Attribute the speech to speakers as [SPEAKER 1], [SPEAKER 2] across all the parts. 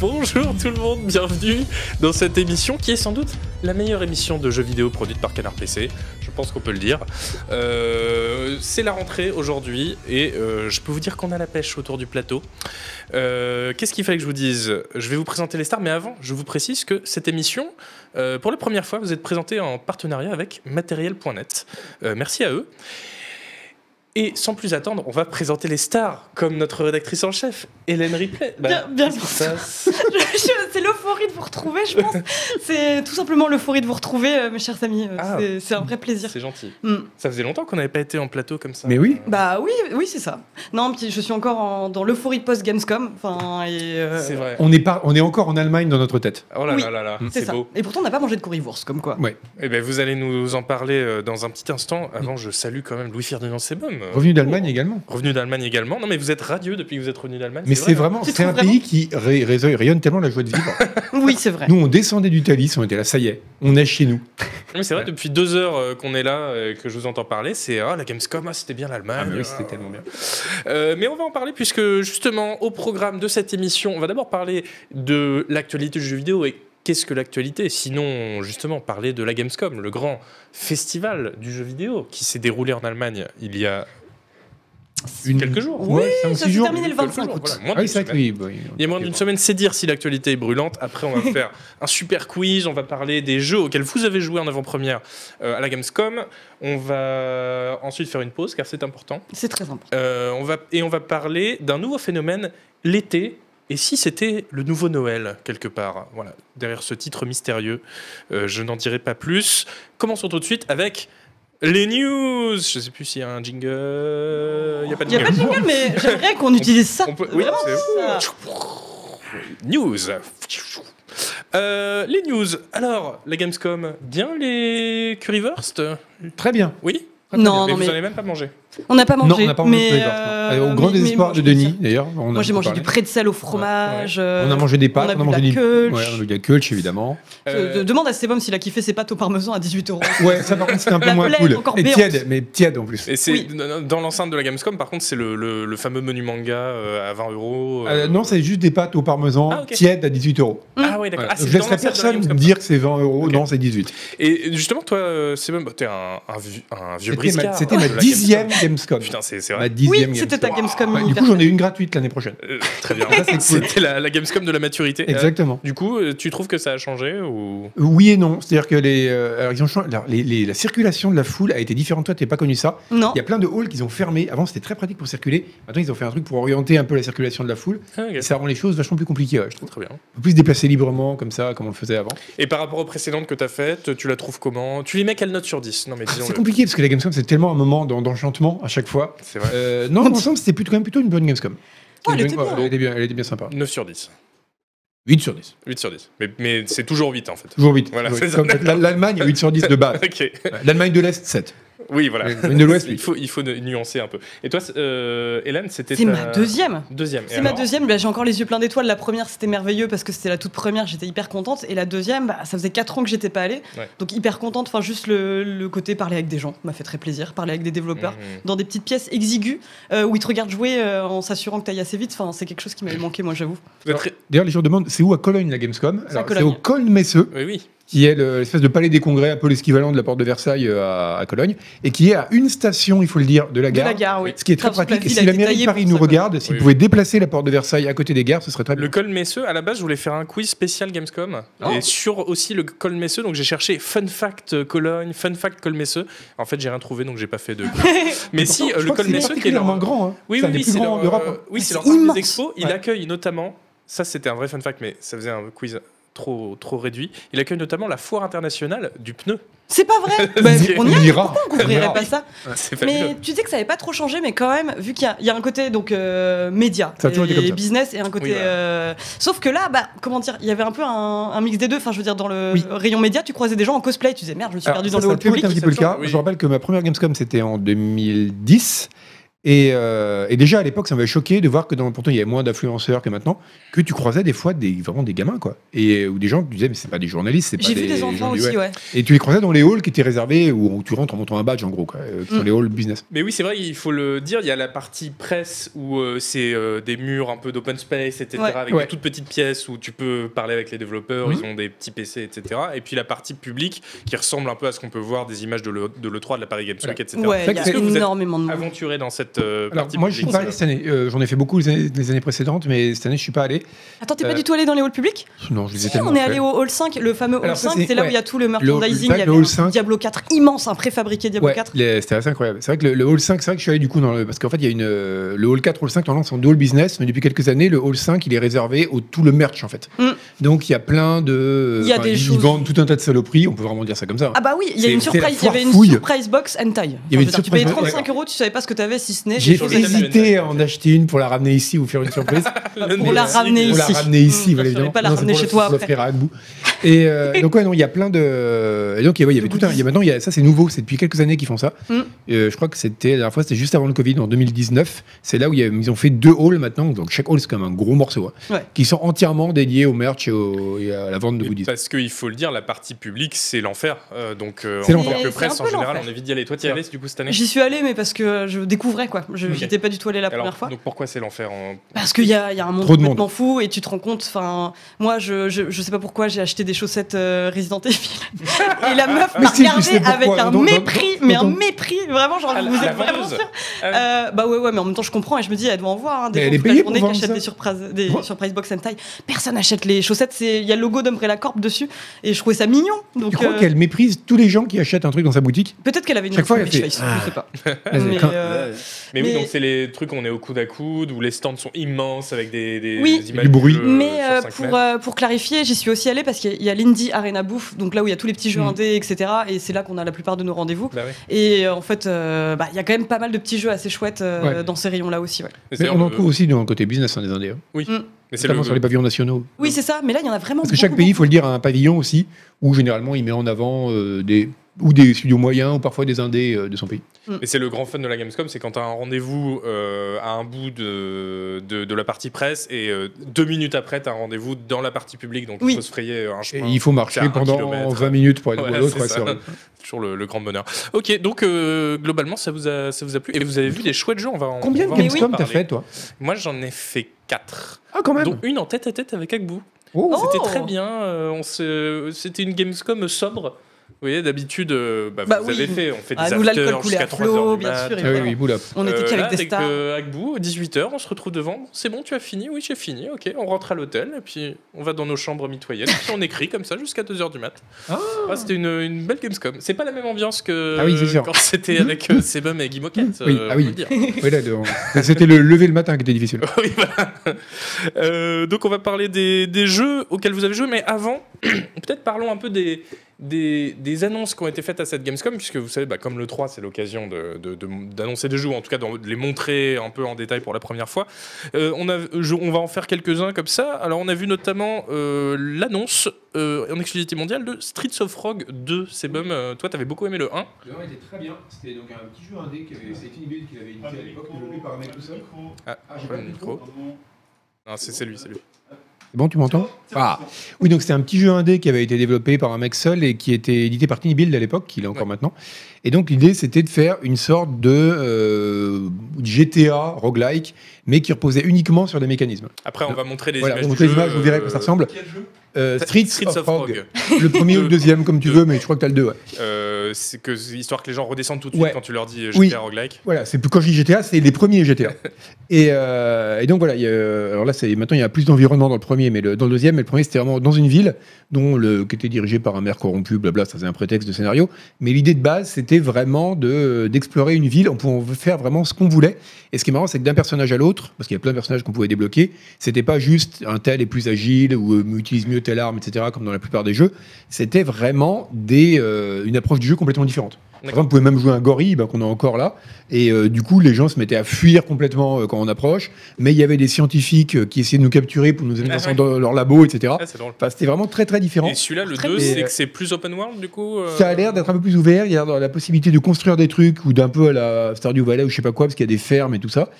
[SPEAKER 1] Bonjour tout le monde, bienvenue dans cette émission qui est sans doute la meilleure émission de jeux vidéo produite par Canard PC, je pense qu'on peut le dire. Euh, c'est la rentrée aujourd'hui et euh, je peux vous dire qu'on a la pêche autour du plateau. Euh, Qu'est-ce qu'il fallait que je vous dise Je vais vous présenter les stars, mais avant, je vous précise que cette émission, euh, pour la première fois, vous êtes présentée en partenariat avec matériel.net. Euh, merci à eux. Et sans plus attendre, on va présenter les stars, comme notre rédactrice en chef, Hélène Ripley. Bah,
[SPEAKER 2] Bien- bien
[SPEAKER 1] qu'est-ce qui se
[SPEAKER 2] pensé.
[SPEAKER 1] passe
[SPEAKER 2] Je- c'est l'euphorie de vous retrouver, je pense. C'est tout simplement l'euphorie de vous retrouver, euh, mes chers amis. Euh,
[SPEAKER 1] Ah.
[SPEAKER 2] c'est- C'est un vrai plaisir.
[SPEAKER 1] C'est gentil.
[SPEAKER 2] Mm.
[SPEAKER 1] Ça faisait longtemps qu'on n'avait pas été en plateau comme ça.
[SPEAKER 3] Mais oui.
[SPEAKER 1] Euh,
[SPEAKER 2] Bah oui, oui, c'est ça. Non, puis je suis encore en- dans l'euphorie post-Gamescom. Enfin, et, euh,
[SPEAKER 1] c'est vrai.
[SPEAKER 3] On est, par- on est encore en Allemagne dans notre tête.
[SPEAKER 1] Oh là
[SPEAKER 2] Oui.
[SPEAKER 1] là là là,
[SPEAKER 2] c'est
[SPEAKER 1] c'est
[SPEAKER 2] ça.
[SPEAKER 1] beau.
[SPEAKER 2] Et pourtant, on n'a pas mangé de currywurst, comme quoi.
[SPEAKER 1] Eh ben, vous allez nous en parler euh, dans un petit instant. Avant, je salue quand même Louis Ferdinand Sebum, euh,
[SPEAKER 3] Revenu d'Allemagne également.
[SPEAKER 1] revenu d'Allemagne également. Non, mais vous êtes radieux depuis que vous êtes revenu d'Allemagne.
[SPEAKER 3] Mais
[SPEAKER 1] vrai.
[SPEAKER 3] c'est
[SPEAKER 1] hein.
[SPEAKER 3] vraiment,
[SPEAKER 2] Tu
[SPEAKER 3] c'est un
[SPEAKER 2] trouves
[SPEAKER 3] pays qui ré- ré- rayonne tellement la joie de vivre.
[SPEAKER 2] Oui, c'est vrai.
[SPEAKER 3] Nous, on descendait du Thalys, on était là, ça y est, on est chez nous.
[SPEAKER 1] Mais c'est vrai, depuis deux heures euh, qu'on est là, euh, que je vous entends parler, c'est ah la Gamescom, ah, c'était bien l'Allemagne.
[SPEAKER 3] mais oui,
[SPEAKER 1] ah.
[SPEAKER 3] c'était tellement bien.
[SPEAKER 1] Euh, mais on va en parler puisque justement au programme de cette émission, on va d'abord parler de l'actualité du jeu vidéo et qu'est-ce que l'actualité Sinon, justement, parler de la Gamescom, le grand festival du jeu vidéo qui s'est déroulé en Allemagne il y a
[SPEAKER 3] Une-
[SPEAKER 1] quelques jours.
[SPEAKER 2] Oui,
[SPEAKER 3] Ouais, cinq,
[SPEAKER 2] ça
[SPEAKER 3] six
[SPEAKER 2] s'est
[SPEAKER 3] jours.
[SPEAKER 2] terminé le
[SPEAKER 1] Quelques
[SPEAKER 2] 25
[SPEAKER 1] jours,
[SPEAKER 2] août.
[SPEAKER 1] voilà, moins
[SPEAKER 3] Ah oui,
[SPEAKER 1] d'une
[SPEAKER 3] c'est vrai que
[SPEAKER 1] semaine.
[SPEAKER 3] oui. bah, oui.
[SPEAKER 1] Il y a moins d'une semaine, c'est dire si l'actualité est brûlante. Après, on va faire un super quiz. On va parler des jeux auxquels vous avez joué en avant-première euh, à la Gamescom. On va ensuite faire une pause car c'est important.
[SPEAKER 2] C'est très important.
[SPEAKER 1] Euh, on va, et on va parler d'un nouveau phénomène, l'été. Et si c'était le nouveau Noël, quelque part Voilà, derrière ce titre mystérieux, Euh, je n'en dirai pas plus. Commençons tout de suite avec les news. Je sais plus s'il y a un jingle. Il n'y a pas
[SPEAKER 2] Il
[SPEAKER 1] de
[SPEAKER 2] n'y a pas de
[SPEAKER 1] jingle.
[SPEAKER 2] jingle, mais j'aimerais qu'on utilise ça.
[SPEAKER 1] On peut- oui,
[SPEAKER 2] Vraiment, ça.
[SPEAKER 1] News. Euh, les news. Alors, la Gamescom, bien les Currywurst
[SPEAKER 3] Très bien.
[SPEAKER 1] Oui
[SPEAKER 2] Non,
[SPEAKER 1] Mais
[SPEAKER 2] non,
[SPEAKER 1] vous n'en
[SPEAKER 2] mais
[SPEAKER 1] avez même pas mangé.
[SPEAKER 2] on n'a pas mangé.
[SPEAKER 3] non, on n'a pas mangé
[SPEAKER 2] mais,
[SPEAKER 3] de Currywurst, non.
[SPEAKER 2] euh,
[SPEAKER 3] Allez, Au grand
[SPEAKER 2] mais- mais
[SPEAKER 3] désespoir de
[SPEAKER 2] moi, j'ai mangé
[SPEAKER 3] Denis, d'ailleurs. on a
[SPEAKER 2] Moi, j'ai
[SPEAKER 3] beaucoup
[SPEAKER 2] mangé du
[SPEAKER 3] parlé.
[SPEAKER 2] pretzel au fromage.
[SPEAKER 3] On a mangé des pâtes, on a
[SPEAKER 2] bu
[SPEAKER 3] mangé
[SPEAKER 2] de la
[SPEAKER 3] des.
[SPEAKER 2] kölsch.
[SPEAKER 3] Ouais, on a mangé de la kölsch, évidemment.
[SPEAKER 1] Euh,
[SPEAKER 2] Euh, Demande à Sebum s'il a kiffé ses pâtes au parmesan à 18 euros.
[SPEAKER 3] Ouais, ça par contre, c'était un peu
[SPEAKER 2] La
[SPEAKER 3] moins
[SPEAKER 2] plaie,
[SPEAKER 3] cool.
[SPEAKER 2] encore
[SPEAKER 3] Et
[SPEAKER 2] béante.
[SPEAKER 3] tiède, mais tiède en plus.
[SPEAKER 1] et c'est
[SPEAKER 2] oui.
[SPEAKER 1] dans- dans l'enceinte de la Gamescom, par contre, c'est le, le- le fameux menu manga euh, à 20 euros. euh.
[SPEAKER 3] Euh, non, c'est juste des pâtes au parmesan,
[SPEAKER 1] Ah, ok.
[SPEAKER 3] tiède à 18 euros.
[SPEAKER 2] Mm.
[SPEAKER 1] Ah ouais, d'accord.
[SPEAKER 3] Voilà.
[SPEAKER 1] Ah, c'est
[SPEAKER 3] je
[SPEAKER 1] dans
[SPEAKER 3] laisserai
[SPEAKER 1] l'enceinte de la
[SPEAKER 3] personne
[SPEAKER 1] Gamescom.
[SPEAKER 3] dire que c'est 20 euros,
[SPEAKER 1] Ok.
[SPEAKER 3] non, c'est 18.
[SPEAKER 1] Et justement, toi, euh, c'est même. bah, T'es un, un vieux, un vieux
[SPEAKER 3] C'était ma,
[SPEAKER 1] briscard. hein,
[SPEAKER 3] c'était ma
[SPEAKER 1] de Oh, la
[SPEAKER 3] dixième
[SPEAKER 1] Gamescom.
[SPEAKER 3] Gamescom.
[SPEAKER 1] Putain, c'est c'est
[SPEAKER 3] Ma
[SPEAKER 1] vrai.
[SPEAKER 3] dixième
[SPEAKER 2] Oui, c'était ta
[SPEAKER 3] Gamescom.
[SPEAKER 2] Gamescom
[SPEAKER 3] Bah, du coup,
[SPEAKER 2] universelle.
[SPEAKER 3] j'en ai une gratuite l'année prochaine.
[SPEAKER 1] Euh, très bien.
[SPEAKER 3] Ça, c'est cool.
[SPEAKER 1] C'était la, la Gamescom de la maturité. Euh,
[SPEAKER 3] Exactement.
[SPEAKER 1] du coup, euh, tu trouves que ça a changé ou...
[SPEAKER 3] Oui et non. C'est-à-dire que les, euh, alors, ils ont changé- alors, les- les- la circulation de la foule a été différente. Toi, t'es pas connu ça.
[SPEAKER 2] Non.
[SPEAKER 3] Il y a plein de halls qu'ils ont fermés. Avant, c'était très pratique pour circuler. Maintenant, ils ont fait un truc pour orienter un peu la circulation de la foule.
[SPEAKER 1] Ah, ok.
[SPEAKER 3] Et ça rend les choses vachement plus compliquées, ouais, je trouve.
[SPEAKER 1] Très bien.
[SPEAKER 3] On peut plus se déplacer librement, comme ça, comme on le faisait avant.
[SPEAKER 1] Et par rapport aux précédentes que t'as faites, tu la trouves comment Tu les mets quelle note sur 10 Non, mais disons.
[SPEAKER 3] Ah, C'est compliqué parce que la Gamescom, c'est tellement un moment d'en- d'enchantement à chaque fois.
[SPEAKER 1] C'est vrai.
[SPEAKER 3] Euh, non, ensemble, c'était plutôt, quand même plutôt une bonne Gamescom.
[SPEAKER 1] Oh,
[SPEAKER 2] Ouais, elle
[SPEAKER 3] Une
[SPEAKER 2] était
[SPEAKER 3] bonne-
[SPEAKER 2] bien.
[SPEAKER 3] elle, était bien, elle était bien sympa.
[SPEAKER 1] 9 sur 10.
[SPEAKER 3] 8 sur 10.
[SPEAKER 1] 8 sur 10. Mais, mais c'est toujours 8 en fait.
[SPEAKER 3] Toujours 8.
[SPEAKER 1] Voilà, c'est ça.
[SPEAKER 3] Comme la- L'Allemagne, 8 sur 10 de base.
[SPEAKER 1] Ok.
[SPEAKER 3] L'Allemagne de l'Est, 7.
[SPEAKER 1] Oui, voilà.
[SPEAKER 3] L'Allemagne de l'Ouest,
[SPEAKER 1] Il
[SPEAKER 3] 8.
[SPEAKER 1] faut, il faut nuancer un peu. Et toi, euh, Hélène, c'était.
[SPEAKER 2] C'est
[SPEAKER 1] ta-
[SPEAKER 2] ma deuxième.
[SPEAKER 1] Deuxième. Et
[SPEAKER 2] C'est ma
[SPEAKER 1] alors
[SPEAKER 2] deuxième, bah, j'ai encore les yeux pleins d'étoiles. La première, c'était merveilleux parce que c'était la toute première, j'étais hyper contente. Et la deuxième, bah, ça faisait 4 ans que j'étais pas allée.
[SPEAKER 1] Ouais.
[SPEAKER 2] Donc hyper contente, enfin juste le, le côté parler avec des gens m'a fait très plaisir, parler avec des développeurs.
[SPEAKER 1] Mhm.
[SPEAKER 2] Dans des petites pièces exiguës euh, où ils te regardent jouer euh, en s'assurant que t'ailles assez vite, enfin, c'est quelque chose qui m'avait manqué, moi j'avoue.
[SPEAKER 1] Vous êtes très-
[SPEAKER 3] D'ailleurs, les gens demandent c'est où à Cologne la Gamescom
[SPEAKER 2] C'est à
[SPEAKER 3] Alors, C'est
[SPEAKER 2] Cologne.
[SPEAKER 3] au Colmesseux,
[SPEAKER 1] Oui, oui.
[SPEAKER 3] qui est le- l'espèce de palais des congrès, un peu l'équivalent de la porte de Versailles euh, à, à Cologne, et qui est à une station, il faut le dire, de la
[SPEAKER 2] De
[SPEAKER 3] gare.
[SPEAKER 2] la gare, oui.
[SPEAKER 3] Ce qui est très
[SPEAKER 2] Enfin, toute
[SPEAKER 3] pratique. Et
[SPEAKER 2] ville
[SPEAKER 3] si
[SPEAKER 2] a
[SPEAKER 3] la
[SPEAKER 2] été
[SPEAKER 3] mairie
[SPEAKER 2] taillée
[SPEAKER 3] de Paris
[SPEAKER 2] pour
[SPEAKER 3] nous
[SPEAKER 2] ça, quoi.
[SPEAKER 3] regarde, s'ils
[SPEAKER 1] Oui,
[SPEAKER 3] pouvaient déplacer la porte de Versailles à côté des gares, ce serait très bien.
[SPEAKER 1] Le col Messeux, à la base, je voulais faire un quiz spécial Gamescom.
[SPEAKER 2] Oh.
[SPEAKER 1] Et sur aussi le col Messeux. Donc j'ai cherché Fun Fact Cologne, Fun Fact col Messeux. En fait, j'ai rien trouvé, donc j'ai pas fait de. Mais
[SPEAKER 3] Pourtant,
[SPEAKER 1] si,
[SPEAKER 3] je
[SPEAKER 1] euh, le
[SPEAKER 3] crois que
[SPEAKER 1] col
[SPEAKER 3] c'est
[SPEAKER 1] Messeux qui est leur-
[SPEAKER 3] particulièrement grand. hein.
[SPEAKER 1] Oui,
[SPEAKER 3] C'est un
[SPEAKER 1] oui,
[SPEAKER 3] des
[SPEAKER 1] oui,
[SPEAKER 3] plus
[SPEAKER 1] c'est
[SPEAKER 3] grands
[SPEAKER 1] leur,
[SPEAKER 3] d'Europe.
[SPEAKER 1] euh, oui, c'est
[SPEAKER 2] C'est
[SPEAKER 1] leur parc des
[SPEAKER 2] immense.
[SPEAKER 1] expos. Il
[SPEAKER 3] Ouais.
[SPEAKER 1] accueille notamment, ça c'était un vrai fun fact, mais ça faisait un quiz trop, trop réduit. Il accueille notamment la foire internationale du pneu.
[SPEAKER 2] C'est pas vrai Bah, On y
[SPEAKER 3] On
[SPEAKER 2] est,
[SPEAKER 3] ira.
[SPEAKER 2] on couvrirait pas ça.
[SPEAKER 1] C'est fabuleux.
[SPEAKER 2] Mais tu disais que ça n'avait pas trop changé, mais quand même, vu qu'il y a- il y, a un côté donc euh, média
[SPEAKER 3] Ça a toujours été comme
[SPEAKER 2] et
[SPEAKER 3] ça.
[SPEAKER 2] business et un côté.
[SPEAKER 1] Oui, voilà.
[SPEAKER 2] euh, sauf que là, bah, comment dire, il y avait un peu un, un mix des deux. Enfin, je veux dire, dans le
[SPEAKER 3] Oui.
[SPEAKER 2] rayon média, tu croisais des gens en cosplay, tu disais merde, je me suis
[SPEAKER 3] Alors,
[SPEAKER 2] perdu
[SPEAKER 3] ça,
[SPEAKER 2] dans
[SPEAKER 3] ça
[SPEAKER 2] le
[SPEAKER 3] a
[SPEAKER 2] hall
[SPEAKER 3] toujours été
[SPEAKER 2] public.
[SPEAKER 3] un petit peu le cas.
[SPEAKER 1] Oui.
[SPEAKER 3] Je rappelle que ma première Gamescom, c'était en 2010. Et, euh, et déjà à l'époque, ça m'avait choqué de voir que dans pourtant il y avait moins d'influenceurs que maintenant, que tu croisais des fois des, vraiment des gamins quoi, et euh, ou des gens que tu disais mais c'est pas des journalistes, c'est pas
[SPEAKER 2] J'ai vu des
[SPEAKER 3] gens
[SPEAKER 2] enfants
[SPEAKER 3] du-
[SPEAKER 2] aussi, ouais.
[SPEAKER 3] Et tu les croisais dans les halls qui étaient réservés où, où tu rentres en montant un badge en gros quoi, euh, qui sont
[SPEAKER 2] Mm.
[SPEAKER 3] les halls business.
[SPEAKER 1] Mais oui, c'est vrai, il faut le dire, il y a la partie presse où euh, c'est euh, des murs un peu d'open space, etc.,
[SPEAKER 2] Ouais.
[SPEAKER 1] avec
[SPEAKER 3] Ouais.
[SPEAKER 1] des toutes petites pièces où tu peux parler avec les développeurs,
[SPEAKER 3] Mhm.
[SPEAKER 1] ils ont des petits PC, etc. Et puis la partie publique qui ressemble un peu à ce qu'on peut voir des images de l'E3, de la Paris Games Week, etc.
[SPEAKER 2] Ouais,
[SPEAKER 3] Fait
[SPEAKER 2] il y
[SPEAKER 3] que Ah
[SPEAKER 2] a
[SPEAKER 1] c'est-
[SPEAKER 2] énormément de monde.
[SPEAKER 1] Aventuré dans cette euh,
[SPEAKER 3] Alors
[SPEAKER 1] partie
[SPEAKER 3] moi je
[SPEAKER 1] publique.
[SPEAKER 3] suis pas allé cette année, Euh, j'en ai fait beaucoup les années, les années précédentes, mais cette année je suis pas allé.
[SPEAKER 2] Attends, t'es
[SPEAKER 3] Euh,
[SPEAKER 2] pas du tout allé dans les halls publics
[SPEAKER 3] Non, je les ai
[SPEAKER 2] Si,
[SPEAKER 3] tellement
[SPEAKER 2] on est
[SPEAKER 3] fait.
[SPEAKER 2] allé au hall 5, le fameux hall
[SPEAKER 3] Alors ça,
[SPEAKER 2] 5,
[SPEAKER 3] c'est-
[SPEAKER 2] c'est là où
[SPEAKER 3] ouais.
[SPEAKER 2] il y a tout le
[SPEAKER 3] Le-
[SPEAKER 2] merchandising.
[SPEAKER 3] le
[SPEAKER 2] Il y
[SPEAKER 3] hall
[SPEAKER 2] avait un
[SPEAKER 3] 5.
[SPEAKER 2] Diablo 4 immense, un préfabriqué Diablo
[SPEAKER 3] Ouais,
[SPEAKER 2] 4.
[SPEAKER 3] les- c'était assez incroyable. C'est vrai que le, le hall 5, c'est vrai que je suis allé du coup dans le. Parce qu'en fait, il y a une. euh, Le hall 4, hall 5, normalement, sont deux halls business, mais depuis quelques années, le hall 5, il est réservé au tout le merch, en fait.
[SPEAKER 2] Mm.
[SPEAKER 3] Donc, il y a plein de.
[SPEAKER 2] Il y a des
[SPEAKER 3] ils
[SPEAKER 2] choses-
[SPEAKER 3] vendent tout un tas de saloperies, on peut vraiment dire ça comme ça. hein.
[SPEAKER 2] Ah bah oui, il y a
[SPEAKER 3] C'est-
[SPEAKER 2] une
[SPEAKER 3] c'est la
[SPEAKER 2] surprise, il y avait une
[SPEAKER 3] foire-fouille.
[SPEAKER 2] surprise box hentai.
[SPEAKER 3] Il y avait
[SPEAKER 2] Enfin, je veux
[SPEAKER 3] une
[SPEAKER 2] dire, tu payais
[SPEAKER 3] surprise box,
[SPEAKER 2] 35 euros, tu savais pas ce que t'avais si ce n'est
[SPEAKER 3] J'ai
[SPEAKER 2] des choses
[SPEAKER 3] hésité à en acheter une pour la ramener ici ou faire une surprise.
[SPEAKER 2] pour la ramener
[SPEAKER 3] On
[SPEAKER 2] ici.
[SPEAKER 3] la ramener ici,
[SPEAKER 2] Mmh, parce
[SPEAKER 3] voilà,
[SPEAKER 2] qu'on
[SPEAKER 3] évidemment.
[SPEAKER 2] n'est pas la
[SPEAKER 3] Non,
[SPEAKER 2] ramener
[SPEAKER 3] c'est
[SPEAKER 2] chez
[SPEAKER 3] pour
[SPEAKER 2] toi
[SPEAKER 3] le-
[SPEAKER 2] après.
[SPEAKER 3] l'offrir à Adbou. Et euh, donc, ouais, non, il y a plein de. euh, Et donc, il y a- ouais, il y avait tout un. il y a maintenant, il y a- ça, c'est nouveau, c'est depuis quelques années qu'ils font ça.
[SPEAKER 2] Mm.
[SPEAKER 3] Euh, je crois que c'était. La dernière fois, c'était juste avant le Covid, en 2019. C'est là où il y a- ils ont fait deux halls maintenant. Donc, chaque hall, c'est quand même un gros morceau. hein,
[SPEAKER 2] Ouais.
[SPEAKER 3] Qui sont entièrement dédiés au merch et, au- et à la vente de
[SPEAKER 1] Et
[SPEAKER 3] goodies.
[SPEAKER 1] Parce qu'il faut le dire, la partie publique, c'est l'enfer. Euh, donc, euh,
[SPEAKER 3] C'est
[SPEAKER 1] en
[SPEAKER 3] l'enfer.
[SPEAKER 1] tant que
[SPEAKER 2] C'est
[SPEAKER 1] presse, en
[SPEAKER 2] un peu
[SPEAKER 1] général,
[SPEAKER 2] l'enfer.
[SPEAKER 1] on évite d'y aller. Toi, tu y
[SPEAKER 3] Ouais.
[SPEAKER 1] allais, du coup, cette année
[SPEAKER 2] J'y suis allée, mais parce que je découvrais quoi. Je
[SPEAKER 1] Ok.
[SPEAKER 2] j'étais pas du tout allée la
[SPEAKER 1] Alors,
[SPEAKER 2] première fois.
[SPEAKER 1] Donc, pourquoi c'est l'enfer en-
[SPEAKER 2] Parce qu'il y a, il y a un monde
[SPEAKER 3] Trop de monde.
[SPEAKER 2] complètement fou et tu te rends compte. Enfin, moi, je, je, je sais pas pourquoi j'ai acheté des chaussettes euh, Resident Evil. et la meuf
[SPEAKER 3] Mais
[SPEAKER 2] m'a
[SPEAKER 3] si, je sais
[SPEAKER 2] regardé
[SPEAKER 3] pourquoi.
[SPEAKER 2] avec un
[SPEAKER 3] Dans- dans-
[SPEAKER 2] mépris,
[SPEAKER 3] dans-
[SPEAKER 2] mais un
[SPEAKER 3] dans-
[SPEAKER 2] mépris, vraiment. Genre,
[SPEAKER 1] Ah, la-
[SPEAKER 2] Oh, vous
[SPEAKER 1] la
[SPEAKER 2] êtes vraiment
[SPEAKER 1] vendeuse.
[SPEAKER 2] sûr
[SPEAKER 1] Ah oui.
[SPEAKER 2] Euh, Bah ouais, ouais, mais en même temps, je comprends et je me dis, elle doit en voir. Hein, des
[SPEAKER 3] Mais
[SPEAKER 2] gens
[SPEAKER 3] elle est
[SPEAKER 2] toute la journée
[SPEAKER 3] payée pour
[SPEAKER 2] qui
[SPEAKER 3] vendre
[SPEAKER 2] achètent
[SPEAKER 3] ça.
[SPEAKER 2] des surprises, des
[SPEAKER 3] Ouais.
[SPEAKER 2] surprise box and taille. Personne achète les chaussettes. C'est, il y a le logo d'Umbrella Corp dessus et je trouvais ça mignon. Donc
[SPEAKER 3] Tu crois
[SPEAKER 2] euh,
[SPEAKER 3] qu'elle méprise tous les gens qui achètent un truc dans sa boutique
[SPEAKER 2] peut-être qu'elle avait une
[SPEAKER 3] Chaque fois, elle
[SPEAKER 2] bitch
[SPEAKER 3] fait,
[SPEAKER 2] face, je sais pas.
[SPEAKER 1] Ah,
[SPEAKER 3] Là, c'est
[SPEAKER 2] Mais,
[SPEAKER 3] quand-
[SPEAKER 2] euh,
[SPEAKER 1] Mais, oui,
[SPEAKER 2] Mais-
[SPEAKER 1] donc c'est les trucs où on est au coude à coude, où les stands sont immenses avec des, des,
[SPEAKER 2] Oui.
[SPEAKER 1] des images
[SPEAKER 3] Du bruit.
[SPEAKER 1] bleues,
[SPEAKER 2] Mais
[SPEAKER 1] euh,
[SPEAKER 2] euh,
[SPEAKER 1] sur cinq
[SPEAKER 2] pour,
[SPEAKER 1] mètres.
[SPEAKER 2] euh, pour clarifier, j'y suis aussi allée parce qu'il y a- il y a l'Indie Arena Bouffe, donc là où il y a tous les petits jeux
[SPEAKER 3] Mm.
[SPEAKER 2] indés, etc. Et c'est là qu'on a la plupart de nos rendez-vous.
[SPEAKER 1] Bah ouais.
[SPEAKER 2] Et euh, en fait, euh, bah, il y a quand même pas mal de petits jeux assez chouettes euh,
[SPEAKER 3] Ouais.
[SPEAKER 2] dans ces rayons-là aussi. ouais.
[SPEAKER 1] Mais
[SPEAKER 3] Mais
[SPEAKER 1] c'est
[SPEAKER 3] on en
[SPEAKER 1] le-
[SPEAKER 3] trouve aussi dans le côté business hein, des Indés. hein.
[SPEAKER 1] euh, mais c'est
[SPEAKER 3] Notamment
[SPEAKER 1] le-
[SPEAKER 3] sur les pavillons nationaux.
[SPEAKER 2] Oui, c'est ça, mais là, il y en a vraiment
[SPEAKER 3] Parce que chaque
[SPEAKER 2] beaucoup,
[SPEAKER 3] pays, il faut le dire, a un pavillon aussi, où généralement il met en avant euh, des, ou des studios moyens, ou parfois des indés euh, de son pays.
[SPEAKER 1] Et c'est le grand fun de la Gamescom, c'est quand tu as un rendez-vous euh, à un bout de, de, de la partie presse et euh, deux minutes après, tu as un rendez-vous dans la partie publique, donc
[SPEAKER 2] Oui.
[SPEAKER 1] il faut se frayer un
[SPEAKER 3] Et
[SPEAKER 1] chemin.
[SPEAKER 3] il faut marcher
[SPEAKER 1] C'est un
[SPEAKER 3] pendant
[SPEAKER 1] kilomètre.
[SPEAKER 3] 20 minutes pour aller
[SPEAKER 1] Voilà,
[SPEAKER 3] au l'autre.
[SPEAKER 1] c'est
[SPEAKER 3] quoi,
[SPEAKER 1] ça.
[SPEAKER 3] c'est horrible.
[SPEAKER 1] Toujours le, le grand bonheur. Ok, donc euh, globalement, ça vous, a, ça vous a plu et vous avez vu des chouettes jeux. On va en,
[SPEAKER 3] Combien
[SPEAKER 1] on
[SPEAKER 3] de
[SPEAKER 1] va en
[SPEAKER 3] Gamescom t'as
[SPEAKER 1] parler.
[SPEAKER 3] fait, toi
[SPEAKER 1] Moi, j'en ai fait quatre.
[SPEAKER 3] Ah, quand même
[SPEAKER 1] Dont une en tête à tête avec Agbou.
[SPEAKER 3] Oh.
[SPEAKER 2] Oh.
[SPEAKER 1] C'était très bien. euh, on se- C'était une Gamescom sobre. Vous voyez, d'habitude, euh, bah,
[SPEAKER 2] Bah
[SPEAKER 1] vous
[SPEAKER 2] oui.
[SPEAKER 1] avez fait, on fait
[SPEAKER 2] Ah,
[SPEAKER 1] des
[SPEAKER 2] nous, l'alcool
[SPEAKER 1] afters
[SPEAKER 2] coulait à
[SPEAKER 1] jusqu'à 3
[SPEAKER 2] flot,
[SPEAKER 1] heures du
[SPEAKER 2] bien
[SPEAKER 1] mat.
[SPEAKER 2] sûr, et
[SPEAKER 3] Ah oui,
[SPEAKER 2] voilà.
[SPEAKER 3] oui, boula.
[SPEAKER 2] On était
[SPEAKER 1] Euh,
[SPEAKER 2] qu'avec
[SPEAKER 1] là,
[SPEAKER 2] des stars.
[SPEAKER 1] euh, Agbu, 18h, on se retrouve devant. C'est bon, tu as fini Oui, j'ai fini. Ok, on rentre à l'hôtel, et puis on va dans nos chambres mitoyennes, puis on écrit comme ça jusqu'à 2h du mat.
[SPEAKER 3] Ah.
[SPEAKER 1] Ouais, C'était une, une belle Gamescom. C'est pas la même ambiance que
[SPEAKER 3] Ah oui, c'est sûr.
[SPEAKER 1] quand c'était avec euh, Sebum et Guy Moquette.
[SPEAKER 3] Oui,
[SPEAKER 1] euh,
[SPEAKER 3] ah
[SPEAKER 1] on
[SPEAKER 3] oui.
[SPEAKER 1] peut le dire.
[SPEAKER 3] Ouais, là, dedans. C'était le lever le matin qui était difficile.
[SPEAKER 1] Oui, voilà. Euh, donc on va parler des, des jeux auxquels vous avez joué, mais avant, peut-être parlons un peu des, des, des annonces qui ont été faites à cette Gamescom, puisque vous savez, bah, comme le 3, c'est l'occasion d'annoncer de, d'annoncer des jeux, ou en tout cas d'en- de les montrer un peu en détail pour la première fois. Euh, on, a, je- on va en faire quelques-uns comme ça. Alors on a vu notamment euh, l'annonce euh, en exclusivité mondiale de Streets of Rogue 2. C'est bum, euh, toi t'avais beaucoup aimé le 1.
[SPEAKER 3] Le 1 était très bien. C'était donc un petit jeu indé qui avait. C'était une build qu'il avait initiée à l'époque, développée par un mec tout seul.
[SPEAKER 1] Ah,
[SPEAKER 3] Ah, j'ai
[SPEAKER 1] pas le micro. Non, c'est c'est lui, c'est lui.
[SPEAKER 3] C'est bon, tu m'entends Ah Oui, donc c'était un petit jeu indé qui avait été développé par un mec seul et qui était édité par Tiny Build à l'époque, qu'il est encore
[SPEAKER 1] Ouais.
[SPEAKER 3] maintenant. Et donc l'idée, c'était de faire une sorte de euh, GTA roguelike, mais qui reposait uniquement sur des mécanismes.
[SPEAKER 1] Après on va montrer les
[SPEAKER 3] voilà,
[SPEAKER 1] images.
[SPEAKER 3] vous
[SPEAKER 1] du
[SPEAKER 3] montrez les
[SPEAKER 1] jeu,
[SPEAKER 3] images, vous verrez à quoi ça
[SPEAKER 1] euh,
[SPEAKER 3] ressemble. Euh, Streets,
[SPEAKER 1] Streets
[SPEAKER 3] of,
[SPEAKER 1] of
[SPEAKER 3] Rogue.
[SPEAKER 1] Rogue.
[SPEAKER 3] Le premier ou le
[SPEAKER 1] Deux.
[SPEAKER 3] deuxième, comme tu
[SPEAKER 1] Deux.
[SPEAKER 3] veux, mais je crois que t'as le 2. Ouais.
[SPEAKER 1] Euh, c'est que histoire que les gens redescendent tout de suite
[SPEAKER 3] Ouais.
[SPEAKER 1] quand tu leur dis euh, GTA
[SPEAKER 3] Oui.
[SPEAKER 1] roguelike.
[SPEAKER 3] Voilà, c'est plus quand je dis GTA, c'est les premiers GTA. et, euh, et donc voilà, il y a- alors là, c'est maintenant il y a plus d'environnement dans le premier, mais le, dans le deuxième, mais le premier c'était vraiment dans une ville dont le qui était dirigé par un maire corrompu, blabla, ça faisait un prétexte de scénario. Mais l'idée de base, c'était vraiment de d'explorer une ville, on pouvait faire vraiment ce qu'on voulait. Et ce qui est marrant, c'est que d'un personnage à l'autre, parce qu'il y a plein de personnages qu'on pouvait débloquer, c'était pas juste un tel est plus agile ou euh, utilise mieux lieu, telle arme, etc., comme dans la plupart des jeux, c'était vraiment des, euh, une approche du jeu complètement différente. Par
[SPEAKER 1] D'accord.
[SPEAKER 3] exemple, on pouvait même jouer un gorille, ben, qu'on a encore là, et euh, du coup, les gens se mettaient à fuir complètement euh, quand on approche, mais il y avait des scientifiques euh, qui essayaient de nous capturer pour nous amener
[SPEAKER 1] Ah, ouais.
[SPEAKER 3] dans leur labo, etc.
[SPEAKER 1] Ah, c'est drôle.
[SPEAKER 3] Enfin, c'était vraiment très très différent.
[SPEAKER 1] Et celui-là, le
[SPEAKER 2] Très
[SPEAKER 1] 2,
[SPEAKER 2] bien.
[SPEAKER 1] c'est
[SPEAKER 3] Et,
[SPEAKER 1] que c'est plus open world du coup euh,
[SPEAKER 3] Ça a l'air d'être un peu plus ouvert, il y a la possibilité de construire des trucs ou d'un peu à la Stardew Valley ou je sais pas quoi, parce qu'il y a des fermes et tout ça.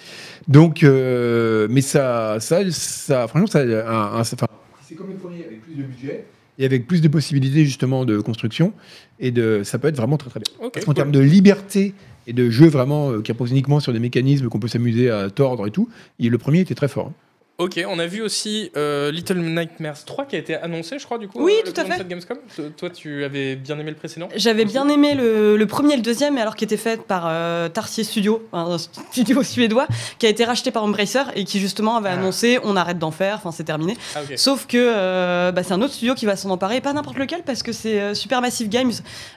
[SPEAKER 3] Donc, euh, mais ça, ça, ça, franchement, ça, a un- un- ça- enfin, c'est comme le premier avec plus de budget et avec plus de possibilités justement de construction et de, ça peut être vraiment très très bien.
[SPEAKER 1] Ok.
[SPEAKER 3] Parce qu'en
[SPEAKER 1] cool.
[SPEAKER 3] termes de liberté et de jeu vraiment euh, qui repose uniquement sur des mécanismes qu'on peut s'amuser à tordre et tout, et le premier était très fort. hein.
[SPEAKER 1] Ok, on a vu aussi euh, Little Nightmares 3 qui a été annoncé, je crois, du coup.
[SPEAKER 2] Oui,
[SPEAKER 1] euh, le
[SPEAKER 2] tout à fait.
[SPEAKER 1] 27 Gamescom. T- Toi, tu avais bien aimé le précédent
[SPEAKER 2] J'avais bien aimé le, le premier et le deuxième, mais alors qui était fait par euh, Tarsier Studio, un studio suédois, qui a été racheté par Embracer et qui justement avait
[SPEAKER 1] Ah.
[SPEAKER 2] annoncé on arrête d'en faire, enfin c'est terminé.
[SPEAKER 1] Ah, ok.
[SPEAKER 2] Sauf que euh, bah, c'est un autre studio qui va s'en emparer, et pas n'importe lequel, parce que c'est euh, Supermassive Games,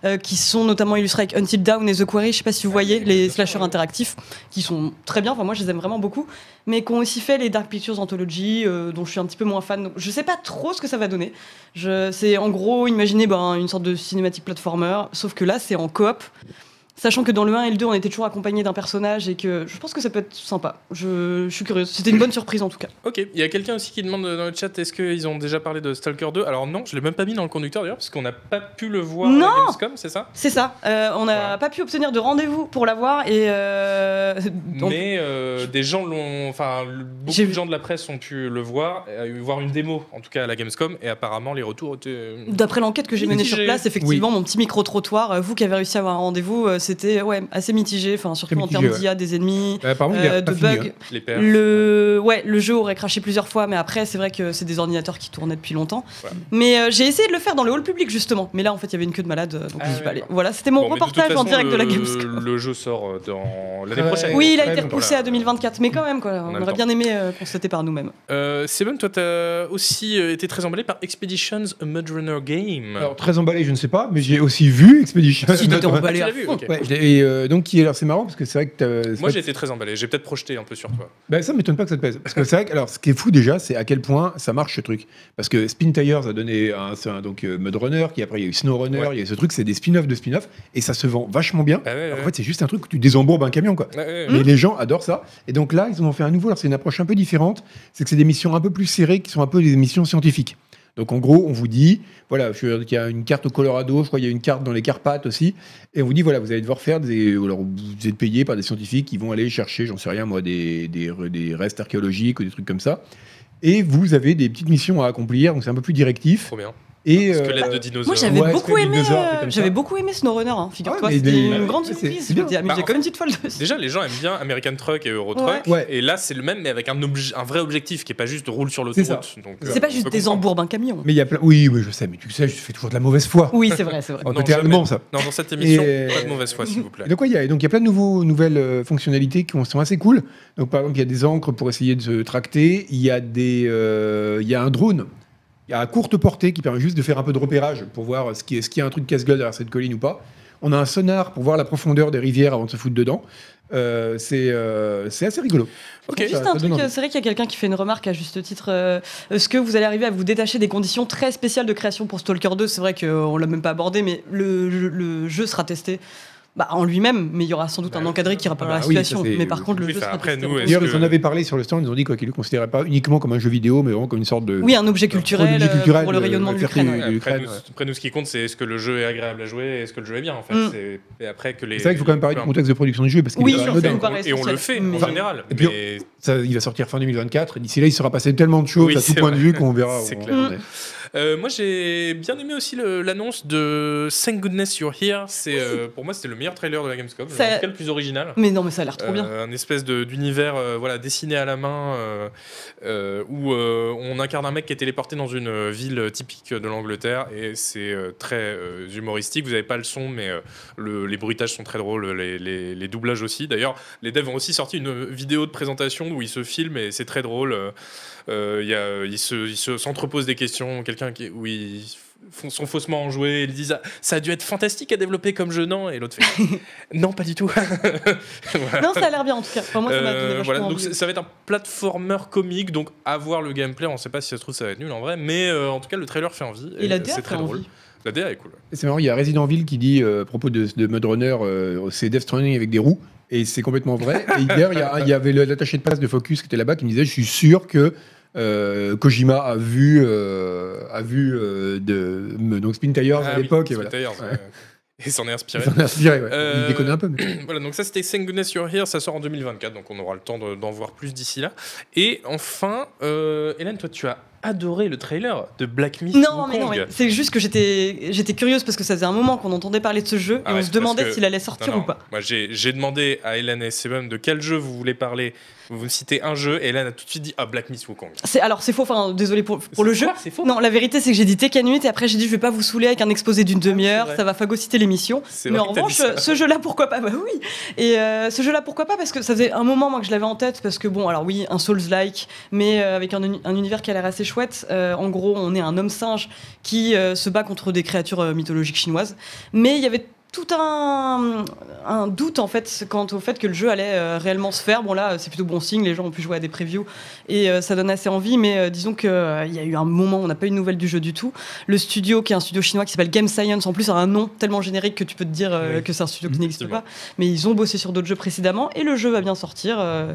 [SPEAKER 2] euh, qui sont notamment illustrés avec Until Down et The Quarry, je sais pas si vous voyez,
[SPEAKER 1] Ah, oui, bien
[SPEAKER 2] les
[SPEAKER 1] sûr,
[SPEAKER 2] slashers
[SPEAKER 1] oui.
[SPEAKER 2] interactifs, qui sont très bien, enfin moi je les aime vraiment beaucoup, mais qui ont aussi fait les Dark Pictures Anthology, euh, dont je suis un petit peu moins fan, donc je sais pas trop ce que ça va donner. Je- C'est en gros, imaginez ben, une sorte de cinématique platformer, sauf que là c'est en coop. Sachant que dans le 1 et le 2, on était toujours accompagné d'un personnage et que je pense que ça peut être sympa. Je, je suis curieuse. C'était une bonne surprise en tout cas.
[SPEAKER 1] Ok, il y a quelqu'un aussi qui demande dans le chat est-ce qu'ils ont déjà parlé de Stalker 2 Alors non, je l'ai même pas mis dans le conducteur d'ailleurs, parce qu'on n'a pas pu le voir à la
[SPEAKER 2] Non
[SPEAKER 1] Gamescom, c'est ça
[SPEAKER 2] C'est ça. Euh, on n'a
[SPEAKER 1] Voilà.
[SPEAKER 2] pas pu obtenir de rendez-vous pour l'avoir et euh, on-
[SPEAKER 1] Mais euh, des gens l'ont. Enfin, le- beaucoup
[SPEAKER 2] J'ai
[SPEAKER 1] de
[SPEAKER 2] vu-
[SPEAKER 1] gens de la presse ont pu le voir, euh, voir une démo, en tout cas à la Gamescom, et apparemment les retours étaient. euh,
[SPEAKER 2] d'après l'enquête que j'ai menée sur
[SPEAKER 1] Mitigé.
[SPEAKER 2] place, effectivement, mon petit micro trottoir, vous qui avez réussi à avoir un rendez-vous, euh, c'était ouais assez mitigé. Enfin surtout
[SPEAKER 3] Très
[SPEAKER 2] en
[SPEAKER 3] mitigé,
[SPEAKER 2] termes
[SPEAKER 3] ouais.
[SPEAKER 2] d'IA des ennemis.
[SPEAKER 3] Euh, apparemment, il y a
[SPEAKER 2] euh,
[SPEAKER 3] pas
[SPEAKER 2] de
[SPEAKER 3] fini,
[SPEAKER 2] bugs.
[SPEAKER 3] hein.
[SPEAKER 1] Les perfs.
[SPEAKER 2] Le... Ouais, le jeu aurait craché plusieurs fois, mais après, c'est vrai que c'est des ordinateurs qui tournaient depuis longtemps.
[SPEAKER 1] Ouais.
[SPEAKER 2] Mais euh, j'ai essayé de le faire dans le hall public, justement. Mais là, en fait, il y avait une queue de malade, euh, donc
[SPEAKER 1] Ah
[SPEAKER 2] je suis
[SPEAKER 1] ouais,
[SPEAKER 2] pas allée.
[SPEAKER 1] d'accord.
[SPEAKER 2] Voilà, c'était mon
[SPEAKER 1] Bon, mais de toute
[SPEAKER 2] reportage
[SPEAKER 1] façon,
[SPEAKER 2] en direct de la
[SPEAKER 1] le-
[SPEAKER 2] Gamescom.
[SPEAKER 1] Le jeu sort euh, dans l'année
[SPEAKER 3] Ouais.
[SPEAKER 1] prochaine.
[SPEAKER 2] Oui, il a
[SPEAKER 3] Ouais,
[SPEAKER 2] été
[SPEAKER 3] donc
[SPEAKER 2] repoussé
[SPEAKER 1] voilà.
[SPEAKER 2] à 2024, mais quand même, quoi.
[SPEAKER 1] a
[SPEAKER 2] On,
[SPEAKER 1] le
[SPEAKER 2] aurait
[SPEAKER 1] temps.
[SPEAKER 2] bien aimé euh, constater par nous-mêmes.
[SPEAKER 1] Euh, Sebum, toi, t'as aussi euh, été très emballé par Expeditions a Mudrunner Game.
[SPEAKER 3] Alors très emballé, je ne sais pas, mais j'ai aussi vu Expedition.
[SPEAKER 2] Si, t'étais
[SPEAKER 1] Ah, tu
[SPEAKER 2] emballé
[SPEAKER 1] l'as
[SPEAKER 2] à
[SPEAKER 1] vu
[SPEAKER 2] fond.
[SPEAKER 1] ok.
[SPEAKER 3] Ouais, je l'ai- et, euh, donc qui alors c'est marrant parce que c'est vrai que t'as- euh, c'est
[SPEAKER 1] Moi,
[SPEAKER 3] pas-
[SPEAKER 1] j'ai été très emballé. J'ai peut-être projeté un peu sur toi.
[SPEAKER 3] Bah, ça m'étonne pas que ça te pèse. Parce que c'est vrai que, alors, ce qui est fou déjà, c'est à quel point ça marche ce truc. Parce que Spin Tires a donné un, c'est un- donc euh, Mud Runner, qui après il y a eu Snow Runner,
[SPEAKER 1] Ouais.
[SPEAKER 3] il y a eu ce truc, c'est des spin-offs de spin-offs, et ça se vend vachement bien.
[SPEAKER 1] Ah ouais,
[SPEAKER 3] En
[SPEAKER 1] ouais.
[SPEAKER 3] fait, c'est juste un truc où tu désembourbes un camion, quoi.
[SPEAKER 1] Ouais, ouais, ouais.
[SPEAKER 2] Hmm
[SPEAKER 3] Mais les gens adorent ça. Et donc là, ils en ont fait un nouveau. Alors, c'est une approche un peu différente. C'est que c'est des missions un peu plus serrées qui sont un peu des missions scientifiques. Donc, en gros, on vous dit, voilà, je veux dire qu'il y a une carte au Colorado, je crois qu'il y a une carte dans les Carpates aussi. Et on vous dit, voilà, vous allez devoir faire des. Alors, vous êtes payé par des scientifiques qui vont aller chercher, j'en sais rien, moi, des, des, des restes archéologiques ou des trucs comme ça. Et vous avez des petites missions à accomplir. Donc, c'est un peu plus directif.
[SPEAKER 1] Trop bien.
[SPEAKER 3] Et. euh,
[SPEAKER 1] Squelette de dinosaure.
[SPEAKER 2] Moi j'avais
[SPEAKER 3] Ouais,
[SPEAKER 2] beaucoup
[SPEAKER 3] c'était
[SPEAKER 2] aimé,
[SPEAKER 3] dinosaure,
[SPEAKER 2] euh,
[SPEAKER 3] comme ça. Ah
[SPEAKER 2] j'avais beaucoup aimé Snowrunner, hein, figure-toi,
[SPEAKER 3] Ouais, mais
[SPEAKER 2] c'était
[SPEAKER 3] des-
[SPEAKER 2] une grande
[SPEAKER 3] c'est-
[SPEAKER 2] surprise.
[SPEAKER 3] c'est
[SPEAKER 2] Je
[SPEAKER 3] bien.
[SPEAKER 2] m'étais amusée
[SPEAKER 1] Bah, en
[SPEAKER 2] comme une petite folle dessus.
[SPEAKER 1] Déjà, les gens aiment bien American Truck et Euro Truck.
[SPEAKER 3] Ouais.
[SPEAKER 1] Et là, c'est le même, mais avec un, obje- un vrai objectif qui est pas juste roule sur
[SPEAKER 3] C'est ça.
[SPEAKER 1] l'autoroute. Donc, euh,
[SPEAKER 2] C'est pas
[SPEAKER 1] on
[SPEAKER 2] juste
[SPEAKER 1] peut
[SPEAKER 2] des
[SPEAKER 1] comprendre.
[SPEAKER 2] embourbes un camion.
[SPEAKER 3] Mais il y a plein. Oui, oui, je sais, mais tu sais, je fais toujours de la mauvaise foi.
[SPEAKER 2] Oui, c'est vrai, c'est vrai.
[SPEAKER 3] En
[SPEAKER 1] Non,
[SPEAKER 3] côté
[SPEAKER 1] jamais.
[SPEAKER 3] allemand, ça.
[SPEAKER 1] Non, dans cette émission,
[SPEAKER 3] Et-
[SPEAKER 1] pas de mauvaise foi, s'il vous plaît.
[SPEAKER 3] Et donc, ouais, il y a, donc il y a plein de nouveaux, nouvelles euh, fonctionnalités qui sont assez cool. Donc par exemple, il y a des encres pour essayer de se tracter. Il y a des, euh, il y a un drone. Il y a à courte portée qui permet juste de faire un peu de repérage pour voir ce qui est, ce qu'il y a un truc casse-gueule derrière cette colline ou pas. On a un sonar pour voir la profondeur des rivières avant de se foutre dedans. Euh, c'est euh, c'est assez rigolo.
[SPEAKER 1] Ok.
[SPEAKER 2] Juste
[SPEAKER 3] ça
[SPEAKER 2] un
[SPEAKER 3] donne
[SPEAKER 2] truc,
[SPEAKER 3] envie.
[SPEAKER 2] euh, c'est vrai qu'il y a quelqu'un qui fait une remarque à juste titre. euh, Est-ce que vous allez arriver à vous détacher des conditions très spéciales de création pour Stalker 2 C'est vrai qu'on l'a même pas abordé, mais le, le- le jeu sera testé bah, en lui-même, mais il y aura sans doute
[SPEAKER 1] Bah,
[SPEAKER 2] un encadré qui rappellera
[SPEAKER 3] bah
[SPEAKER 2] la
[SPEAKER 3] oui, ça,
[SPEAKER 2] situation.
[SPEAKER 3] c'est-
[SPEAKER 2] mais par contre, le
[SPEAKER 1] oui,
[SPEAKER 2] jeu
[SPEAKER 1] enfin,
[SPEAKER 2] sera
[SPEAKER 1] après,
[SPEAKER 2] testé.
[SPEAKER 1] nous,
[SPEAKER 2] en-
[SPEAKER 1] est-ce
[SPEAKER 3] D'ailleurs,
[SPEAKER 1] que-
[SPEAKER 3] ils en avaient parlé sur le stand. Ils ont dit quoi qu'ils le considéraient pas uniquement comme un jeu vidéo, mais vraiment comme une sorte de
[SPEAKER 2] Oui, un objet culturel,
[SPEAKER 3] objet
[SPEAKER 2] euh,
[SPEAKER 3] culturel,
[SPEAKER 2] pour le
[SPEAKER 3] euh,
[SPEAKER 2] rayonnement de
[SPEAKER 3] fierté
[SPEAKER 2] l'Ukraine. ouais.
[SPEAKER 1] Ouais, après,
[SPEAKER 3] de l'Ukraine,
[SPEAKER 1] nous,
[SPEAKER 3] ouais.
[SPEAKER 1] après, nous, ce qui compte, c'est est-ce que le jeu est agréable à jouer et est-ce que le jeu est bien, en fait.
[SPEAKER 2] Mm.
[SPEAKER 1] C'est- Et après, que les.
[SPEAKER 3] C'est vrai qu'il faut quand même parler
[SPEAKER 1] peu
[SPEAKER 3] du contexte de production du jeu parce qu'il
[SPEAKER 2] Oui,
[SPEAKER 3] est
[SPEAKER 1] importe. Et
[SPEAKER 2] sûr,
[SPEAKER 1] on
[SPEAKER 2] ça
[SPEAKER 3] anodin.
[SPEAKER 2] nous paraît
[SPEAKER 1] et on le
[SPEAKER 2] essentiel.
[SPEAKER 1] fait
[SPEAKER 2] Mais-
[SPEAKER 1] en général.
[SPEAKER 3] Et puis,
[SPEAKER 1] mais
[SPEAKER 3] Ça, il va sortir fin 2024. Et d'ici là, il sera passé tellement de choses
[SPEAKER 1] Oui,
[SPEAKER 3] à tout
[SPEAKER 1] c'est
[SPEAKER 3] point de
[SPEAKER 1] vrai.
[SPEAKER 3] vue qu'on verra.
[SPEAKER 1] C'est
[SPEAKER 3] on-
[SPEAKER 1] clair.
[SPEAKER 3] on est-
[SPEAKER 1] Euh, moi, j'ai bien aimé aussi le- l'annonce de Thank Goodness You're Here. C'est euh, pour moi, c'était le meilleur trailer de la Gamescom.
[SPEAKER 2] Ça-
[SPEAKER 1] En tout cas, le plus original.
[SPEAKER 2] Mais non, mais ça a l'air trop bien.
[SPEAKER 1] Euh, un espèce de- d'univers euh, voilà, dessiné à la main euh, euh, où euh, on incarne un mec qui est téléporté dans une euh, ville typique de l'Angleterre et c'est euh, très euh, humoristique. Vous n'avez pas le son, mais euh, le- les bruitages sont très drôles, les, les- les doublages aussi. D'ailleurs, les devs ont aussi sorti une vidéo de présentation où ils se filment et c'est très drôle. Euh, euh, il y a, ils se- ils se- s'entreposent des questions. Quelqu'un qui, où ils font- sont faussement enjoués. Ils disent ah, ça a dû être fantastique à développer comme jeu, non Et l'autre fait non, pas du tout. Voilà.
[SPEAKER 2] Non, ça a l'air bien en tout cas. Enfin, moi, ça m'a donné
[SPEAKER 1] Euh,
[SPEAKER 2] vachement
[SPEAKER 1] voilà, donc
[SPEAKER 2] envie.
[SPEAKER 1] c'est- ça va être un platformer comique, donc à voir le gameplay. On sait pas si ça se trouve ça va être nul en vrai, mais euh, en tout cas le trailer fait envie.
[SPEAKER 2] Et la DA
[SPEAKER 1] c'est
[SPEAKER 2] fait
[SPEAKER 1] très
[SPEAKER 2] envie.
[SPEAKER 1] drôle. La DA est cool.
[SPEAKER 3] C'est marrant, il y a Resident Evil qui dit euh, à propos de, de Mud Runner, euh, c'est Death Stranding avec des roues. Et c'est complètement vrai. Et hier, il y, a- il y avait le- l'attaché de presse de Focus qui était là-bas qui me disait Je suis sûr que euh, Kojima a vu, euh, a vu euh, de, me- donc Spin Tires
[SPEAKER 1] Ah
[SPEAKER 3] à
[SPEAKER 1] oui,
[SPEAKER 3] l'époque. et
[SPEAKER 1] Spin
[SPEAKER 3] voilà.
[SPEAKER 1] Tires, ouais. Et euh, s'en est inspiré.
[SPEAKER 3] Il s'en est inspiré, ouais.
[SPEAKER 1] Euh,
[SPEAKER 3] Il déconne un peu. Mais...
[SPEAKER 1] voilà, donc ça c'était Thank Goodness You're Here, ça sort en 2024, donc on aura le temps de- d'en voir plus d'ici là. Et enfin, euh, Hélène, toi tu as adoré le trailer de Black Myth
[SPEAKER 2] Non,
[SPEAKER 1] Wukong.
[SPEAKER 2] mais non, mais c'est juste que j'étais j'étais curieuse parce que ça faisait un moment qu'on entendait parler de ce jeu
[SPEAKER 1] Ah
[SPEAKER 2] et
[SPEAKER 1] ouais,
[SPEAKER 2] on se
[SPEAKER 1] parce
[SPEAKER 2] demandait
[SPEAKER 1] que-
[SPEAKER 2] s'il allait
[SPEAKER 1] Non,
[SPEAKER 2] sortir
[SPEAKER 1] non,
[SPEAKER 2] ou pas.
[SPEAKER 1] Moi j'ai j'ai demandé à Hélène et Sebum de quel jeu vous voulez parler. Vous me citez un jeu, et Hélène a tout de suite dit Ah, Black Myth Wukong.
[SPEAKER 2] C'est alors c'est faux, enfin désolé pour, pour le jeu.
[SPEAKER 1] Quoi, C'est faux.
[SPEAKER 2] Non, la vérité c'est que j'ai dit Tekken 8 et après j'ai dit je vais pas vous saouler avec un exposé d'une
[SPEAKER 1] Ah, c'est
[SPEAKER 2] demi-heure,
[SPEAKER 1] vrai.
[SPEAKER 2] ça va phagocyter l'émission.
[SPEAKER 1] C'est
[SPEAKER 2] Mais
[SPEAKER 1] vrai
[SPEAKER 2] en
[SPEAKER 1] que t'as dit
[SPEAKER 2] revanche,
[SPEAKER 1] ça.
[SPEAKER 2] ce jeu-là pourquoi pas Bah oui. Et euh, ce jeu-là pourquoi pas parce que ça faisait un moment moi que je l'avais en tête parce que bon alors oui un Souls-like mais euh, avec un, uni- un univers qui a l'air assez chouette. Euh, en gros on est un homme singe qui euh, se bat contre des créatures euh, mythologiques chinoises. Mais il y avait tout un, un doute en fait quant au fait que le jeu allait euh, réellement se faire. Bon là c'est plutôt bon signe, les gens ont pu jouer à des previews et euh, ça donne assez envie. Mais euh, disons que euh, il y a eu un moment où on n'a pas eu de nouvelles du jeu du tout. Le studio qui est un studio chinois qui s'appelle Game Science en plus a un nom tellement générique que tu peux te dire euh,
[SPEAKER 1] Oui,
[SPEAKER 2] que c'est un studio qui n'existe
[SPEAKER 1] effectivement.
[SPEAKER 2] pas. Mais ils ont bossé sur d'autres jeux précédemment et le jeu va bien sortir. euh,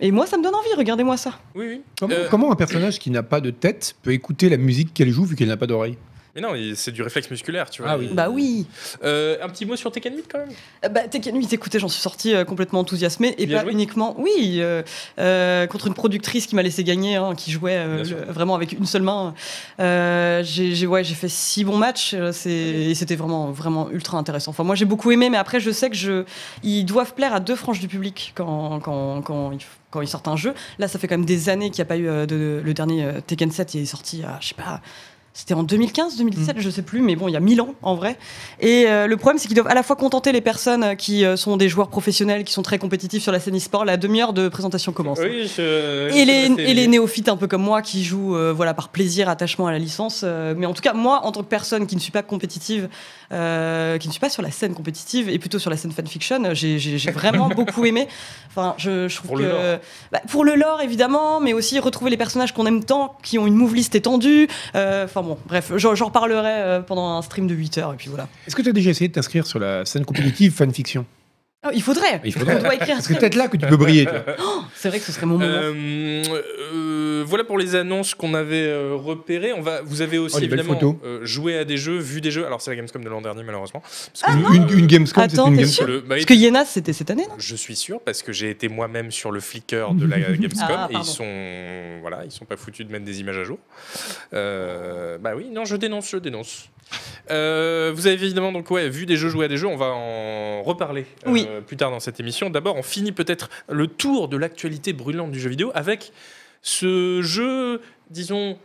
[SPEAKER 2] et moi ça me donne envie. Regardez-moi ça.
[SPEAKER 1] Oui, oui.
[SPEAKER 3] Comment,
[SPEAKER 1] euh,
[SPEAKER 3] comment un personnage qui n'a pas de tête peut écouter la musique qu'elle joue vu qu'elle n'a pas d'oreille
[SPEAKER 1] Mais non, il- c'est du réflexe musculaire, tu vois.
[SPEAKER 3] Ah oui.
[SPEAKER 1] Il-
[SPEAKER 2] Bah oui.
[SPEAKER 1] Euh, un petit mot sur Tekken 8 quand même.
[SPEAKER 2] Euh, Bah, Tekken 8, écoutez, j'en suis sortie euh, complètement enthousiasmée et
[SPEAKER 1] Bien
[SPEAKER 2] pas
[SPEAKER 1] joué.
[SPEAKER 2] uniquement, oui, euh, euh, contre une productrice qui m'a laissé gagner, hein, qui jouait euh,
[SPEAKER 1] Bien sûr.
[SPEAKER 2] le- vraiment avec une seule main. Euh, j'ai j'ai- ouais, j'ai fait six bons matchs euh, c'est- et c'était vraiment, vraiment ultra intéressant. Enfin, moi j'ai beaucoup aimé, mais après je sais que je, ils doivent plaire à deux franges du public quand, quand, quand ils quand ils sortent un jeu. Là, ça fait quand même des années qu'il n'y a pas eu euh, de, le dernier euh, Tekken 7 il est sorti, à, je sais pas, c'était en 2015, 2017, je sais plus, mais bon, il y a 1000 ans en vrai. Et euh, le problème, c'est qu'ils doivent à la fois contenter les personnes euh, qui euh, sont des joueurs professionnels, qui sont très compétitifs sur la scène e-sport. La demi-heure de présentation commence.
[SPEAKER 1] Oui, je-
[SPEAKER 2] Et les,
[SPEAKER 1] c'est-
[SPEAKER 2] et les néophytes un peu comme moi qui jouent euh, voilà par plaisir, attachement à la licence. euh, mais en tout cas, moi, en tant que personne qui ne suis pas compétitive, euh, qui ne suis pas sur la scène compétitive et plutôt sur la scène fanfiction, euh, j'ai j'ai- j'ai vraiment beaucoup aimé. Enfin, je, je trouve
[SPEAKER 1] Pour
[SPEAKER 2] que
[SPEAKER 1] le lore.
[SPEAKER 2] Bah, pour le lore évidemment, mais aussi retrouver les personnages qu'on aime tant, qui ont une move list étendue. Euh, Enfin bon, bref, j'en j'en reparlerai euh, pendant un stream de 8 heures et puis voilà.
[SPEAKER 3] Est-ce que tu as déjà essayé de t'inscrire sur la scène compétitive fanfiction
[SPEAKER 2] Ah, il faudrait.
[SPEAKER 3] Il
[SPEAKER 2] On
[SPEAKER 3] faudrait.
[SPEAKER 2] doit écrire un
[SPEAKER 3] Parce que c'est
[SPEAKER 2] script.
[SPEAKER 3] peut-être là que tu peux briller. toi.
[SPEAKER 2] C'est vrai que ce serait mon moment.
[SPEAKER 1] Euh, euh, voilà pour les annonces qu'on avait euh, repérées. On va, vous avez aussi
[SPEAKER 3] Oh, les belles
[SPEAKER 1] évidemment
[SPEAKER 3] photos.
[SPEAKER 1] euh, joué à des jeux, vu des jeux. Alors c'est la Gamescom de l'an dernier malheureusement. Parce
[SPEAKER 2] Ah
[SPEAKER 1] que
[SPEAKER 3] Une-
[SPEAKER 1] le-
[SPEAKER 3] une, une Gamescom, c'est
[SPEAKER 2] Attends,
[SPEAKER 3] une
[SPEAKER 2] t'es sûr
[SPEAKER 3] Gamescom.
[SPEAKER 1] le- bah,
[SPEAKER 2] Parce que Yenas, c'était cette année, non
[SPEAKER 1] Je suis sûr parce que j'ai été moi-même sur le Flickr de la Gamescom
[SPEAKER 2] Ah,
[SPEAKER 1] et ils
[SPEAKER 2] pardon.
[SPEAKER 1] sont voilà, ils sont pas foutus de mettre des images à jour. Euh, bah oui, non, je dénonce, je dénonce. Euh, vous avez évidemment donc ouais, vu des jeux jouer à des jeux, on va en reparler euh,
[SPEAKER 2] Oui.
[SPEAKER 1] plus tard dans cette émission. D'abord, on finit peut-être le tour de l'actualité brûlante du jeu vidéo avec ce jeu, disons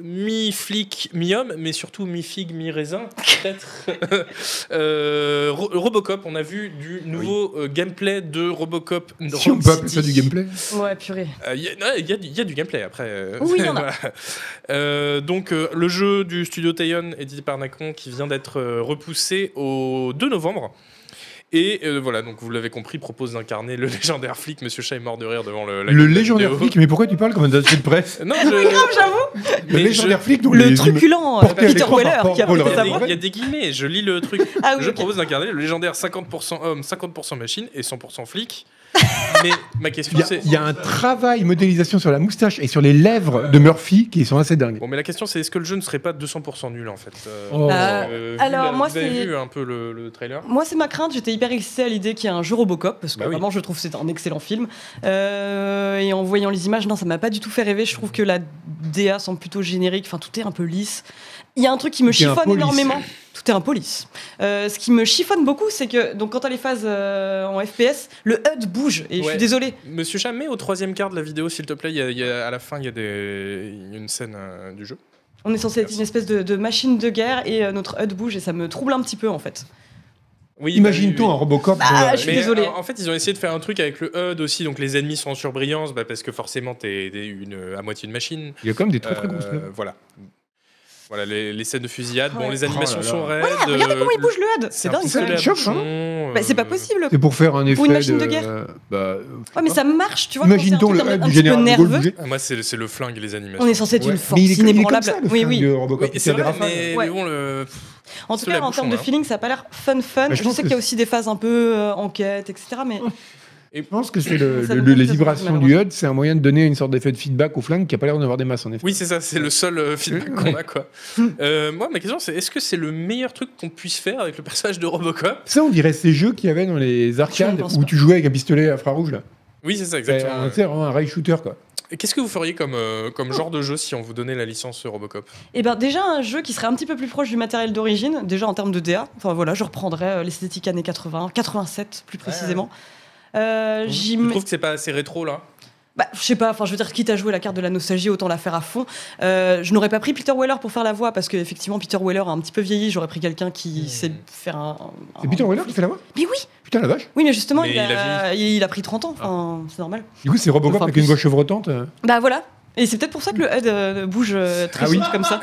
[SPEAKER 1] mi-flic, mi-homme, mais surtout mi-figue, mi-raisin, peut-être. Euh, Ro- Robocop, on a vu du nouveau euh, gameplay de Robocop.
[SPEAKER 3] Si on
[SPEAKER 1] Rome
[SPEAKER 3] peut appeler ça du
[SPEAKER 1] City.
[SPEAKER 3] gameplay.
[SPEAKER 2] Ouais, purée.
[SPEAKER 1] Euh, Il y, a- non, il y a du- il y a du gameplay après. euh,
[SPEAKER 2] Oui, il y en a.
[SPEAKER 1] voilà. Euh, donc, euh, le jeu du studio Tayon, édité par Nacon, qui vient d'être euh, repoussé au 2 novembre. Et euh, voilà, donc vous l'avez compris, propose d'incarner le légendaire flic. Monsieur Chat est mort de rire devant le. la
[SPEAKER 3] Le
[SPEAKER 1] vidéo.
[SPEAKER 3] légendaire flic, mais pourquoi tu parles comme un attaché de presse
[SPEAKER 1] Non,
[SPEAKER 2] Ah,
[SPEAKER 1] je-
[SPEAKER 2] J'avoue,
[SPEAKER 3] Le
[SPEAKER 1] Mais
[SPEAKER 3] légendaire flic, donc
[SPEAKER 2] le
[SPEAKER 3] les-
[SPEAKER 2] truculent euh,
[SPEAKER 3] porté à
[SPEAKER 2] Peter
[SPEAKER 3] l'écran
[SPEAKER 2] Weller
[SPEAKER 3] par
[SPEAKER 2] qui a
[SPEAKER 3] Paul
[SPEAKER 2] pris
[SPEAKER 1] Il y, a
[SPEAKER 2] sa
[SPEAKER 1] des,
[SPEAKER 3] Rudd.
[SPEAKER 2] voix.
[SPEAKER 1] il y a des guillemets, je lis le truc.
[SPEAKER 2] Ah oui,
[SPEAKER 1] je
[SPEAKER 2] ok.
[SPEAKER 1] propose d'incarner le légendaire 50% homme, 50% machine et 100% flic. Mais ma question
[SPEAKER 3] Il y, a,
[SPEAKER 1] c'est.
[SPEAKER 3] il y a un travail modélisation sur la moustache et sur les lèvres de Murphy qui sont assez dingues.
[SPEAKER 1] Bon, mais la question c'est est-ce que le jeu ne serait pas 200% nul en fait euh,
[SPEAKER 3] Oh.
[SPEAKER 2] Euh,
[SPEAKER 1] vu
[SPEAKER 2] alors,
[SPEAKER 1] la-
[SPEAKER 2] moi,
[SPEAKER 1] vous avez
[SPEAKER 2] c'est-
[SPEAKER 1] vu un peu le, le trailer.
[SPEAKER 2] Moi, c'est ma crainte. J'étais hyper excitée à l'idée qu'il y ait un jeu Robocop parce que
[SPEAKER 1] Bah oui.
[SPEAKER 2] vraiment, je trouve que c'est un excellent film. Euh, et en voyant les images, non, ça m'a pas du tout fait rêver. Je trouve que la DA semble plutôt générique. Enfin, tout est un peu lisse. Il y a un truc qui me
[SPEAKER 3] Tout est un
[SPEAKER 2] chiffonne
[SPEAKER 3] peu lisse.
[SPEAKER 2] énormément. Tout est un peu lisse. Euh, ce qui me chiffonne beaucoup, c'est que donc quand t'as les phases euh, en FPS, le HUD bouge. Et je
[SPEAKER 1] Ouais.
[SPEAKER 2] suis désolée.
[SPEAKER 1] Monsieur Jamais, au troisième quart de la vidéo, s'il te plaît, il y a- il y a- à la fin il y a des, il y a une scène euh, du jeu.
[SPEAKER 2] On est censé être
[SPEAKER 1] Merci.
[SPEAKER 2] une espèce de, de machine de guerre et euh, notre HUD bouge et ça me trouble un petit peu en fait.
[SPEAKER 1] Euh, Oui,
[SPEAKER 3] Imagine-toi
[SPEAKER 1] bah, oui,
[SPEAKER 3] un
[SPEAKER 1] oui.
[SPEAKER 3] Robocop.
[SPEAKER 2] Bah,
[SPEAKER 3] euh,
[SPEAKER 2] je suis
[SPEAKER 1] Mais,
[SPEAKER 2] désolée.
[SPEAKER 1] euh, En fait, ils ont essayé de faire un truc avec le HUD aussi, donc les ennemis sont en surbrillance, bah, parce que forcément t'es t'es une à moitié une machine.
[SPEAKER 3] Il y a quand même des très très
[SPEAKER 1] Euh,
[SPEAKER 3] grosses lèvres.
[SPEAKER 1] Voilà. Voilà, les, les scènes de fusillade, bon,
[SPEAKER 2] Ouais.
[SPEAKER 1] les animations
[SPEAKER 3] Oh là là.
[SPEAKER 1] sont raides.
[SPEAKER 2] Ah, regardez
[SPEAKER 1] euh,
[SPEAKER 2] comment il
[SPEAKER 1] le-
[SPEAKER 2] bouge le HUD
[SPEAKER 1] c'est
[SPEAKER 2] C'est
[SPEAKER 1] un
[SPEAKER 2] dingue
[SPEAKER 1] petit
[SPEAKER 2] quand
[SPEAKER 3] pistolet
[SPEAKER 1] soleil
[SPEAKER 2] même.
[SPEAKER 1] à
[SPEAKER 3] chope, hein.
[SPEAKER 1] bouchon, euh,
[SPEAKER 2] Bah, c'est pas possible.
[SPEAKER 3] C'est pour faire un effet.
[SPEAKER 2] machine de guerre.
[SPEAKER 3] euh, bah,
[SPEAKER 2] Ouais, mais ça marche, tu vois. quand c'est un
[SPEAKER 3] Imagine-t-on
[SPEAKER 2] truc
[SPEAKER 3] le
[SPEAKER 2] un- un
[SPEAKER 3] hub du
[SPEAKER 2] petit peu
[SPEAKER 3] général de Gaulle
[SPEAKER 2] nerveux.
[SPEAKER 3] bouger.
[SPEAKER 1] Ah, Moi, c'est le, c'est le flingue, les animations.
[SPEAKER 2] On est censé être
[SPEAKER 1] Ouais.
[SPEAKER 2] une
[SPEAKER 3] Mais
[SPEAKER 2] force
[SPEAKER 3] il est, il est comme
[SPEAKER 2] inébranlable.
[SPEAKER 3] ça, le
[SPEAKER 2] oui,
[SPEAKER 3] flingue
[SPEAKER 2] oui.
[SPEAKER 3] de
[SPEAKER 1] Oui,
[SPEAKER 3] Robocop.
[SPEAKER 1] et
[SPEAKER 3] Il
[SPEAKER 1] c'est
[SPEAKER 3] tire des
[SPEAKER 1] vrai,
[SPEAKER 3] rafales.
[SPEAKER 1] mais, mais
[SPEAKER 2] Ouais.
[SPEAKER 1] bon, le... pff,
[SPEAKER 2] En tout
[SPEAKER 1] Sous la
[SPEAKER 2] cas, en termes
[SPEAKER 1] bouchon,
[SPEAKER 2] de
[SPEAKER 1] là.
[SPEAKER 2] feeling, ça a pas l'air fun fun.
[SPEAKER 3] Bah, je
[SPEAKER 2] je
[SPEAKER 3] pense
[SPEAKER 2] sais
[SPEAKER 3] que
[SPEAKER 2] qu'il y a aussi des phases un peu euh, enquête, etc. Mais
[SPEAKER 3] Je pense que c'est le,
[SPEAKER 2] Ça
[SPEAKER 3] le-
[SPEAKER 2] nous donne
[SPEAKER 3] les
[SPEAKER 2] des
[SPEAKER 3] vibrations
[SPEAKER 2] envies,
[SPEAKER 3] du HUD, c'est un moyen de donner une sorte d'effet de feedback au flingue qui a pas l'air d'en avoir des masses en effet.
[SPEAKER 1] oui, c'est ça, c'est le seul euh, feedback qu'on a, quoi. Euh, moi, ma question, c'est est-ce que c'est le meilleur truc qu'on puisse faire avec le personnage de Robocop
[SPEAKER 3] Ça, on dirait ces jeux qu'il y avait dans les arcades
[SPEAKER 2] pense
[SPEAKER 3] où
[SPEAKER 2] pas.
[SPEAKER 3] tu jouais avec un pistolet infrarouge là.
[SPEAKER 1] Oui, c'est ça,
[SPEAKER 3] C'est
[SPEAKER 1] exactement.
[SPEAKER 2] Euh,
[SPEAKER 3] un, c'est vraiment un rail shooter quoi.
[SPEAKER 1] Et Qu'est-ce que vous feriez comme, euh,
[SPEAKER 2] Oh.
[SPEAKER 1] comme genre de jeu si on vous donnait la licence Robocop
[SPEAKER 2] Eh ben déjà un jeu qui serait un petit peu plus proche du matériel d'origine, déjà en termes de DA. Enfin voilà, je reprendrais euh, l'esthétique années 80, 87 plus précisément. Euh, j'y
[SPEAKER 1] Je
[SPEAKER 2] mets-
[SPEAKER 1] trouve que c'est pas assez rétro, là
[SPEAKER 2] bah, je sais pas, enfin je veux dire, quitte à jouer la carte de la nostalgie, autant la faire à fond. Euh, je n'aurais pas pris Peter Weller pour faire la voix, parce qu'effectivement Peter Weller a un petit peu vieilli, j'aurais pris quelqu'un qui
[SPEAKER 1] Hmm.
[SPEAKER 2] sait faire un... un-
[SPEAKER 3] C'est Peter Weller qui fait la voix
[SPEAKER 2] Mais oui,
[SPEAKER 3] Putain la vache.
[SPEAKER 2] oui mais justement,
[SPEAKER 1] Mais
[SPEAKER 2] il, a, il a pris 30 ans, enfin, c'est normal.
[SPEAKER 3] Du coup, c'est Robocop
[SPEAKER 2] Enfin,
[SPEAKER 3] avec
[SPEAKER 2] plus.
[SPEAKER 3] une voix chevrotante. euh.
[SPEAKER 2] Bah voilà, et c'est peut-être pour ça que le head euh, bouge euh, très
[SPEAKER 3] Ah oui.
[SPEAKER 2] vite comme ça.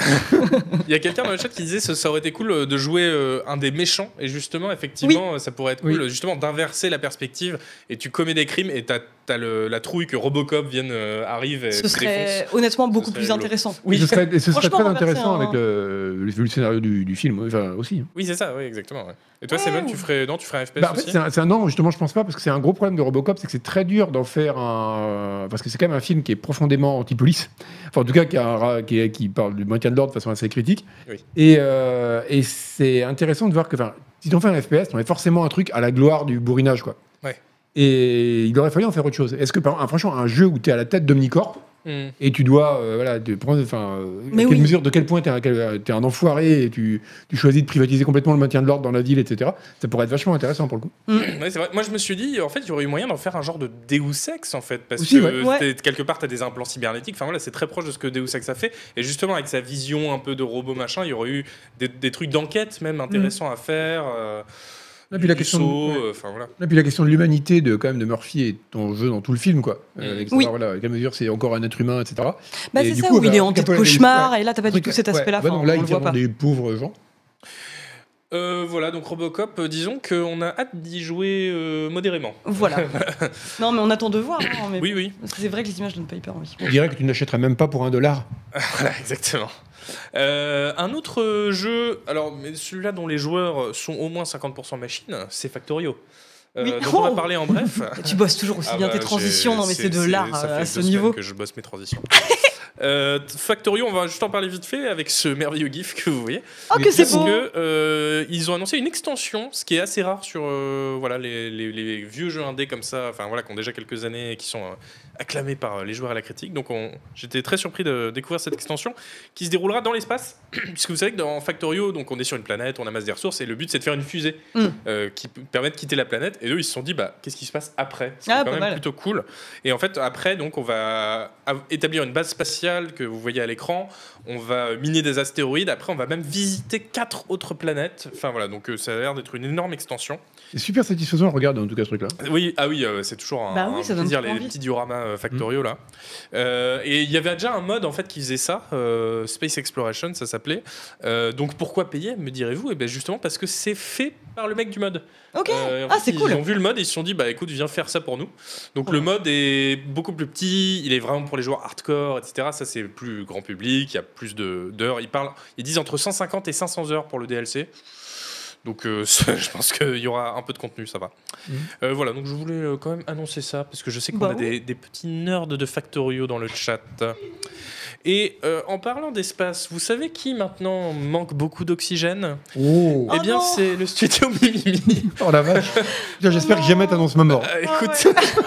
[SPEAKER 1] Il y a quelqu'un dans le chat qui disait ça ça aurait été cool euh, de jouer euh, un des méchants et justement effectivement euh, ça pourrait être
[SPEAKER 3] Oui.
[SPEAKER 1] cool euh, justement d'inverser la perspective et tu commets des crimes et t'as t'as le- la trouille que Robocop vienne euh, arrive et
[SPEAKER 2] Ce
[SPEAKER 1] te
[SPEAKER 2] serait
[SPEAKER 1] défonce.
[SPEAKER 2] honnêtement beaucoup
[SPEAKER 1] serait
[SPEAKER 2] plus
[SPEAKER 1] rigolo.
[SPEAKER 2] intéressant.
[SPEAKER 3] Et ce serait, et ce serait
[SPEAKER 2] Franchement,
[SPEAKER 3] très
[SPEAKER 2] on va faire
[SPEAKER 3] intéressant
[SPEAKER 2] un-
[SPEAKER 3] avec le, le scénario du, du film enfin, aussi. hein.
[SPEAKER 1] Oui c'est ça oui exactement. ouais. Et toi
[SPEAKER 2] Ouais,
[SPEAKER 1] Simon
[SPEAKER 2] ou-
[SPEAKER 1] tu ferais non tu ferais un FPS
[SPEAKER 3] Bah, en fait,
[SPEAKER 1] aussi.
[SPEAKER 3] c'est un, c'est un- non, justement, je pense pas, parce que c'est un gros problème de Robocop, c'est que c'est très dur d'en faire un. euh, Parce que c'est quand même un film qui est profondément anti-police. Enfin, en tout cas, qui, a un ra- qui, est- qui parle du maintien de l'ordre de façon assez critique.
[SPEAKER 1] Oui.
[SPEAKER 3] Et, euh, et c'est intéressant de voir que, enfin, si t'en fais un FPS, t'en es forcément un truc à la gloire du bourrinage, quoi.
[SPEAKER 1] Ouais.
[SPEAKER 3] Et il aurait fallu en faire autre chose. Est-ce que, par, un- franchement, un jeu où t'es à la tête d'Omnicorp,
[SPEAKER 1] Hmm.
[SPEAKER 3] et tu dois euh, voilà te prendre enfin euh, à
[SPEAKER 2] Mais
[SPEAKER 3] quelle
[SPEAKER 2] oui.
[SPEAKER 3] mesure de quel point t'es un, t'es un enfoiré et tu, tu choisis de privatiser complètement le maintien de l'ordre dans la ville etc ça pourrait être vachement intéressant pour le coup
[SPEAKER 1] Ouais, c'est vrai. Moi je me suis dit en fait il y aurait eu moyen d'en faire un genre de Deus Ex en fait parce
[SPEAKER 3] Aussi,
[SPEAKER 1] que
[SPEAKER 3] ouais.
[SPEAKER 1] euh,
[SPEAKER 2] Ouais.
[SPEAKER 1] t'es- quelque part t'as des implants cybernétiques. Enfin voilà c'est très proche de ce que Deus Ex a fait et justement avec sa vision un peu de robot machin il y aurait eu des, des trucs d'enquête même
[SPEAKER 3] Mm.
[SPEAKER 1] intéressants à faire. euh,
[SPEAKER 3] et Ah, puis la
[SPEAKER 1] du
[SPEAKER 3] question
[SPEAKER 1] saut,
[SPEAKER 3] de,
[SPEAKER 1] euh, enfin voilà.
[SPEAKER 3] et puis la question de l'humanité de quand même de Murphy et ton jeu dans tout le film quoi Euh,
[SPEAKER 1] Mm.
[SPEAKER 3] etc.,
[SPEAKER 2] Oui.
[SPEAKER 3] voilà à quelle mesure c'est encore un être humain etc
[SPEAKER 2] Bah
[SPEAKER 3] Et
[SPEAKER 2] c'est
[SPEAKER 3] du
[SPEAKER 2] ça,
[SPEAKER 3] coup,
[SPEAKER 2] où il
[SPEAKER 3] bah,
[SPEAKER 2] est hanté
[SPEAKER 3] un
[SPEAKER 2] de
[SPEAKER 3] peu la-
[SPEAKER 2] cauchemar, et là t'as pas Bah, du tout
[SPEAKER 3] Truc-
[SPEAKER 2] cet
[SPEAKER 3] ouais.
[SPEAKER 2] aspect-là,
[SPEAKER 3] Ouais,
[SPEAKER 2] enfin,
[SPEAKER 3] donc
[SPEAKER 2] on
[SPEAKER 3] là
[SPEAKER 2] le
[SPEAKER 3] il
[SPEAKER 2] voit pas.
[SPEAKER 3] des pauvres gens
[SPEAKER 1] Euh, voilà, donc Robocop, euh, disons qu'on a hâte d'y jouer euh, modérément.
[SPEAKER 2] Voilà. non mais on attend de voir, hein, mais
[SPEAKER 1] Oui, oui,
[SPEAKER 2] c'est vrai que les images donnent pas hyper envie.
[SPEAKER 3] on dirait que tu n'achèterais même pas pour un dollar
[SPEAKER 1] voilà, exactement. Euh, un autre euh, jeu, alors mais celui-là dont les joueurs sont au moins 50% machines, c'est Factorio. Euh,
[SPEAKER 2] Oui.
[SPEAKER 1] dont on va
[SPEAKER 2] Oh
[SPEAKER 1] parler en bref.
[SPEAKER 2] Et tu bosses toujours aussi
[SPEAKER 1] Ah
[SPEAKER 2] bien
[SPEAKER 1] bah,
[SPEAKER 2] tes transitions,
[SPEAKER 1] j'ai-
[SPEAKER 2] non mais c'est
[SPEAKER 1] c'est-
[SPEAKER 2] de
[SPEAKER 1] c'est-
[SPEAKER 2] l'art
[SPEAKER 1] ça
[SPEAKER 2] euh,
[SPEAKER 1] fait
[SPEAKER 2] à ce
[SPEAKER 1] deux semaines
[SPEAKER 2] niveau.
[SPEAKER 1] que je bosse mes transitions. Euh, Factorio, on va juste en parler vite fait avec ce merveilleux gif que vous voyez.
[SPEAKER 2] Oh
[SPEAKER 3] Mais
[SPEAKER 2] que c'est
[SPEAKER 1] Parce
[SPEAKER 2] beau
[SPEAKER 1] que euh, ils ont annoncé une extension, ce qui est assez rare sur euh, voilà les, les- les vieux jeux indés comme ça, enfin voilà qui ont déjà quelques années et qui sont euh, acclamés par euh, les joueurs et la critique. Donc on- j'étais très surpris de découvrir cette extension qui se déroulera dans l'espace, puisque vous savez que dans Factorio, donc on est sur une planète, on amasse des ressources et le but c'est de faire une fusée
[SPEAKER 2] Mm.
[SPEAKER 1] euh, qui p- permet de quitter la planète. Et eux ils se sont dit bah qu'est-ce qui se passe après C'est
[SPEAKER 2] Ah,
[SPEAKER 1] quand
[SPEAKER 2] pas
[SPEAKER 1] même
[SPEAKER 2] mal.
[SPEAKER 1] plutôt cool. Et en fait après donc on va av- établir une base spatiale que vous voyez à l'écran on va miner des astéroïdes, après on va même visiter quatre autres planètes. Enfin voilà, donc euh, ça a l'air d'être une énorme extension.
[SPEAKER 3] c'est super satisfaisant regarde en tout cas ce truc là
[SPEAKER 1] Oui, ah oui, euh, c'est toujours un,
[SPEAKER 2] Bah oui,
[SPEAKER 1] un
[SPEAKER 2] ça donne
[SPEAKER 1] plaisir
[SPEAKER 2] trop
[SPEAKER 1] les
[SPEAKER 2] envie.
[SPEAKER 1] petits dioramas euh, factoriaux là. Euh, et il y avait déjà un mode en fait qui faisait ça, euh, Space Exploration, ça s'appelait. Euh, donc pourquoi payer, me direz-vous Et bien justement parce que c'est fait par le mec du mode.
[SPEAKER 2] Ok
[SPEAKER 1] Euh, en
[SPEAKER 2] Ah
[SPEAKER 1] fait,
[SPEAKER 2] c'est
[SPEAKER 1] ils
[SPEAKER 2] cool
[SPEAKER 1] ont vu le mode et ils se sont dit bah écoute viens faire ça pour nous. Donc
[SPEAKER 2] Ah.
[SPEAKER 1] le mode est beaucoup plus petit, il est vraiment pour les joueurs hardcore etc. Ça c'est plus grand public, il y a plus de- d'heures. Ils parlent, ils disent entre 150 et 500 heures pour le DLC. Donc euh, ça, je pense qu'il y aura un peu de contenu, ça va.
[SPEAKER 3] Mhm.
[SPEAKER 1] Euh, voilà, donc je voulais euh, quand même annoncer ça parce que je sais qu'on
[SPEAKER 2] Bah
[SPEAKER 1] a des, des petits nerds de Factorio dans le chat. Et euh, en parlant d'espace, vous savez qui maintenant manque beaucoup d'oxygène
[SPEAKER 3] oh,
[SPEAKER 2] Oh
[SPEAKER 1] Eh bien,
[SPEAKER 2] non
[SPEAKER 1] c'est le studio Mimimi.
[SPEAKER 3] Oh, la vache Putain, j'espère
[SPEAKER 2] Oh
[SPEAKER 3] que jamais
[SPEAKER 2] non.
[SPEAKER 3] t'annonces ma mort
[SPEAKER 1] Euh,
[SPEAKER 2] Ah
[SPEAKER 1] écoute,
[SPEAKER 2] ouais.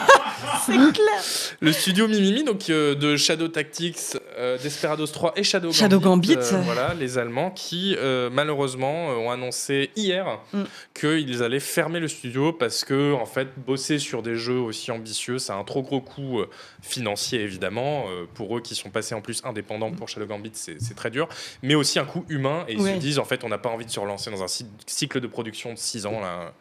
[SPEAKER 2] C'est clair
[SPEAKER 1] Le studio Mimimi, donc euh, de Shadow Tactics, euh, Desperados 3 et Shadow,
[SPEAKER 2] Shadow
[SPEAKER 1] Gambit.
[SPEAKER 2] Gambit.
[SPEAKER 1] euh, voilà, les Allemands qui, euh, malheureusement, euh, ont annoncé hier
[SPEAKER 2] Mm.
[SPEAKER 1] qu'ils allaient fermer le studio parce que, en fait, bosser sur des jeux aussi ambitieux, ça a un trop gros coût euh, financier, évidemment. Euh, pour eux qui sont passés en plus indépendants pour Shadow Gambit, c'est c'est très dur. Mais aussi un coût humain. Et ils
[SPEAKER 2] Ouais.
[SPEAKER 1] se disent, en fait, on n'a pas envie de se relancer dans un cy- cycle de production de 6 ans. Là.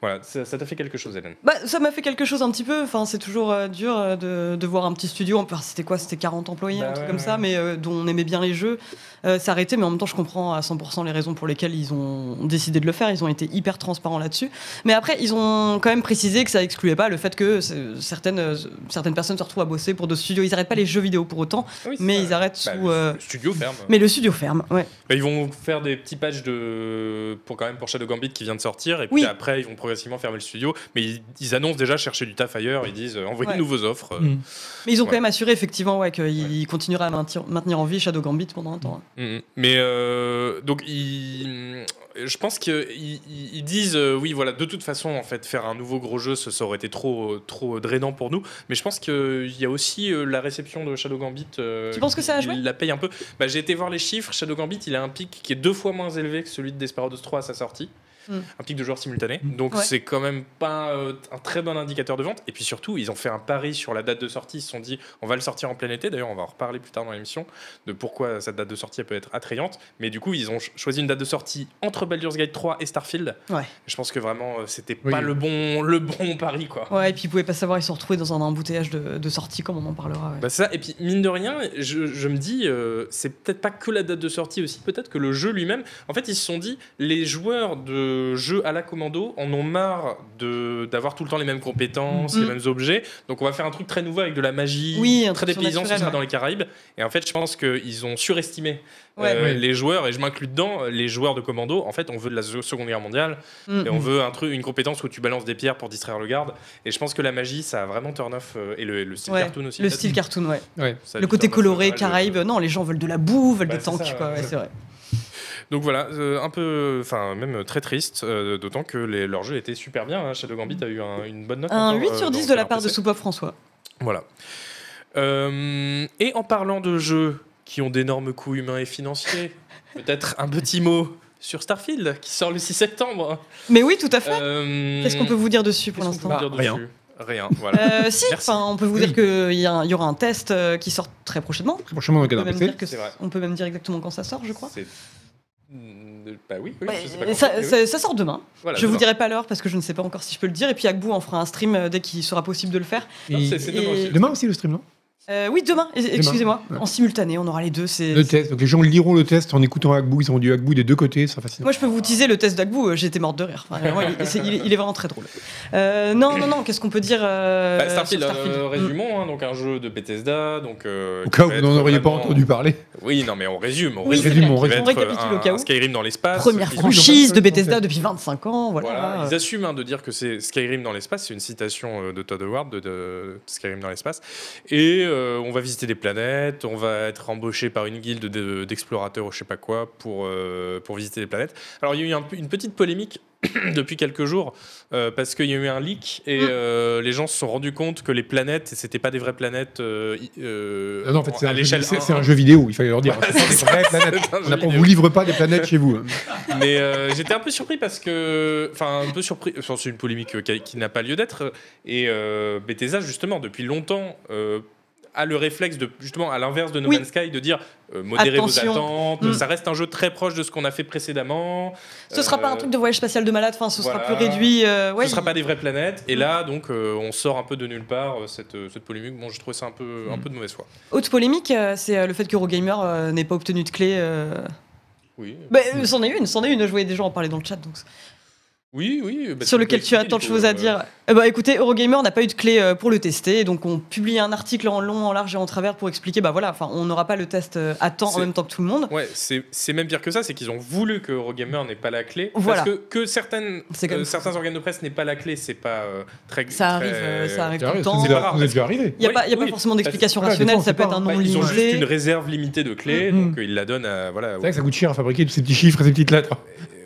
[SPEAKER 1] Voilà, ça ça t'a fait quelque chose, Hélène
[SPEAKER 2] Bah ça m'a fait quelque chose un petit peu, enfin Enfin, c'est toujours euh, dur euh, de, de voir un petit studio. Enfin, c'était quoi C'était 40 employés,
[SPEAKER 1] Bah
[SPEAKER 2] un truc
[SPEAKER 1] ouais,
[SPEAKER 2] comme ça,
[SPEAKER 1] ouais.
[SPEAKER 2] mais euh, dont on aimait bien les jeux. euh, S'arrêter, mais en même temps, je comprends à 100% les raisons pour lesquelles ils ont décidé de le faire. Ils ont été hyper transparents là-dessus. Mais après, ils ont quand même précisé que ça excluait pas le fait que euh, certaines, euh, certaines personnes se retrouvent à bosser pour d'autres studios. Ils arrêtent pas les jeux vidéo pour autant,
[SPEAKER 1] Oui, c'est
[SPEAKER 2] mais
[SPEAKER 1] ça.
[SPEAKER 2] ils arrêtent
[SPEAKER 1] Bah,
[SPEAKER 2] sous.
[SPEAKER 1] le-
[SPEAKER 2] euh,
[SPEAKER 1] le studio ferme.
[SPEAKER 2] Mais le studio ferme, ouais.
[SPEAKER 1] Bah, ils vont faire des petits patchs de... pour quand même pour Shadow Gambit qui vient de sortir et puis
[SPEAKER 2] Oui.
[SPEAKER 1] après ils vont progressivement fermer le studio mais ils, ils annoncent déjà chercher du taf ailleurs ils disent euh, envoyez
[SPEAKER 2] Ouais.
[SPEAKER 1] de nouvelles offres euh.
[SPEAKER 4] Mm.
[SPEAKER 2] Mais ils ont
[SPEAKER 1] Ouais.
[SPEAKER 2] quand même assuré effectivement ouais, qu'ils continueraient à maintenir, maintenir en vie Shadow Gambit pendant un temps.
[SPEAKER 1] Mhm. Mais euh, donc, ils- je pense qu'ils ils disent euh, oui, voilà, de toute façon, en fait, faire un nouveau gros jeu, ce- ça aurait été trop, euh, trop drainant pour nous. Mais je pense qu'il y a aussi euh, la réception de Shadow Gambit. euh,
[SPEAKER 2] Tu penses que ça a
[SPEAKER 1] qui
[SPEAKER 2] joué
[SPEAKER 1] la paye un peu. Bah, J'ai été voir les chiffres. Shadow Gambit, il a un pic qui est deux fois moins élevé que celui de Desperados 3 à sa sortie.
[SPEAKER 2] Mhm.
[SPEAKER 1] Un pic de joueurs simultanés. Donc,
[SPEAKER 2] Mm. Ouais.
[SPEAKER 1] c'est quand même pas euh, un très bon indicateur de vente. Et puis surtout, ils ont fait un pari sur la date de sortie. Ils se sont dit, on va le sortir en plein été. D'ailleurs, on va en reparler plus tard dans l'émission de pourquoi cette date de sortie elle peut être attrayante. Mais du coup, ils ont cho- choisi une date de sortie entre Baldur's Gate 3 et Starfield.
[SPEAKER 2] Ouais.
[SPEAKER 1] Je pense que vraiment, euh, c'était
[SPEAKER 3] Oui.
[SPEAKER 1] pas le bon, le bon pari, quoi.
[SPEAKER 2] Ouais, et puis ils pouvaient pas savoir, ils se sont retrouvés dans un embouteillage de, de sortie, comme on en parlera. ouais.
[SPEAKER 1] Bah c'est ça, et puis mine de rien, je, je me dis, euh, c'est peut-être pas que la date de sortie aussi, peut-être que le jeu lui-même. En fait, ils se sont dit, les joueurs de jeux à la commando en ont marre de- d'avoir tout le temps les mêmes compétences, les
[SPEAKER 2] Mhm.
[SPEAKER 1] mêmes objets, donc on va faire un truc très nouveau avec de la magie,
[SPEAKER 2] Oui, un
[SPEAKER 1] très
[SPEAKER 2] truc
[SPEAKER 1] dépaysant, ce
[SPEAKER 2] surnaturel,
[SPEAKER 1] sera dans
[SPEAKER 2] ouais.
[SPEAKER 1] les Caraïbes. Et en fait, je pense qu'ils ont surestimé
[SPEAKER 2] Ouais.
[SPEAKER 1] euh,
[SPEAKER 4] Ouais.
[SPEAKER 1] les joueurs, et je m'inclus dedans, euh, les joueurs de commando. En fait, on veut de la Seconde Guerre mondiale,
[SPEAKER 2] Mm.
[SPEAKER 1] et on veut un truc, une compétence où tu balances des pierres pour distraire le garde. Et je pense que la magie, ça a vraiment turn off, euh, et le, le style
[SPEAKER 2] Ouais,
[SPEAKER 1] cartoon aussi.
[SPEAKER 2] Le
[SPEAKER 1] peut-être.
[SPEAKER 2] style cartoon, ouais.
[SPEAKER 1] Ça a
[SPEAKER 2] le
[SPEAKER 1] du
[SPEAKER 2] côté
[SPEAKER 1] turn-off,
[SPEAKER 2] coloré,
[SPEAKER 1] pas mal de-
[SPEAKER 2] Caraïbes, non, les gens veulent de la boue, veulent
[SPEAKER 1] Bah,
[SPEAKER 2] des
[SPEAKER 1] c'est
[SPEAKER 2] tanks,
[SPEAKER 1] ça,
[SPEAKER 2] quoi, ouais,
[SPEAKER 1] ouais.
[SPEAKER 2] c'est vrai.
[SPEAKER 1] Donc voilà, euh, un peu, enfin même très triste, euh, d'autant que les- leur jeu était super bien. hein. Shadow Gambit a eu un- une bonne note.
[SPEAKER 2] Un
[SPEAKER 1] encore,
[SPEAKER 2] 8
[SPEAKER 1] euh,
[SPEAKER 2] sur 10
[SPEAKER 1] dans
[SPEAKER 2] de la
[SPEAKER 1] leur
[SPEAKER 2] part de
[SPEAKER 1] PC.
[SPEAKER 2] Soupop François.
[SPEAKER 1] Voilà. Euh, et en parlant de jeux qui ont d'énormes coûts humains et financiers, peut-être un petit mot sur Starfield qui sort le 6 septembre.
[SPEAKER 2] Mais oui, tout à fait.
[SPEAKER 1] Euh,
[SPEAKER 2] Qu'est-ce qu'on peut vous dire dessus pour
[SPEAKER 1] qu'est-ce qu'on peut
[SPEAKER 2] l'instant
[SPEAKER 1] dire
[SPEAKER 3] Bah, rien.
[SPEAKER 1] dessus Rien. Voilà.
[SPEAKER 2] euh, Si,
[SPEAKER 1] Merci.
[SPEAKER 2] enfin, on peut vous
[SPEAKER 3] Oui.
[SPEAKER 2] dire qu'il y, a un- il y aura un test euh, qui sort très prochainement.
[SPEAKER 3] Très prochainement dans le
[SPEAKER 2] On peut,
[SPEAKER 3] cadre
[SPEAKER 2] même
[SPEAKER 3] PC.
[SPEAKER 2] dire que
[SPEAKER 1] C'est vrai.
[SPEAKER 2] on peut même dire exactement quand ça sort, Euh, je crois.
[SPEAKER 1] C'est- Mm, Bah oui. oui, je sais pas
[SPEAKER 2] Ouais,
[SPEAKER 1] comment-
[SPEAKER 2] ça,
[SPEAKER 1] mais oui,
[SPEAKER 2] ça- ça sort demain.
[SPEAKER 1] voilà,
[SPEAKER 2] je vous
[SPEAKER 1] d'accord.
[SPEAKER 2] dirai pas l'heure parce que je ne sais pas encore si je peux le dire. Et puis Agbou en fera un stream euh, dès qu'il sera possible de le faire.
[SPEAKER 1] Non,
[SPEAKER 3] Et-
[SPEAKER 1] c'est- c'est dommage.
[SPEAKER 2] et-
[SPEAKER 3] Demain aussi le stream, non
[SPEAKER 2] Euh, oui, demain, e- excusez-moi.
[SPEAKER 3] Ouais.
[SPEAKER 2] En simultané, on aura les deux. c'est-
[SPEAKER 3] Le test. Donc les gens liront le test en écoutant Hackboo. Ils seront du Hackboo des deux côtés. Ça sera fascinant.
[SPEAKER 2] Moi, je peux vous teaser le test d'Agbou, euh, j'étais morte de rire. Enfin, vraiment, il, c'est- il- il est vraiment très drôle. Euh, non, non, non, qu'est-ce qu'on peut dire euh,
[SPEAKER 1] Bah, Starfield,
[SPEAKER 2] sur Starfield
[SPEAKER 1] euh,
[SPEAKER 2] Mm.
[SPEAKER 1] résumons, hein, donc un jeu de Bethesda, donc. euh,
[SPEAKER 3] Au
[SPEAKER 1] qui
[SPEAKER 3] cas où
[SPEAKER 1] va
[SPEAKER 3] vous n'en
[SPEAKER 1] être
[SPEAKER 3] auriez pas
[SPEAKER 1] vraiment-
[SPEAKER 3] entendu parler.
[SPEAKER 1] Oui, non, mais on résume. On
[SPEAKER 2] Oui,
[SPEAKER 1] résume.
[SPEAKER 2] c'est
[SPEAKER 3] Résume,
[SPEAKER 2] vrai.
[SPEAKER 3] on
[SPEAKER 1] Qui va
[SPEAKER 3] résume.
[SPEAKER 2] On
[SPEAKER 1] être,
[SPEAKER 2] récapitule
[SPEAKER 1] euh,
[SPEAKER 2] au cas
[SPEAKER 1] un-
[SPEAKER 2] où.
[SPEAKER 1] un Skyrim dans l'espace.
[SPEAKER 2] Première
[SPEAKER 1] Ils-
[SPEAKER 2] franchise de
[SPEAKER 3] absolument
[SPEAKER 2] Bethesda
[SPEAKER 3] fait.
[SPEAKER 2] depuis 25 ans, voilà.
[SPEAKER 1] Voilà, ils assument hein, de dire que c'est Skyrim dans l'espace, c'est une citation euh, de Todd Howard de, de Skyrim dans l'espace. Et euh, on va visiter des planètes, on va être embauché par une guilde de- d'explorateurs ou je sais pas quoi pour, euh, pour visiter les planètes. Alors il y a eu un peu- une petite polémique depuis quelques jours euh, parce qu'il y a eu un leak et
[SPEAKER 3] Ah.
[SPEAKER 2] Mm.
[SPEAKER 1] euh, les gens se sont rendus compte que les planètes, c'était pas des vraies planètes euh, i- euh,
[SPEAKER 3] Ah non, en fait, c'est
[SPEAKER 1] à
[SPEAKER 3] un,
[SPEAKER 1] l'échelle
[SPEAKER 3] jeu- c'est-
[SPEAKER 1] 1,
[SPEAKER 3] c'est un jeu vidéo. Il fallait leur dire.
[SPEAKER 1] Ouais,
[SPEAKER 3] C'est des
[SPEAKER 1] c'est
[SPEAKER 3] vraies planètes.
[SPEAKER 1] C'est un jeu
[SPEAKER 3] On ne
[SPEAKER 1] vidéo.
[SPEAKER 3] vous livre pas des planètes chez vous. hein.
[SPEAKER 1] Mais euh, j'étais un peu surpris parce que. Enfin, un peu surpris. enfin, C'est une polémique euh, qui, qui n'a pas lieu d'être. Et euh, Bethesda, justement, depuis longtemps. euh, a le réflexe de justement à l'inverse de No
[SPEAKER 2] Oui.
[SPEAKER 1] Man's Sky de dire euh, modérez
[SPEAKER 2] Attention.
[SPEAKER 1] vos attentes
[SPEAKER 2] Mm.
[SPEAKER 1] ça reste un jeu très proche de ce qu'on a fait précédemment
[SPEAKER 2] Ce sera pas un
[SPEAKER 1] Euh,
[SPEAKER 2] truc de voyage spatial de malade, enfin, ce
[SPEAKER 1] voilà.
[SPEAKER 2] sera plus réduit. euh, ouais, Hmm.
[SPEAKER 1] ce sera
[SPEAKER 2] il-
[SPEAKER 1] pas des vraies planètes et là donc euh, on sort un peu de nulle part euh, cette, euh, cette polémique bon je trouve ça un peu un
[SPEAKER 2] Hmm.
[SPEAKER 3] Mm.
[SPEAKER 1] peu de mauvaise foi
[SPEAKER 2] Autre polémique, euh, c'est euh, le fait que Eurogamer euh, n'ait pas obtenu de clé. euh.
[SPEAKER 1] oui
[SPEAKER 2] Bah, euh, c'en est une, c'en est une. Je voyais des gens en parler dans le chat, donc.
[SPEAKER 1] oui oui bah,
[SPEAKER 2] sur
[SPEAKER 1] c'est
[SPEAKER 2] lequel tu as
[SPEAKER 1] possible,
[SPEAKER 2] tant de
[SPEAKER 1] il faut,
[SPEAKER 2] choses à
[SPEAKER 1] euh,
[SPEAKER 2] dire. Eh ben, écoutez, Eurogamer n'a pas eu de clé euh, pour le tester, donc on publie un article en long, en large et en travers pour expliquer, bah voilà, enfin, on n'aura pas le test euh, à temps en
[SPEAKER 1] C'est-
[SPEAKER 2] même temps que tout le monde.
[SPEAKER 1] Ouais, c'est c'est même pire que ça, c'est qu'ils ont voulu que Eurogamer n'ait pas la clé.
[SPEAKER 2] Voilà.
[SPEAKER 1] Parce que, que certaines,
[SPEAKER 2] C'est quand
[SPEAKER 1] euh,
[SPEAKER 2] même-
[SPEAKER 1] certains organes de presse n'aient pas la clé, c'est pas euh, très.
[SPEAKER 2] Ça arrive,
[SPEAKER 1] très-
[SPEAKER 2] euh, ça arrive tout le
[SPEAKER 3] C'est
[SPEAKER 2] temps.
[SPEAKER 1] c'est pas grave,
[SPEAKER 3] vous êtes
[SPEAKER 1] parce
[SPEAKER 3] déjà arrivé.
[SPEAKER 2] Il n'y a,
[SPEAKER 1] Oui,
[SPEAKER 2] pas, il y a pas
[SPEAKER 1] oui.
[SPEAKER 2] forcément d'explication
[SPEAKER 3] Voilà, des
[SPEAKER 2] rationnelle,
[SPEAKER 3] fois, on
[SPEAKER 2] ça
[SPEAKER 3] sait
[SPEAKER 2] peut être
[SPEAKER 3] pas.
[SPEAKER 2] un
[SPEAKER 1] Bah,
[SPEAKER 2] nom
[SPEAKER 1] ils ont juste une
[SPEAKER 2] limité.
[SPEAKER 1] réserve limitée de
[SPEAKER 2] Mm,
[SPEAKER 1] clés,
[SPEAKER 3] Mhm.
[SPEAKER 1] donc euh, ils la donnent à. Voilà,
[SPEAKER 3] C'est vrai que ça coûte cher à fabriquer tous ces petits chiffres et ces petites lettres.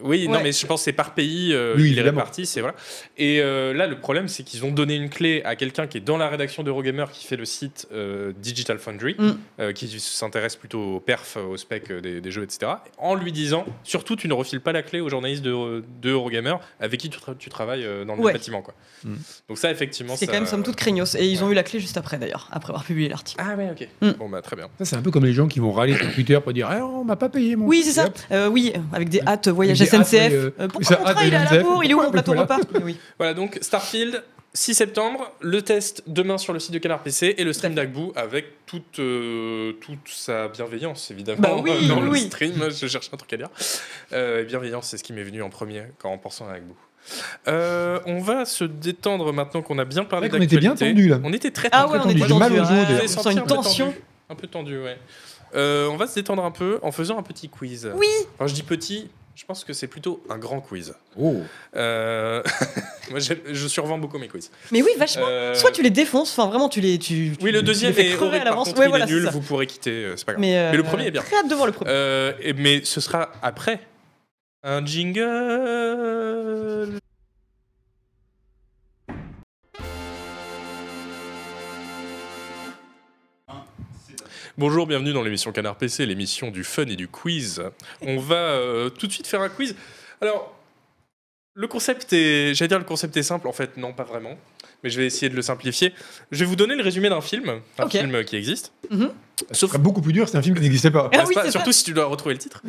[SPEAKER 1] Oui, non,
[SPEAKER 2] Ouais.
[SPEAKER 1] mais je pense que c'est par pays, euh,
[SPEAKER 3] Oui,
[SPEAKER 1] il est
[SPEAKER 3] évidemment.
[SPEAKER 1] réparti, c'est voilà. Et euh, là, le problème, c'est qu'ils ont donné une clé à quelqu'un qui est dans la rédaction d'Eurogamer, qui fait le site euh, Digital Foundry,
[SPEAKER 2] Mm.
[SPEAKER 1] euh, qui s'intéresse plutôt aux perfs, aux specs euh, des, des jeux, etc. En lui disant, surtout, tu ne refiles pas la clé aux journalistes de, de Eurogamer avec qui tu, tra- tu travailles euh, dans le
[SPEAKER 2] Ouais.
[SPEAKER 1] bâtiment, quoi.
[SPEAKER 3] Mm.
[SPEAKER 1] Donc ça, effectivement,
[SPEAKER 2] C'est
[SPEAKER 1] ça-
[SPEAKER 2] quand même somme toute craignos, et ils
[SPEAKER 1] euh,
[SPEAKER 2] ont
[SPEAKER 1] Ouais.
[SPEAKER 2] eu la clé juste après d'ailleurs, après avoir publié l'article.
[SPEAKER 1] Ah ouais, ok.
[SPEAKER 2] Mm.
[SPEAKER 1] Bon bah très bien.
[SPEAKER 3] Ça, c'est un peu comme les gens qui vont râler sur Twitter pour dire Ah, on m'a pas payé mon.
[SPEAKER 2] Oui, c'est ça.
[SPEAKER 3] Hop.
[SPEAKER 2] Euh, oui, avec des hâtes, voyage
[SPEAKER 3] Avec des hâtes,
[SPEAKER 2] SNCF.
[SPEAKER 3] oui, euh,
[SPEAKER 2] Euh, pourquoi
[SPEAKER 3] ça,
[SPEAKER 2] mon
[SPEAKER 3] hâte
[SPEAKER 2] train il est à la
[SPEAKER 3] SNCF,
[SPEAKER 2] bourre Il est où mon
[SPEAKER 3] pourquoi
[SPEAKER 2] plateau
[SPEAKER 3] voilà.
[SPEAKER 2] repas Oui, oui.
[SPEAKER 1] Voilà donc Starfield. 6 septembre, le test demain sur le site de Canard PC et le stream d'Agbou avec toute, euh, toute sa bienveillance, évidemment.
[SPEAKER 2] Bah oui,
[SPEAKER 1] euh, dans le
[SPEAKER 2] oui.
[SPEAKER 1] stream, je cherche un truc à dire. Euh, bienveillance, c'est ce qui m'est venu en premier quand en pensant à Agbou. Euh, on va se détendre maintenant qu'on a bien parlé
[SPEAKER 3] C'est vrai qu'on était bien
[SPEAKER 1] d'actualité.
[SPEAKER 3] tendu, là.
[SPEAKER 1] On était très
[SPEAKER 2] Ah
[SPEAKER 1] tendu.
[SPEAKER 2] ouais, on
[SPEAKER 3] J'ai
[SPEAKER 2] est
[SPEAKER 3] du mal
[SPEAKER 2] tendu.
[SPEAKER 3] aux
[SPEAKER 2] ouais.
[SPEAKER 3] os, d'ailleurs.
[SPEAKER 1] J'ai
[SPEAKER 2] On
[SPEAKER 1] senti
[SPEAKER 2] sent
[SPEAKER 1] un
[SPEAKER 2] une
[SPEAKER 1] peu
[SPEAKER 2] tension.
[SPEAKER 1] tendu. Un peu tendu, ouais. Euh, on va se détendre un peu en faisant un petit quiz.
[SPEAKER 2] Oui.
[SPEAKER 1] Quand je dis petit, je pense que c'est plutôt un grand quiz.
[SPEAKER 3] Oh.
[SPEAKER 1] Euh, Moi, j'aime- je survends beaucoup mes quiz.
[SPEAKER 2] Mais oui, vachement.
[SPEAKER 1] Euh,
[SPEAKER 2] Soit tu les défonces, enfin vraiment tu les. Tu, tu
[SPEAKER 1] Oui, le
[SPEAKER 2] les
[SPEAKER 1] deuxième
[SPEAKER 2] fais
[SPEAKER 1] est
[SPEAKER 2] crever
[SPEAKER 1] horrible,
[SPEAKER 2] à
[SPEAKER 1] par
[SPEAKER 2] l'avance.
[SPEAKER 1] contre,
[SPEAKER 2] Ouais,
[SPEAKER 1] il
[SPEAKER 2] voilà,
[SPEAKER 1] est
[SPEAKER 2] c'est
[SPEAKER 1] nul,
[SPEAKER 2] ça.
[SPEAKER 1] vous pourrez quitter, euh, c'est pas grave.
[SPEAKER 2] Mais, euh,
[SPEAKER 1] Mais le premier est bien.
[SPEAKER 2] Très hâte de voir le premier.
[SPEAKER 1] Euh, et- mais ce sera après un jingle. Bonjour, bienvenue dans l'émission Canard PC, l'émission du fun et du quiz. On va euh, tout de suite faire un quiz. Alors, le concept est, j'allais dire le concept est simple, en fait, non, pas vraiment. Mais je vais essayer de le simplifier. Je vais vous donner le résumé d'un film, un
[SPEAKER 2] Ok.
[SPEAKER 1] film qui existe.
[SPEAKER 2] Mhm.
[SPEAKER 1] Sauf
[SPEAKER 3] Ce serait beaucoup plus dur, c'est un film qui n'existait pas.
[SPEAKER 2] Ah
[SPEAKER 1] n'est-ce
[SPEAKER 2] oui,
[SPEAKER 1] pas
[SPEAKER 2] c'est
[SPEAKER 1] surtout si tu dois retrouver le titre.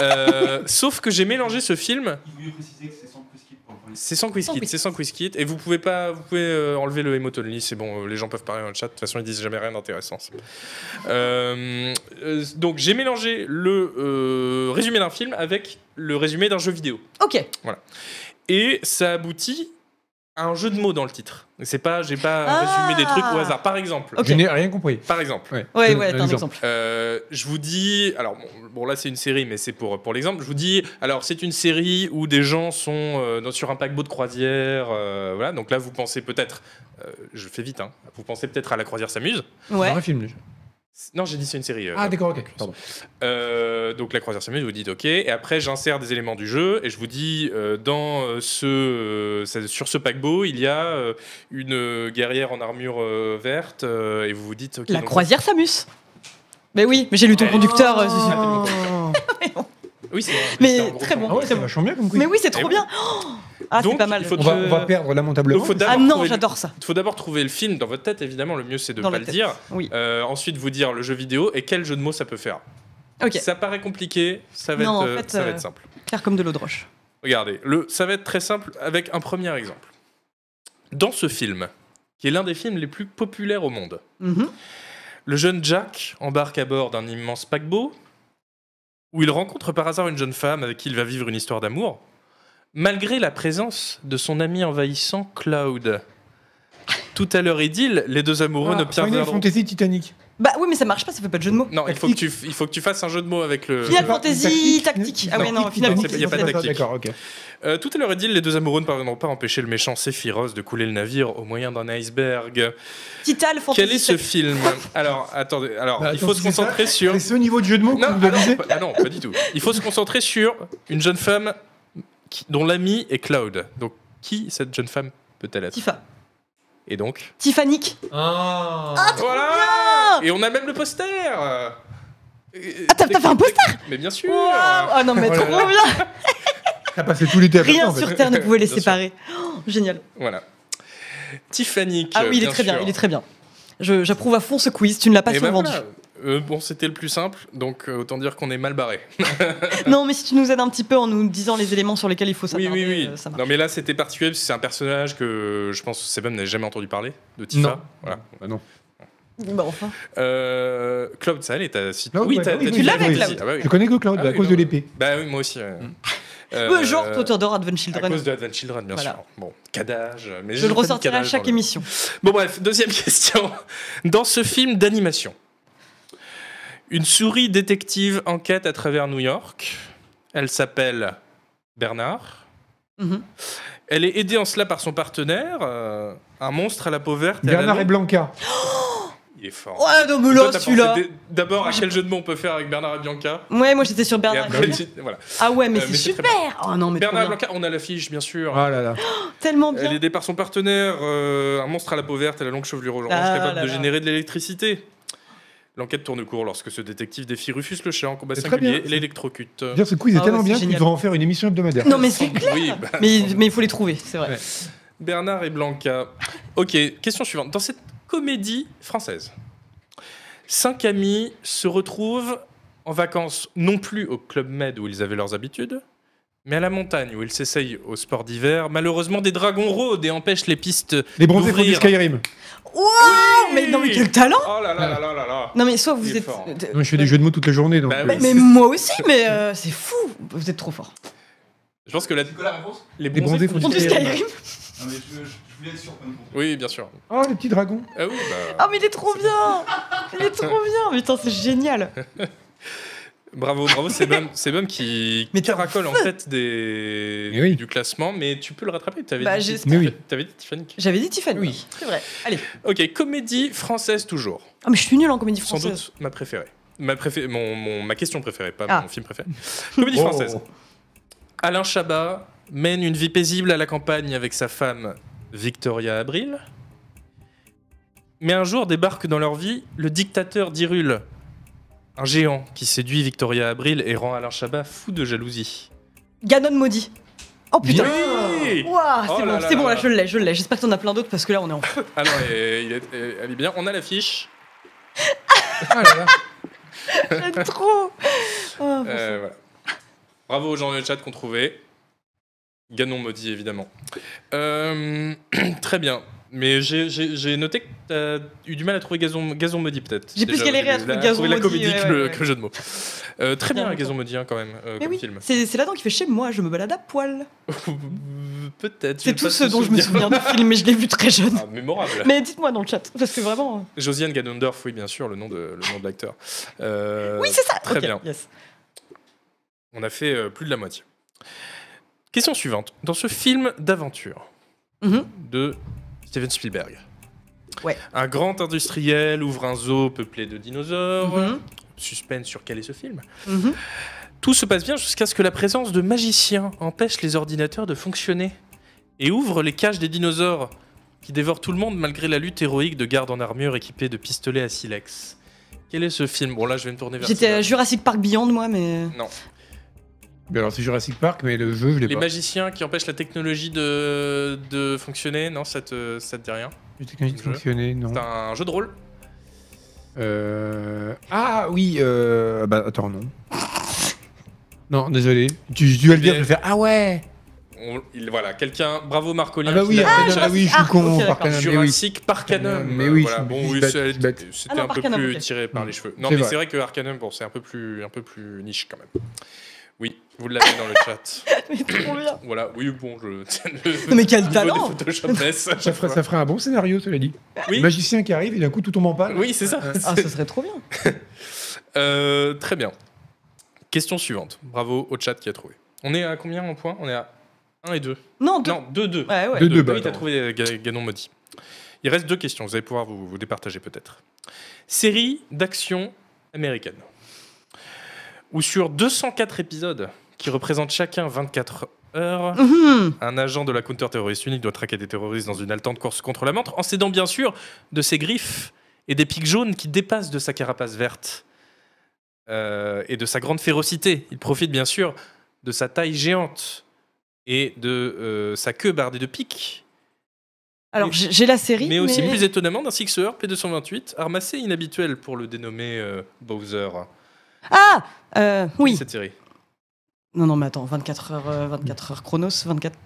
[SPEAKER 1] Euh, sauf que j'ai mélangé ce film.
[SPEAKER 4] Il vaut mieux préciser que c'est sans plus qu'il pour le premier.
[SPEAKER 1] C'est sans quiz
[SPEAKER 2] Sans
[SPEAKER 1] kit,
[SPEAKER 2] quiz.
[SPEAKER 1] c'est sans quiz kit. Et vous pouvez pas, vous pouvez euh, enlever le emotonly. C'est bon, euh, les gens peuvent parler dans le chat. De toute façon, ils disent jamais rien d'intéressant. c'est bon. Euh, euh, donc j'ai mélangé le euh, résumé d'un film avec le résumé d'un jeu vidéo.
[SPEAKER 2] Ok.
[SPEAKER 1] Et ça aboutit à un jeu de mots dans le titre. C'est pas, j'ai pas
[SPEAKER 2] Ah.
[SPEAKER 1] résumé des trucs au hasard. Par exemple,
[SPEAKER 2] Ok.
[SPEAKER 3] Je n'ai rien compris.
[SPEAKER 1] par exemple.
[SPEAKER 2] Ouais,
[SPEAKER 3] Donne
[SPEAKER 2] ouais,
[SPEAKER 3] un
[SPEAKER 2] t'as un
[SPEAKER 3] exemple.
[SPEAKER 2] exemple.
[SPEAKER 1] Euh, je vous dis, alors bon, bon, là c'est une série, mais c'est pour, pour l'exemple. Je vous dis, alors c'est une série où des gens sont euh, dans- sur un paquebot de croisière, euh, voilà. Donc là vous pensez peut-être, euh, je fais vite, hein, vous pensez peut-être à la croisière s'amuse.
[SPEAKER 2] Ouais.
[SPEAKER 3] Un film déjà.
[SPEAKER 1] Non, j'ai dit c'est une série. euh,
[SPEAKER 3] Ah d'accord, ok. Pardon.
[SPEAKER 1] euh, donc la croisière s'amuse, vous dites ok, et après j'insère des éléments du jeu et je vous dis euh, dans euh, ce euh, ça- sur ce paquebot il y a euh, une euh, guerrière en armure euh, verte euh, et vous vous dites ok.
[SPEAKER 2] La
[SPEAKER 1] donc-
[SPEAKER 2] croisière s'amuse. Mais oui, mais j'ai lu ton
[SPEAKER 1] Ouais. Oh.
[SPEAKER 2] conducteur. euh, Zuzu.
[SPEAKER 3] Ah,
[SPEAKER 1] Oui, c'est vrai,
[SPEAKER 2] Mais
[SPEAKER 1] c'est un gros
[SPEAKER 2] très
[SPEAKER 1] plan.
[SPEAKER 2] bon.
[SPEAKER 3] ah ouais, c'est vachement bien comme quiz.
[SPEAKER 2] Mais oui, c'est trop
[SPEAKER 1] Et
[SPEAKER 2] bien. Oh ah, c'est
[SPEAKER 1] Eh Donc,
[SPEAKER 2] pas mal.
[SPEAKER 1] il faut-
[SPEAKER 3] on, va,
[SPEAKER 2] Je-
[SPEAKER 3] on va perdre lamentablement.
[SPEAKER 1] Donc, faut
[SPEAKER 2] Ah
[SPEAKER 1] d'abord
[SPEAKER 2] non,
[SPEAKER 1] trouver le-
[SPEAKER 2] j'adore ça.
[SPEAKER 1] Il faut d'abord trouver le film dans votre tête, évidemment, le mieux c'est de ne
[SPEAKER 2] Dans
[SPEAKER 1] pas
[SPEAKER 2] la
[SPEAKER 1] le
[SPEAKER 2] tête.
[SPEAKER 1] dire.
[SPEAKER 2] Oui.
[SPEAKER 1] Euh, ensuite, vous dire le jeu vidéo et quel jeu de mots ça peut faire.
[SPEAKER 2] Ok.
[SPEAKER 1] Ça paraît compliqué, ça va,
[SPEAKER 2] Non,
[SPEAKER 1] être,
[SPEAKER 2] en
[SPEAKER 1] euh,
[SPEAKER 2] fait,
[SPEAKER 1] ça va
[SPEAKER 2] euh,
[SPEAKER 1] être simple.
[SPEAKER 2] Faire comme de l'eau de roche.
[SPEAKER 1] Regardez, le, ça va être très simple avec un premier exemple. Dans ce film, qui est l'un des films les plus populaires au monde,
[SPEAKER 2] Mhm.
[SPEAKER 1] le jeune Jack embarque à bord d'un immense paquebot où il rencontre par hasard une jeune femme avec qui il va vivre une histoire d'amour, malgré la présence de son ami envahissant Cloud. Tout à leur idylle, les deux amoureux ne
[SPEAKER 3] Ah, Final
[SPEAKER 1] parviendront
[SPEAKER 3] Fantasy Titanic.
[SPEAKER 2] Bah oui, mais ça marche pas, ça fait pas de jeu de mots.
[SPEAKER 1] Non, il faut, que tu, il faut que tu fasses un jeu de mots avec le.
[SPEAKER 2] Final
[SPEAKER 1] le-
[SPEAKER 2] Fantasy
[SPEAKER 3] Tactique.
[SPEAKER 2] tactique. Ah ouais, non,
[SPEAKER 3] Tactique,
[SPEAKER 2] Final
[SPEAKER 1] Non,
[SPEAKER 2] Fantasy.
[SPEAKER 1] il y a pas de
[SPEAKER 2] tactique.
[SPEAKER 1] tactique.
[SPEAKER 3] D'accord, ok.
[SPEAKER 1] Euh, tout à l'heure est dit, les deux amoureux ne parviendront pas à empêcher le méchant Sephiroth de couler le navire au moyen d'un iceberg.
[SPEAKER 2] Tital Fantasy.
[SPEAKER 1] Quel est ce film Alors, attendez, alors,
[SPEAKER 3] Bah,
[SPEAKER 1] il
[SPEAKER 3] attends,
[SPEAKER 1] faut se
[SPEAKER 3] c'est ça
[SPEAKER 1] concentrer sur.
[SPEAKER 3] C'est ce niveau de jeu de mots
[SPEAKER 1] Non,
[SPEAKER 3] que vous
[SPEAKER 1] ah non,
[SPEAKER 3] balisez
[SPEAKER 1] pas- ah non, pas du tout. Il faut se concentrer sur une jeune femme qui- dont l'ami est Cloud. Donc, qui cette jeune femme peut-elle être
[SPEAKER 2] Tifa.
[SPEAKER 1] Et donc
[SPEAKER 2] Tiffanique.
[SPEAKER 3] Ah,
[SPEAKER 1] Voilà Et on a même le poster Euh,
[SPEAKER 2] Ah, t'as- t'as fait un poster
[SPEAKER 1] Mais bien sûr
[SPEAKER 2] Waouh Ah non, mais
[SPEAKER 3] Oh là
[SPEAKER 2] trop
[SPEAKER 3] là.
[SPEAKER 2] bien
[SPEAKER 3] T'as passé tout l'été à faire ça,
[SPEAKER 2] Rien
[SPEAKER 3] en fait.
[SPEAKER 2] sur Terre ne pouvait les
[SPEAKER 1] Bien sûr.
[SPEAKER 2] séparer. Oh, Génial.
[SPEAKER 1] Voilà. Tiffany.
[SPEAKER 2] Ah oui, il est très bien, il est très bien. Je- J'approuve à fond ce quiz, tu ne l'as pas
[SPEAKER 1] Eh ben
[SPEAKER 2] survendu.
[SPEAKER 1] voilà. Euh, bon, c'était le plus simple, donc euh, autant dire qu'on est mal barré.
[SPEAKER 2] Non, mais si tu nous aides un petit peu en nous disant les éléments sur lesquels il faut
[SPEAKER 1] oui,
[SPEAKER 2] s'attarder,
[SPEAKER 1] oui, oui.
[SPEAKER 2] euh, ça marche.
[SPEAKER 1] non, mais là, c'était particulier parce que c'est un personnage que je pense que Sebum n'a jamais entendu parler de Tifa.
[SPEAKER 3] Non.
[SPEAKER 1] Voilà.
[SPEAKER 3] Bah non.
[SPEAKER 2] Bah enfin.
[SPEAKER 1] Euh, Claude, ça allait, t'as cité.
[SPEAKER 2] Ah
[SPEAKER 3] Claude,
[SPEAKER 1] oui,
[SPEAKER 3] ouais,
[SPEAKER 1] t'as-
[SPEAKER 3] bah
[SPEAKER 1] t'as-
[SPEAKER 3] oui, oui,
[SPEAKER 1] t'as-
[SPEAKER 2] tu l'avais,
[SPEAKER 1] oui,
[SPEAKER 2] Claude.
[SPEAKER 1] ah bah oui.
[SPEAKER 3] Je connais que Cloud
[SPEAKER 1] Ah
[SPEAKER 3] à
[SPEAKER 1] oui,
[SPEAKER 3] cause
[SPEAKER 1] non,
[SPEAKER 3] de
[SPEAKER 1] mais-
[SPEAKER 3] l'épée.
[SPEAKER 1] Bah oui, moi aussi. ouais.
[SPEAKER 2] Mm.
[SPEAKER 1] Euh,
[SPEAKER 2] Euh, genre, toi, tu adorais Advent
[SPEAKER 1] à
[SPEAKER 2] Children.
[SPEAKER 1] cause de Advent Children, bien
[SPEAKER 2] Voilà.
[SPEAKER 1] sûr. Bon, cadage. Mais
[SPEAKER 2] Je
[SPEAKER 1] j'ai
[SPEAKER 2] le
[SPEAKER 1] pas dit
[SPEAKER 2] ressortirai à
[SPEAKER 1] cadage
[SPEAKER 2] chaque
[SPEAKER 1] dans le-
[SPEAKER 2] émission.
[SPEAKER 1] Bon bref, deuxième question. Dans ce film d'animation, une souris détective enquête à travers New York. Elle s'appelle Bernard.
[SPEAKER 2] Mhm.
[SPEAKER 1] Elle est aidée en cela par son partenaire, euh, un monstre à la peau verte. et à la
[SPEAKER 3] Bernard
[SPEAKER 1] longue-
[SPEAKER 3] et Blanca.
[SPEAKER 1] Il est fort.
[SPEAKER 2] Ouais, non, mais
[SPEAKER 1] Toi,
[SPEAKER 2] Oh là,
[SPEAKER 1] t'as
[SPEAKER 2] celui-là.
[SPEAKER 1] pensé dé- D'abord, à quel jeu de mots on peut faire avec Bernard et Bianca
[SPEAKER 2] Ouais, moi j'étais sur
[SPEAKER 1] Et
[SPEAKER 2] Bernard.
[SPEAKER 1] après, tu- voilà.
[SPEAKER 2] Ah ouais, mais
[SPEAKER 1] Euh,
[SPEAKER 2] c'est
[SPEAKER 1] mais c'est très
[SPEAKER 2] super Oh non, mais trop
[SPEAKER 1] Bernard et
[SPEAKER 2] bien.
[SPEAKER 1] Bianca, on a l'affiche, bien sûr. Euh,
[SPEAKER 3] Ah là là.
[SPEAKER 2] Tellement
[SPEAKER 1] Elle est
[SPEAKER 2] bien.
[SPEAKER 1] aidée par son partenaire, euh, un monstre à la peau verte et la longue chevelure orange,
[SPEAKER 2] Ah
[SPEAKER 1] capable
[SPEAKER 2] là
[SPEAKER 1] de
[SPEAKER 2] là.
[SPEAKER 1] générer de l'électricité. L'enquête tourne court lorsque ce détective défie Rufus le chat en combat
[SPEAKER 3] C'est très
[SPEAKER 1] singulier
[SPEAKER 3] bien.
[SPEAKER 1] et l'électrocute.
[SPEAKER 3] Dire ce quiz est
[SPEAKER 2] Ah ouais,
[SPEAKER 3] tellement
[SPEAKER 2] c'est
[SPEAKER 3] bien qu'il
[SPEAKER 2] génial.
[SPEAKER 3] faudra en faire une émission hebdomadaire.
[SPEAKER 2] Non, mais c'est clair
[SPEAKER 1] Oui, bah,
[SPEAKER 2] mais, mais il faut les trouver, c'est vrai.
[SPEAKER 3] Ouais.
[SPEAKER 1] Bernard et Blanca. Ok, question suivante. Dans cette comédie française, cinq amis se retrouvent en vacances non plus au Club Med où ils avaient leurs habitudes, Mais à la montagne, où il s'essaye au sport d'hiver, malheureusement des dragons rôdent et empêchent les pistes.
[SPEAKER 3] Les bronzés font du
[SPEAKER 1] D'ouvrir.
[SPEAKER 3] Skyrim.
[SPEAKER 2] Wow Ah, Mais non, mais quel talent
[SPEAKER 1] Oh là là là là là là
[SPEAKER 2] Non, mais soit vous
[SPEAKER 1] Il est
[SPEAKER 2] êtes.
[SPEAKER 1] fort.
[SPEAKER 2] de-
[SPEAKER 3] Non, je fais des jeux de mots toute la journée. Donc,
[SPEAKER 1] Bah
[SPEAKER 3] euh,
[SPEAKER 1] oui.
[SPEAKER 2] Mais, mais moi aussi, mais euh, c'est fou Vous êtes trop fort.
[SPEAKER 1] Je pense que la-
[SPEAKER 4] C'est quoi la réponse
[SPEAKER 1] les
[SPEAKER 3] Les
[SPEAKER 1] bronzés
[SPEAKER 3] bronzés
[SPEAKER 1] font
[SPEAKER 3] font
[SPEAKER 2] On
[SPEAKER 1] du
[SPEAKER 2] dit
[SPEAKER 1] Skyrim.
[SPEAKER 2] Skyrim
[SPEAKER 4] Non mais je, je- je voulais être sûr. pas une réponse.
[SPEAKER 1] Oui, bien sûr.
[SPEAKER 3] Oh, les petits dragons.
[SPEAKER 1] Ah oui, bah,
[SPEAKER 2] Ah, mais il est trop bien Il est trop bien Putain, c'est génial
[SPEAKER 1] Bravo, bravo, c'est Bum, c'est Bum qui
[SPEAKER 2] Mais t'es en
[SPEAKER 1] caracole en tête des...
[SPEAKER 3] Mais oui.
[SPEAKER 1] du classement, mais tu peux le rattraper. T'avais
[SPEAKER 2] Bah,
[SPEAKER 1] dit,
[SPEAKER 2] j'espère.
[SPEAKER 3] Mais oui.
[SPEAKER 1] t'avais dit Tiffany. que-
[SPEAKER 2] J'avais dit Tiffany.
[SPEAKER 3] Oui.
[SPEAKER 2] C'est vrai. Allez.
[SPEAKER 1] Ok, comédie française toujours.
[SPEAKER 2] Ah, mais je suis nulle en comédie
[SPEAKER 1] Sans
[SPEAKER 2] française.
[SPEAKER 1] doute ma préférée. Ma, préfé- mon, mon- ma question préférée, pas
[SPEAKER 2] Ah.
[SPEAKER 1] mon film préféré. Comédie
[SPEAKER 3] Oh.
[SPEAKER 1] française. Alain Chabat mène une vie paisible à la campagne avec sa femme Victoria Abril. Mais un jour débarque dans leur vie le dictateur d'Irul, un géant qui séduit Victoria Abril et rend Alain Chabat fou de jalousie.
[SPEAKER 2] Ganon maudit. Oh putain
[SPEAKER 1] Oui
[SPEAKER 2] Waouh,
[SPEAKER 1] Oh
[SPEAKER 2] c'est
[SPEAKER 1] là
[SPEAKER 2] bon,
[SPEAKER 1] là
[SPEAKER 2] c'est
[SPEAKER 1] là
[SPEAKER 2] bon, là,
[SPEAKER 1] là.
[SPEAKER 2] je l'ai, je l'ai. J'espère que t'en as plein d'autres parce que là, on est en.
[SPEAKER 1] Ah non, et- il est- et- elle est bien. On a l'affiche.
[SPEAKER 3] Ah là là.
[SPEAKER 2] J'aime trop Oh, bon
[SPEAKER 1] Euh, voilà. Bravo aux gens dans le chat qu'on trouvait. Ganon maudit, évidemment. Euh, très bien. Mais j'ai- j'ai j'ai noté que t'as eu du mal à trouver Gazon, Gazon maudit, peut-être.
[SPEAKER 2] J'ai plus
[SPEAKER 1] Déjà,
[SPEAKER 2] galéré à
[SPEAKER 1] au début,
[SPEAKER 2] trouver
[SPEAKER 1] là,
[SPEAKER 2] Gazon
[SPEAKER 1] la
[SPEAKER 2] maudit,
[SPEAKER 1] comédie
[SPEAKER 2] ouais,
[SPEAKER 1] que, le,
[SPEAKER 2] ouais, ouais.
[SPEAKER 1] que le jeu de mots. Euh, très
[SPEAKER 2] Bien
[SPEAKER 1] bien,
[SPEAKER 2] longtemps.
[SPEAKER 1] Gazon maudit, hein, quand même, euh,
[SPEAKER 2] Mais
[SPEAKER 1] comme
[SPEAKER 2] oui,
[SPEAKER 1] film.
[SPEAKER 2] c'est c'est là-dedans qu'il fait chez moi, je me balade à poil.
[SPEAKER 1] peut-être. j'ai
[SPEAKER 2] C'est
[SPEAKER 1] pas
[SPEAKER 2] tout ce
[SPEAKER 1] ce
[SPEAKER 2] dont je me souviens du film, mais je l'ai vu très jeune.
[SPEAKER 1] Ah, mémorable.
[SPEAKER 2] Mais dites-moi dans le chat, parce que vraiment. euh,
[SPEAKER 1] Josiane Ganondorf, oui, bien sûr, le nom de, le nom de l'acteur. Euh,
[SPEAKER 2] Oui, c'est ça
[SPEAKER 1] très
[SPEAKER 2] Ok,
[SPEAKER 1] bien.
[SPEAKER 2] yes.
[SPEAKER 1] On a fait euh, plus de la moitié. Question suivante. Dans ce film d'aventure Oh,
[SPEAKER 2] Mhm.
[SPEAKER 1] de Steven Spielberg,
[SPEAKER 2] Ouais.
[SPEAKER 1] un grand industriel ouvre un zoo peuplé de dinosaures.
[SPEAKER 2] Mhm.
[SPEAKER 1] Suspense sur quel est ce film.
[SPEAKER 2] Mhm.
[SPEAKER 1] Tout se passe bien jusqu'à ce que la présence de magiciens empêche les ordinateurs de fonctionner et ouvre les cages des dinosaures qui dévorent tout le monde malgré la lutte héroïque de gardes en armure équipés de pistolets à silex. Quel est ce film Bon là je vais me tourner vers
[SPEAKER 2] J'étais
[SPEAKER 1] Sylvain.
[SPEAKER 2] à Jurassic Park Beyond, moi, mais.
[SPEAKER 3] Mais alors, c'est Jurassic Park, mais le jeu, je l'ai
[SPEAKER 1] Les
[SPEAKER 3] pas.
[SPEAKER 1] magiciens qui empêchent la technologie de, de fonctionner, non, ça te, ça te dit rien.
[SPEAKER 3] J'ai technologie de
[SPEAKER 1] Jeu.
[SPEAKER 3] fonctionner, non.
[SPEAKER 1] C'est un jeu de rôle.
[SPEAKER 3] Euh... Ah oui, euh... bah attends, non. non, désolé. Tu, tu vas le dire, je vais faire Ah ouais
[SPEAKER 1] On- il, voilà, quelqu'un, bravo Marcolin.
[SPEAKER 3] Ah bah
[SPEAKER 1] qui
[SPEAKER 3] oui,
[SPEAKER 1] l'a
[SPEAKER 3] ah,
[SPEAKER 1] fait déjà.
[SPEAKER 3] bah oui, je suis
[SPEAKER 2] Park,
[SPEAKER 3] con,
[SPEAKER 2] ok, d'accord.
[SPEAKER 3] par Canon, mais oui.
[SPEAKER 1] Jurassic Park Arcanum.
[SPEAKER 3] Mais oui,
[SPEAKER 1] voilà.
[SPEAKER 3] je suis
[SPEAKER 1] bon,
[SPEAKER 3] bête,
[SPEAKER 1] oui,
[SPEAKER 3] je suis
[SPEAKER 1] ça-
[SPEAKER 3] bête.
[SPEAKER 1] c'était
[SPEAKER 2] Ah non,
[SPEAKER 1] un peu
[SPEAKER 2] Park Arcanum,
[SPEAKER 1] plus
[SPEAKER 2] ok.
[SPEAKER 1] tiré par
[SPEAKER 3] Mm.
[SPEAKER 1] les cheveux. Non,
[SPEAKER 3] C'est
[SPEAKER 1] mais
[SPEAKER 3] vrai.
[SPEAKER 1] c'est vrai que Arcanum, bon, c'est un peu plus, un peu plus niche quand même. Oui, vous l'avez dans le chat.
[SPEAKER 2] mais trop bien.
[SPEAKER 1] Voilà, oui, bon, je.
[SPEAKER 2] Non, mais quel
[SPEAKER 1] Niveau
[SPEAKER 2] talent
[SPEAKER 1] des Photoshop baisse.
[SPEAKER 3] Ça ferait, ça ferait un bon scénario, cela dit.
[SPEAKER 1] Oui.
[SPEAKER 3] Le magicien qui arrive et d'un coup tout tombe en panne.
[SPEAKER 1] Oui, c'est ça.
[SPEAKER 2] Ah, ça serait trop bien.
[SPEAKER 1] Euh, très bien. Question suivante. Bravo au chat qui a trouvé. On est à combien en points On est à 1 et 2.
[SPEAKER 2] Non, deux.
[SPEAKER 1] Non, 2, 2.
[SPEAKER 2] Ouais, ouais.
[SPEAKER 3] Deux.
[SPEAKER 1] Oui,
[SPEAKER 3] bah,
[SPEAKER 1] t'as
[SPEAKER 3] attends.
[SPEAKER 1] trouvé euh, Ga- Ganon Maudit. Il reste deux questions, vous allez pouvoir vous, vous départager peut-être. Série d'action américaine. Où sur 204 épisodes, qui représentent chacun 24 heures,
[SPEAKER 2] Mhm.
[SPEAKER 1] un agent de la counter-terroriste unique doit traquer des terroristes dans une haletante course contre la montre, en s'aidant bien sûr de ses griffes et des pics jaunes qui dépassent de sa carapace verte Euh, et de sa grande férocité. Il profite bien sûr de sa taille géante et de euh, sa queue bardée de pics,
[SPEAKER 2] Alors, j'ai j'ai la série.
[SPEAKER 1] mais aussi plus étonnamment d'un 6 heures P228, arme assez inhabituelle pour le dénommer euh, Bowser.
[SPEAKER 2] Ah euh, Oui.
[SPEAKER 1] Cette série.
[SPEAKER 2] Non, non, mais attends, 24 heures, euh, 24 heures Chronos,
[SPEAKER 1] Euh,
[SPEAKER 2] 24.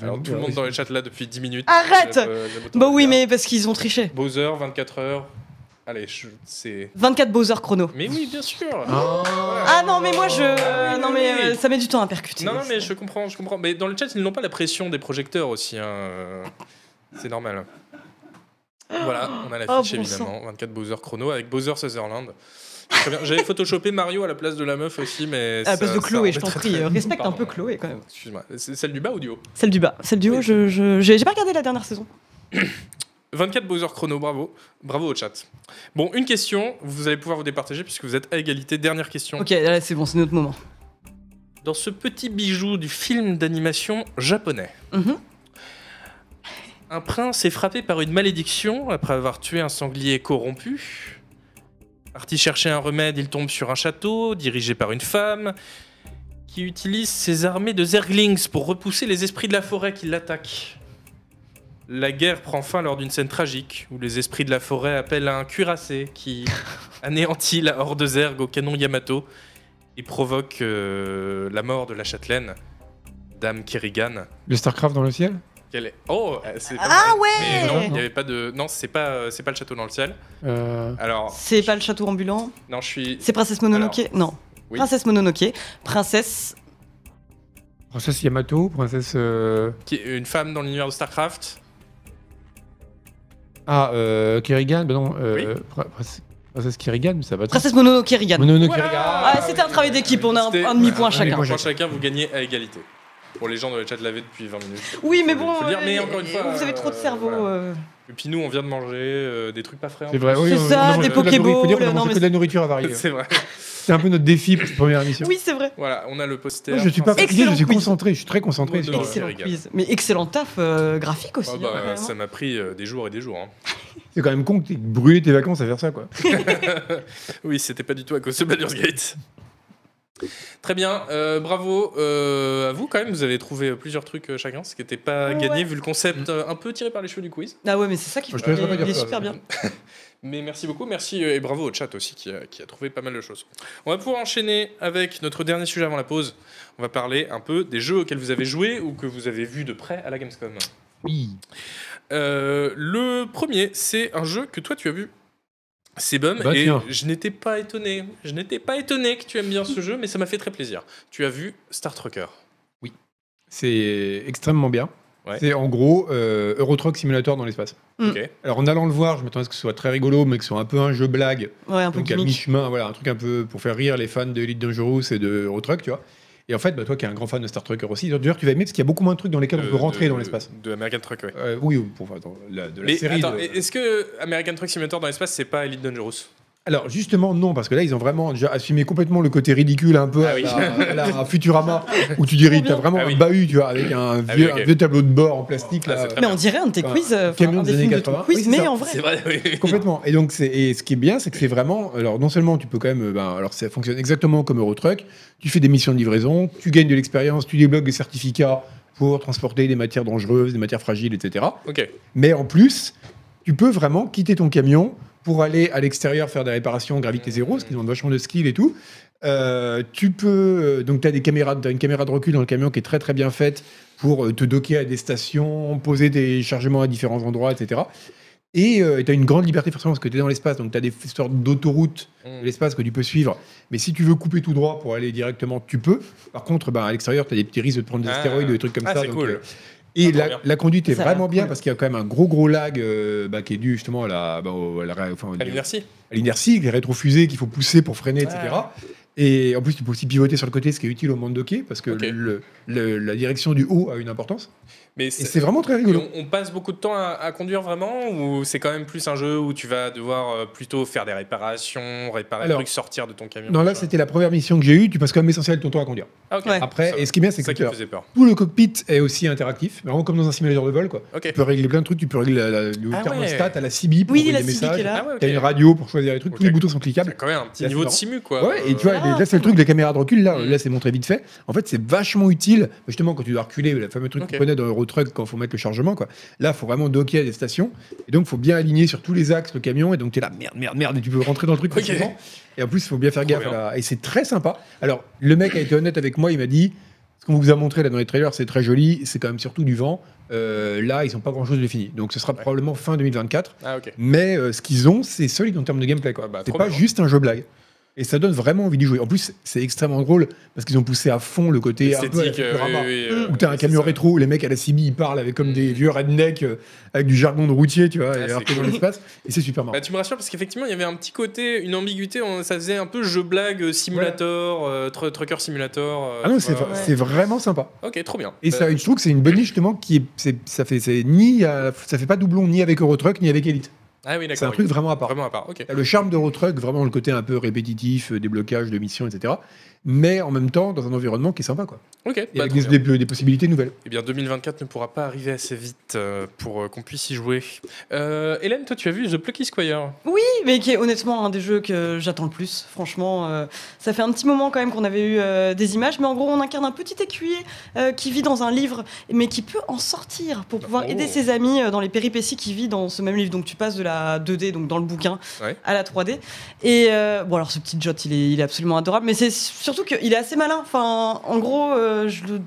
[SPEAKER 1] Alors tout le monde dans le chat là depuis 10 minutes.
[SPEAKER 2] Arrête
[SPEAKER 1] Euh, j'aime autant
[SPEAKER 2] Bah
[SPEAKER 1] le
[SPEAKER 2] oui,
[SPEAKER 1] dire.
[SPEAKER 2] mais parce qu'ils ont triché.
[SPEAKER 1] Bowser, 24 heures. Allez, je- c'est.
[SPEAKER 2] 24 Bowser Chrono.
[SPEAKER 1] Mais oui, bien sûr.
[SPEAKER 2] Ah non, mais moi je.
[SPEAKER 1] Ah oui,
[SPEAKER 2] non,
[SPEAKER 1] oui,
[SPEAKER 2] mais
[SPEAKER 1] oui.
[SPEAKER 2] euh, ça met du temps à percuter.
[SPEAKER 1] Non, non, mais je comprends, je comprends. Mais dans le chat, ils n'ont pas la pression des projecteurs aussi. hein, euh, C'est normal. Voilà, on a l'affiche
[SPEAKER 2] Oh, bon
[SPEAKER 1] évidemment. 24 Bowser chrono avec Bowser Sutherland. Très bien. J'avais photoshopé Mario à la place de la meuf aussi, mais.
[SPEAKER 2] À la
[SPEAKER 1] ça-
[SPEAKER 2] place de
[SPEAKER 1] ça
[SPEAKER 2] Chloé,
[SPEAKER 1] en
[SPEAKER 2] je
[SPEAKER 1] fait
[SPEAKER 2] t'en
[SPEAKER 1] très,
[SPEAKER 2] prie.
[SPEAKER 1] très-
[SPEAKER 2] euh, Respecte un peu
[SPEAKER 1] Pardon.
[SPEAKER 2] Chloé quand même.
[SPEAKER 1] Excuse-moi. C'est celle du bas ou du haut
[SPEAKER 2] Celle du bas. Celle du haut, je, je, j'ai j'ai pas regardé la dernière saison.
[SPEAKER 1] 24 Bowser chrono, bravo. Bravo au chat. Bon, une question, vous allez pouvoir vous départager puisque vous êtes à égalité. Dernière question.
[SPEAKER 2] Ok, là, c'est bon, c'est notre moment.
[SPEAKER 1] Dans ce petit bijou du film d'animation japonais.
[SPEAKER 2] Mhm.
[SPEAKER 1] Un prince est frappé par une malédiction après avoir tué un sanglier corrompu. Parti chercher un remède, il tombe sur un château dirigé par une femme qui utilise ses armées de zerglings pour repousser les esprits de la forêt qui l'attaquent. La guerre prend fin lors d'une scène tragique où les esprits de la forêt appellent un cuirassé qui anéantit la horde zerg au canon Yamato il provoque euh, la mort de la châtelaine, Dame Kerrigan.
[SPEAKER 3] Le StarCraft dans le ciel Eh,
[SPEAKER 1] Quelle est... Oh euh, c'est-
[SPEAKER 2] Ah ouais
[SPEAKER 1] Mais non, il n'y avait pas de. Non, c'est pas, euh, c'est pas le château dans le ciel.
[SPEAKER 3] Euh,
[SPEAKER 1] Alors,
[SPEAKER 2] C'est pas le château ambulant,
[SPEAKER 1] non, je suis.
[SPEAKER 2] c'est Princesse Mononoke. non,
[SPEAKER 1] oui.
[SPEAKER 2] Princesse Mononoke, Princesse.
[SPEAKER 3] Princesse Yamato, princesse. euh,
[SPEAKER 1] Qui est une femme dans l'univers de StarCraft.
[SPEAKER 3] Ah, euh, Kerrigan, bah non. euh, pr- princesse- princesse Kerrigan, mais ça va.
[SPEAKER 2] Princesse Mononoke Rigan.
[SPEAKER 3] Mononoke
[SPEAKER 1] Voilà
[SPEAKER 3] Kerrigan.
[SPEAKER 2] Ah, c'était un travail d'équipe, on a un,
[SPEAKER 1] C'était-
[SPEAKER 2] un demi-point
[SPEAKER 1] Voilà,
[SPEAKER 2] chacun.
[SPEAKER 1] Un point chacun, vous gagnez à égalité. Pour les gens dans le chat lavé depuis 20 minutes.
[SPEAKER 2] Oui, mais
[SPEAKER 1] Faut le-
[SPEAKER 2] bon,
[SPEAKER 1] faut le dire, mais
[SPEAKER 2] euh,
[SPEAKER 1] encore une fois,
[SPEAKER 2] vous avez trop de
[SPEAKER 1] euh,
[SPEAKER 2] cerveau.
[SPEAKER 1] voilà.
[SPEAKER 2] euh.
[SPEAKER 1] Et puis nous, on vient de manger euh, des trucs pas frais. en
[SPEAKER 3] C'est vrai,
[SPEAKER 1] plus.
[SPEAKER 3] oui.
[SPEAKER 2] C'est
[SPEAKER 3] on-
[SPEAKER 2] ça,
[SPEAKER 3] on
[SPEAKER 1] des
[SPEAKER 3] a mangé que de la
[SPEAKER 2] Pokéballs,
[SPEAKER 3] nourriture, on a
[SPEAKER 2] non,
[SPEAKER 3] mangé
[SPEAKER 2] mais
[SPEAKER 3] que de la nourriture avariée.
[SPEAKER 1] C'est vrai.
[SPEAKER 3] C'est un peu notre défi pour cette première émission.
[SPEAKER 2] Oui, c'est vrai.
[SPEAKER 1] Voilà, on a le poster.
[SPEAKER 3] Moi, je suis pas fatigué, je
[SPEAKER 2] Excellent
[SPEAKER 3] suis
[SPEAKER 2] quiz.
[SPEAKER 3] concentré, je suis très concentré.
[SPEAKER 1] Mono-
[SPEAKER 3] sur-
[SPEAKER 1] Excellent.
[SPEAKER 2] Excellent
[SPEAKER 1] Rigan.
[SPEAKER 2] quiz. Mais excellent taf euh, graphique aussi.
[SPEAKER 1] Ah
[SPEAKER 2] hein,
[SPEAKER 1] bah,
[SPEAKER 2] vraiment.
[SPEAKER 1] ça m'a pris euh, des jours et des jours. hein.
[SPEAKER 3] C'est quand même con que t'aies brûlé tes vacances à faire ça, quoi.
[SPEAKER 1] Oui, c'était pas du tout à cause de Baldur's Gate. Très bien, euh, bravo euh, à vous quand même. Vous avez trouvé plusieurs trucs euh, chacun, ce qui n'était pas
[SPEAKER 2] Ouais.
[SPEAKER 1] gagné vu le concept euh, un peu tiré par les cheveux du quiz.
[SPEAKER 2] Ah ouais, mais c'est ça qui
[SPEAKER 3] Je te
[SPEAKER 2] fait.
[SPEAKER 3] laisserai pas
[SPEAKER 2] Il
[SPEAKER 3] dire
[SPEAKER 2] est
[SPEAKER 3] ça,
[SPEAKER 2] super
[SPEAKER 3] ça.
[SPEAKER 2] bien.
[SPEAKER 1] Mais merci beaucoup, merci euh, et bravo au chat aussi qui a, qui a trouvé pas mal de choses. On va pouvoir enchaîner avec notre dernier sujet avant la pause. On va parler un peu des jeux auxquels vous avez joué ou que vous avez vu de près à la Gamescom.
[SPEAKER 3] Oui.
[SPEAKER 1] Euh, le premier, c'est un jeu que toi tu as vu. C'est Bum,
[SPEAKER 3] Bah,
[SPEAKER 1] et
[SPEAKER 3] tiens.
[SPEAKER 1] je n'étais pas étonné. Je n'étais pas étonné que tu aimes bien ce jeu, mais ça m'a fait très plaisir. Tu as vu Star Trucker.
[SPEAKER 3] C'est extrêmement bien.
[SPEAKER 1] Ouais.
[SPEAKER 3] C'est en gros euh, Eurotruck Simulator dans l'espace.
[SPEAKER 2] Mm.
[SPEAKER 1] Ok.
[SPEAKER 3] Alors en allant le voir, je m'attendais à ce que ce soit très rigolo, mais que ce soit un peu un jeu blague.
[SPEAKER 2] Ouais, un peu
[SPEAKER 3] Donc à
[SPEAKER 2] gimmick.
[SPEAKER 3] mi-chemin, voilà, un truc un peu pour faire rire les fans de Elite Dangerous et de Eurotruck, tu vois. Et en fait, bah, toi qui es un grand fan de Star Trucker aussi, d'ailleurs tu vas aimer parce qu'il y a beaucoup moins de trucs dans lesquels on peut
[SPEAKER 1] De-
[SPEAKER 3] rentrer
[SPEAKER 1] Euh, de-
[SPEAKER 3] dans l'espace.
[SPEAKER 1] De American Truck, ouais.
[SPEAKER 3] Euh, oui, ou- enfin, dans la- de la
[SPEAKER 1] Mais
[SPEAKER 3] série.
[SPEAKER 1] attends,
[SPEAKER 3] de-
[SPEAKER 1] est-ce que American Truck Simulator dans l'espace, c'est pas Elite Dangerous
[SPEAKER 3] Alors justement non parce que là ils ont vraiment déjà assumé complètement le côté ridicule un peu
[SPEAKER 1] Ah
[SPEAKER 3] à,
[SPEAKER 1] oui.
[SPEAKER 3] la, à la Futurama où tu dirais t'as vraiment
[SPEAKER 1] Ah oui.
[SPEAKER 3] un bahut tu vois avec un
[SPEAKER 1] Ah oui,
[SPEAKER 3] vieux,
[SPEAKER 1] ok.
[SPEAKER 3] un vieux tableau de bord en plastique
[SPEAKER 1] Ah,
[SPEAKER 3] là,
[SPEAKER 1] c'est très
[SPEAKER 2] Mais on dirait un de tes
[SPEAKER 3] Enfin,
[SPEAKER 2] quiz, euh, enfin,
[SPEAKER 3] camion
[SPEAKER 2] un
[SPEAKER 3] des
[SPEAKER 2] des films
[SPEAKER 3] années
[SPEAKER 2] de ton
[SPEAKER 3] 80. Oui,
[SPEAKER 2] quiz,
[SPEAKER 3] c'est
[SPEAKER 2] mais
[SPEAKER 3] ça.
[SPEAKER 2] en vrai.
[SPEAKER 1] C'est vrai, oui.
[SPEAKER 3] Complètement. Et donc, c'est, et ce qui est bien, c'est que c'est vraiment. Alors, non seulement tu peux quand même. euh, Ben, alors, ça fonctionne exactement comme Eurotruck. Tu fais des missions de livraison, tu gagnes de l'expérience, tu débloques des certificats pour transporter des matières dangereuses, des matières fragiles, etc.
[SPEAKER 1] Ok.
[SPEAKER 3] Mais en plus, tu peux vraiment quitter ton camion pour aller à l'extérieur faire des réparations en gravité zéro, ce qui demande vachement de skill et tout. Euh, tu peux. euh, Donc, tu as des caméras, t'as une caméra de recul dans le camion qui est très très bien faite pour euh, te docker à des stations, poser des chargements à différents endroits, etc. Et tu as une grande liberté forcément parce que tu es dans l'espace, donc tu as des f- sortes d'autoroutes de
[SPEAKER 1] Mm.
[SPEAKER 3] l'espace que tu peux suivre. Mais si tu veux couper tout droit pour aller directement, tu peux. Par contre, ben, à l'extérieur, tu as des petits risques de te prendre des
[SPEAKER 1] Ah.
[SPEAKER 3] astéroïdes ou des trucs comme
[SPEAKER 1] Ah,
[SPEAKER 3] ça.
[SPEAKER 1] c'est
[SPEAKER 3] donc,
[SPEAKER 1] cool.
[SPEAKER 3] euh, et
[SPEAKER 1] Ah, trop
[SPEAKER 3] la,
[SPEAKER 1] bien.
[SPEAKER 3] la conduite est
[SPEAKER 2] Ça a l'air
[SPEAKER 3] vraiment bien
[SPEAKER 2] cool.
[SPEAKER 3] parce qu'il y a quand même un gros gros lag euh, bah, qui est dû justement à la, bah, au- à la ré- enfin, au-
[SPEAKER 1] Ah, merci.
[SPEAKER 3] à l'inertie, les rétrofusées qu'il faut pousser pour freiner, etc. Et en plus, tu peux aussi pivoter sur le côté, ce qui est utile au monde de quai parce que
[SPEAKER 1] Ok.
[SPEAKER 3] le- le- la direction du haut a une importance.
[SPEAKER 1] Mais
[SPEAKER 3] Et
[SPEAKER 1] c'est-
[SPEAKER 3] c'est vraiment très
[SPEAKER 1] et
[SPEAKER 3] rigolo.
[SPEAKER 1] on, on passe beaucoup de temps à, à conduire vraiment ou c'est quand même plus un jeu où tu vas devoir euh, plutôt faire des réparations, réparer des
[SPEAKER 3] Alors-
[SPEAKER 1] trucs, sortir de ton camion
[SPEAKER 3] Non, là,
[SPEAKER 1] tu vois
[SPEAKER 3] c'était la première mission que j'ai eue. Tu passes quand même essentiel ton temps à conduire.
[SPEAKER 1] Ah, ok.
[SPEAKER 2] Ouais.
[SPEAKER 1] Ça
[SPEAKER 3] Après,
[SPEAKER 1] va.
[SPEAKER 3] et ce qui est bien, c'est
[SPEAKER 1] C'est
[SPEAKER 3] que
[SPEAKER 1] ça qui
[SPEAKER 3] tu
[SPEAKER 1] me
[SPEAKER 3] as-
[SPEAKER 1] faisait peur.
[SPEAKER 3] tout le cockpit est aussi interactif, vraiment comme dans un simulateur de vol. Quoi.
[SPEAKER 1] Ok.
[SPEAKER 3] Tu peux régler plein de trucs, tu peux régler la, la- le
[SPEAKER 1] Ah
[SPEAKER 3] thermostat,
[SPEAKER 1] ouais.
[SPEAKER 3] t'as la CB pour
[SPEAKER 2] Oui,
[SPEAKER 3] envoyer
[SPEAKER 2] la
[SPEAKER 3] des
[SPEAKER 2] CB qui est
[SPEAKER 3] messages.
[SPEAKER 2] là.
[SPEAKER 1] Ah ouais, ok.
[SPEAKER 3] T'as une radio pour choisir les trucs,
[SPEAKER 1] Ok.
[SPEAKER 3] tous les boutons sont cliquables.
[SPEAKER 1] C'est quand même un petit
[SPEAKER 3] Là,
[SPEAKER 1] niveau de
[SPEAKER 3] c'est
[SPEAKER 1] simu quoi.
[SPEAKER 3] Ouais, et tu vois,
[SPEAKER 1] Euh,
[SPEAKER 2] Ah,
[SPEAKER 3] là, c'est le
[SPEAKER 2] cool.
[SPEAKER 3] truc des caméras de recul, là,
[SPEAKER 1] Mm.
[SPEAKER 3] là c'est montré vite fait. En fait, c'est vachement utile, justement, quand tu dois reculer, le fameux truc
[SPEAKER 1] Ok.
[SPEAKER 3] qu'on connaît dans Eurotruck quand il faut mettre le chargement, quoi. Là, faut vraiment docker à des stations, et donc faut bien aligner sur tous les axes le camion, et donc t'es là, merde, merde, merde, et tu peux rentrer dans le truc
[SPEAKER 1] Ok.
[SPEAKER 3] facilement. Et en plus, il faut bien faire
[SPEAKER 1] Trop
[SPEAKER 3] gaffe, à
[SPEAKER 1] bien.
[SPEAKER 3] la- et c'est très sympa. Alors, le mec a été honnête avec moi, il m'a dit, ce qu'on vous a montré là dans les trailers, c'est très joli, c'est quand même surtout du vent. Euh, là, ils ont pas grand chose de fini, donc ce sera
[SPEAKER 1] Ouais.
[SPEAKER 3] probablement fin 2024.
[SPEAKER 1] Ah ok.
[SPEAKER 3] Mais euh, ce qu'ils ont, c'est solide en termes de gameplay. quoi.
[SPEAKER 1] Ah bah,
[SPEAKER 3] c'est
[SPEAKER 1] trop
[SPEAKER 3] pas
[SPEAKER 1] bien.
[SPEAKER 3] juste un jeu blague. Et ça donne vraiment envie d'y jouer. En plus, c'est extrêmement drôle parce qu'ils ont poussé à fond le côté un peu à la
[SPEAKER 1] Esthétique, euh,
[SPEAKER 3] Futurama,
[SPEAKER 1] oui, oui, euh,
[SPEAKER 3] où t'as un
[SPEAKER 1] c'est
[SPEAKER 3] camion
[SPEAKER 1] ça. Mm.
[SPEAKER 3] rétro, où les mecs à la CB ils parlent avec comme des vieux rednecks euh, avec du jargon de routier, tu vois, et
[SPEAKER 1] Ah, c'est
[SPEAKER 3] alors que dans
[SPEAKER 1] cool.
[SPEAKER 3] l'espace. Et c'est super marrant.
[SPEAKER 1] Bah, tu me rassures parce qu'effectivement il y avait un petit côté, une ambiguïté, on- ça faisait un peu jeu blague, euh, simulator, euh, tru- trucker simulator. euh,
[SPEAKER 3] Ah non,
[SPEAKER 1] tu
[SPEAKER 3] c'est,
[SPEAKER 1] vois.
[SPEAKER 3] vra- c'est vraiment sympa.
[SPEAKER 1] Ok, trop bien.
[SPEAKER 3] Et ça, je trouve que c'est une bonne niche justement qui est, c'est- ça fait, c'est ni, à- ça fait pas doublon ni avec Eurotruck ni avec Elite.
[SPEAKER 1] Ah oui, d'accord.
[SPEAKER 3] C'est un
[SPEAKER 1] oui.
[SPEAKER 3] truc vraiment à part.
[SPEAKER 1] Vraiment à part. Ok.
[SPEAKER 3] T'as le charme de Eurotruck, vraiment le côté un peu répétitif, euh, des blocages, de missions, etc. Mais en même temps, dans un environnement qui est sympa, quoi.
[SPEAKER 1] Ok.
[SPEAKER 3] Et
[SPEAKER 1] bah,
[SPEAKER 3] avec
[SPEAKER 1] trop
[SPEAKER 3] des,
[SPEAKER 1] bien.
[SPEAKER 3] des- des possibilités nouvelles.
[SPEAKER 1] Eh bien, 2024 ne pourra pas arriver assez vite euh, pour euh, qu'on puisse y jouer. Euh, Hélène, toi, tu as vu The Plucky Squire
[SPEAKER 2] mais qui est honnêtement un des jeux que j'attends le plus. Franchement, euh, ça fait un petit moment quand même qu'on avait eu euh, des images, mais en gros, on incarne un petit écuyer euh, qui vit dans un livre, mais qui peut en sortir pour pouvoir
[SPEAKER 1] Oh.
[SPEAKER 2] aider ses amis euh, dans les péripéties qu'il vit dans ce même livre. Donc, tu passes de la la 2D, donc dans le bouquin,
[SPEAKER 1] Ouais.
[SPEAKER 2] à la 3D. Et euh, bon, alors ce petit Jot, il est, il est absolument adorable, mais c'est surtout qu'il est assez malin. Enfin, en gros, euh, je le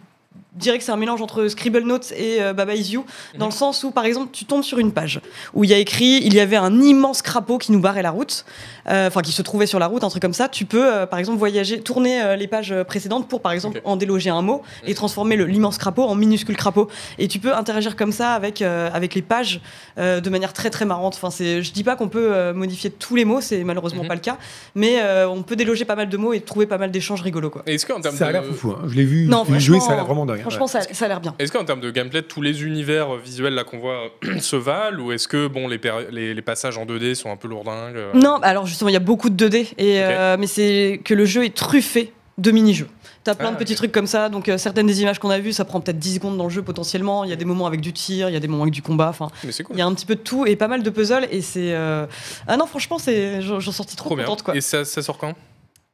[SPEAKER 2] dirais que c'est un mélange entre Scribble Notes et euh, Baba Is You, dans
[SPEAKER 1] Mhm.
[SPEAKER 2] le sens où, par exemple, tu tombes sur une page où il y a écrit il y avait un immense crapaud qui nous barrait la route, euh, enfin qui se trouvait sur la route, un truc comme ça. Tu peux, euh, par exemple, voyager, tourner euh, les pages euh, précédentes pour, par exemple,
[SPEAKER 1] Ok.
[SPEAKER 2] en déloger un mot et
[SPEAKER 1] Mhm.
[SPEAKER 2] transformer le- l'immense crapaud en minuscule crapaud. Et tu peux interagir comme ça avec, euh, avec les pages euh, de manière très très marrante. Enfin, c'est, je dis pas qu'on peut euh, modifier tous les mots, c'est malheureusement
[SPEAKER 1] Mhm.
[SPEAKER 2] pas le cas, mais euh, on peut déloger pas mal de mots et trouver pas mal d'échanges rigolos, quoi.
[SPEAKER 1] Et Est-ce qu'en termes
[SPEAKER 3] Ça a l'air
[SPEAKER 1] de...
[SPEAKER 3] fou. hein. Je l'ai vu
[SPEAKER 2] Non,
[SPEAKER 3] jouer,
[SPEAKER 2] franchement,
[SPEAKER 3] ça a l'air vraiment dingue.
[SPEAKER 2] Franchement, ça, ça a l'air bien.
[SPEAKER 1] Est-ce qu'en termes de gameplay, tous les univers euh, visuels là qu'on voit euh, se valent ou est-ce que bon les, péri- les, les passages en 2D sont un peu lourdingues euh,
[SPEAKER 2] Non, bah alors justement, il y a beaucoup de 2D, et,
[SPEAKER 1] Ok.
[SPEAKER 2] euh, mais c'est que le jeu est truffé de mini-jeux. T'as plein
[SPEAKER 1] Ah,
[SPEAKER 2] de petits
[SPEAKER 1] ok.
[SPEAKER 2] trucs comme ça, donc euh, certaines des images qu'on a vues, ça prend peut-être 10 secondes dans le jeu potentiellement.
[SPEAKER 1] Mm.
[SPEAKER 2] Il y a des moments avec du tir, il y a des moments avec du combat, enfin,
[SPEAKER 1] Mais c'est cool.
[SPEAKER 2] il y a un petit peu de tout et pas mal de puzzles. Et c'est. euh, Ah non, franchement, c'est... j'en j'en sortis trop,
[SPEAKER 1] Trop bien.
[SPEAKER 2] contente quoi.
[SPEAKER 1] Et ça, ça sort quand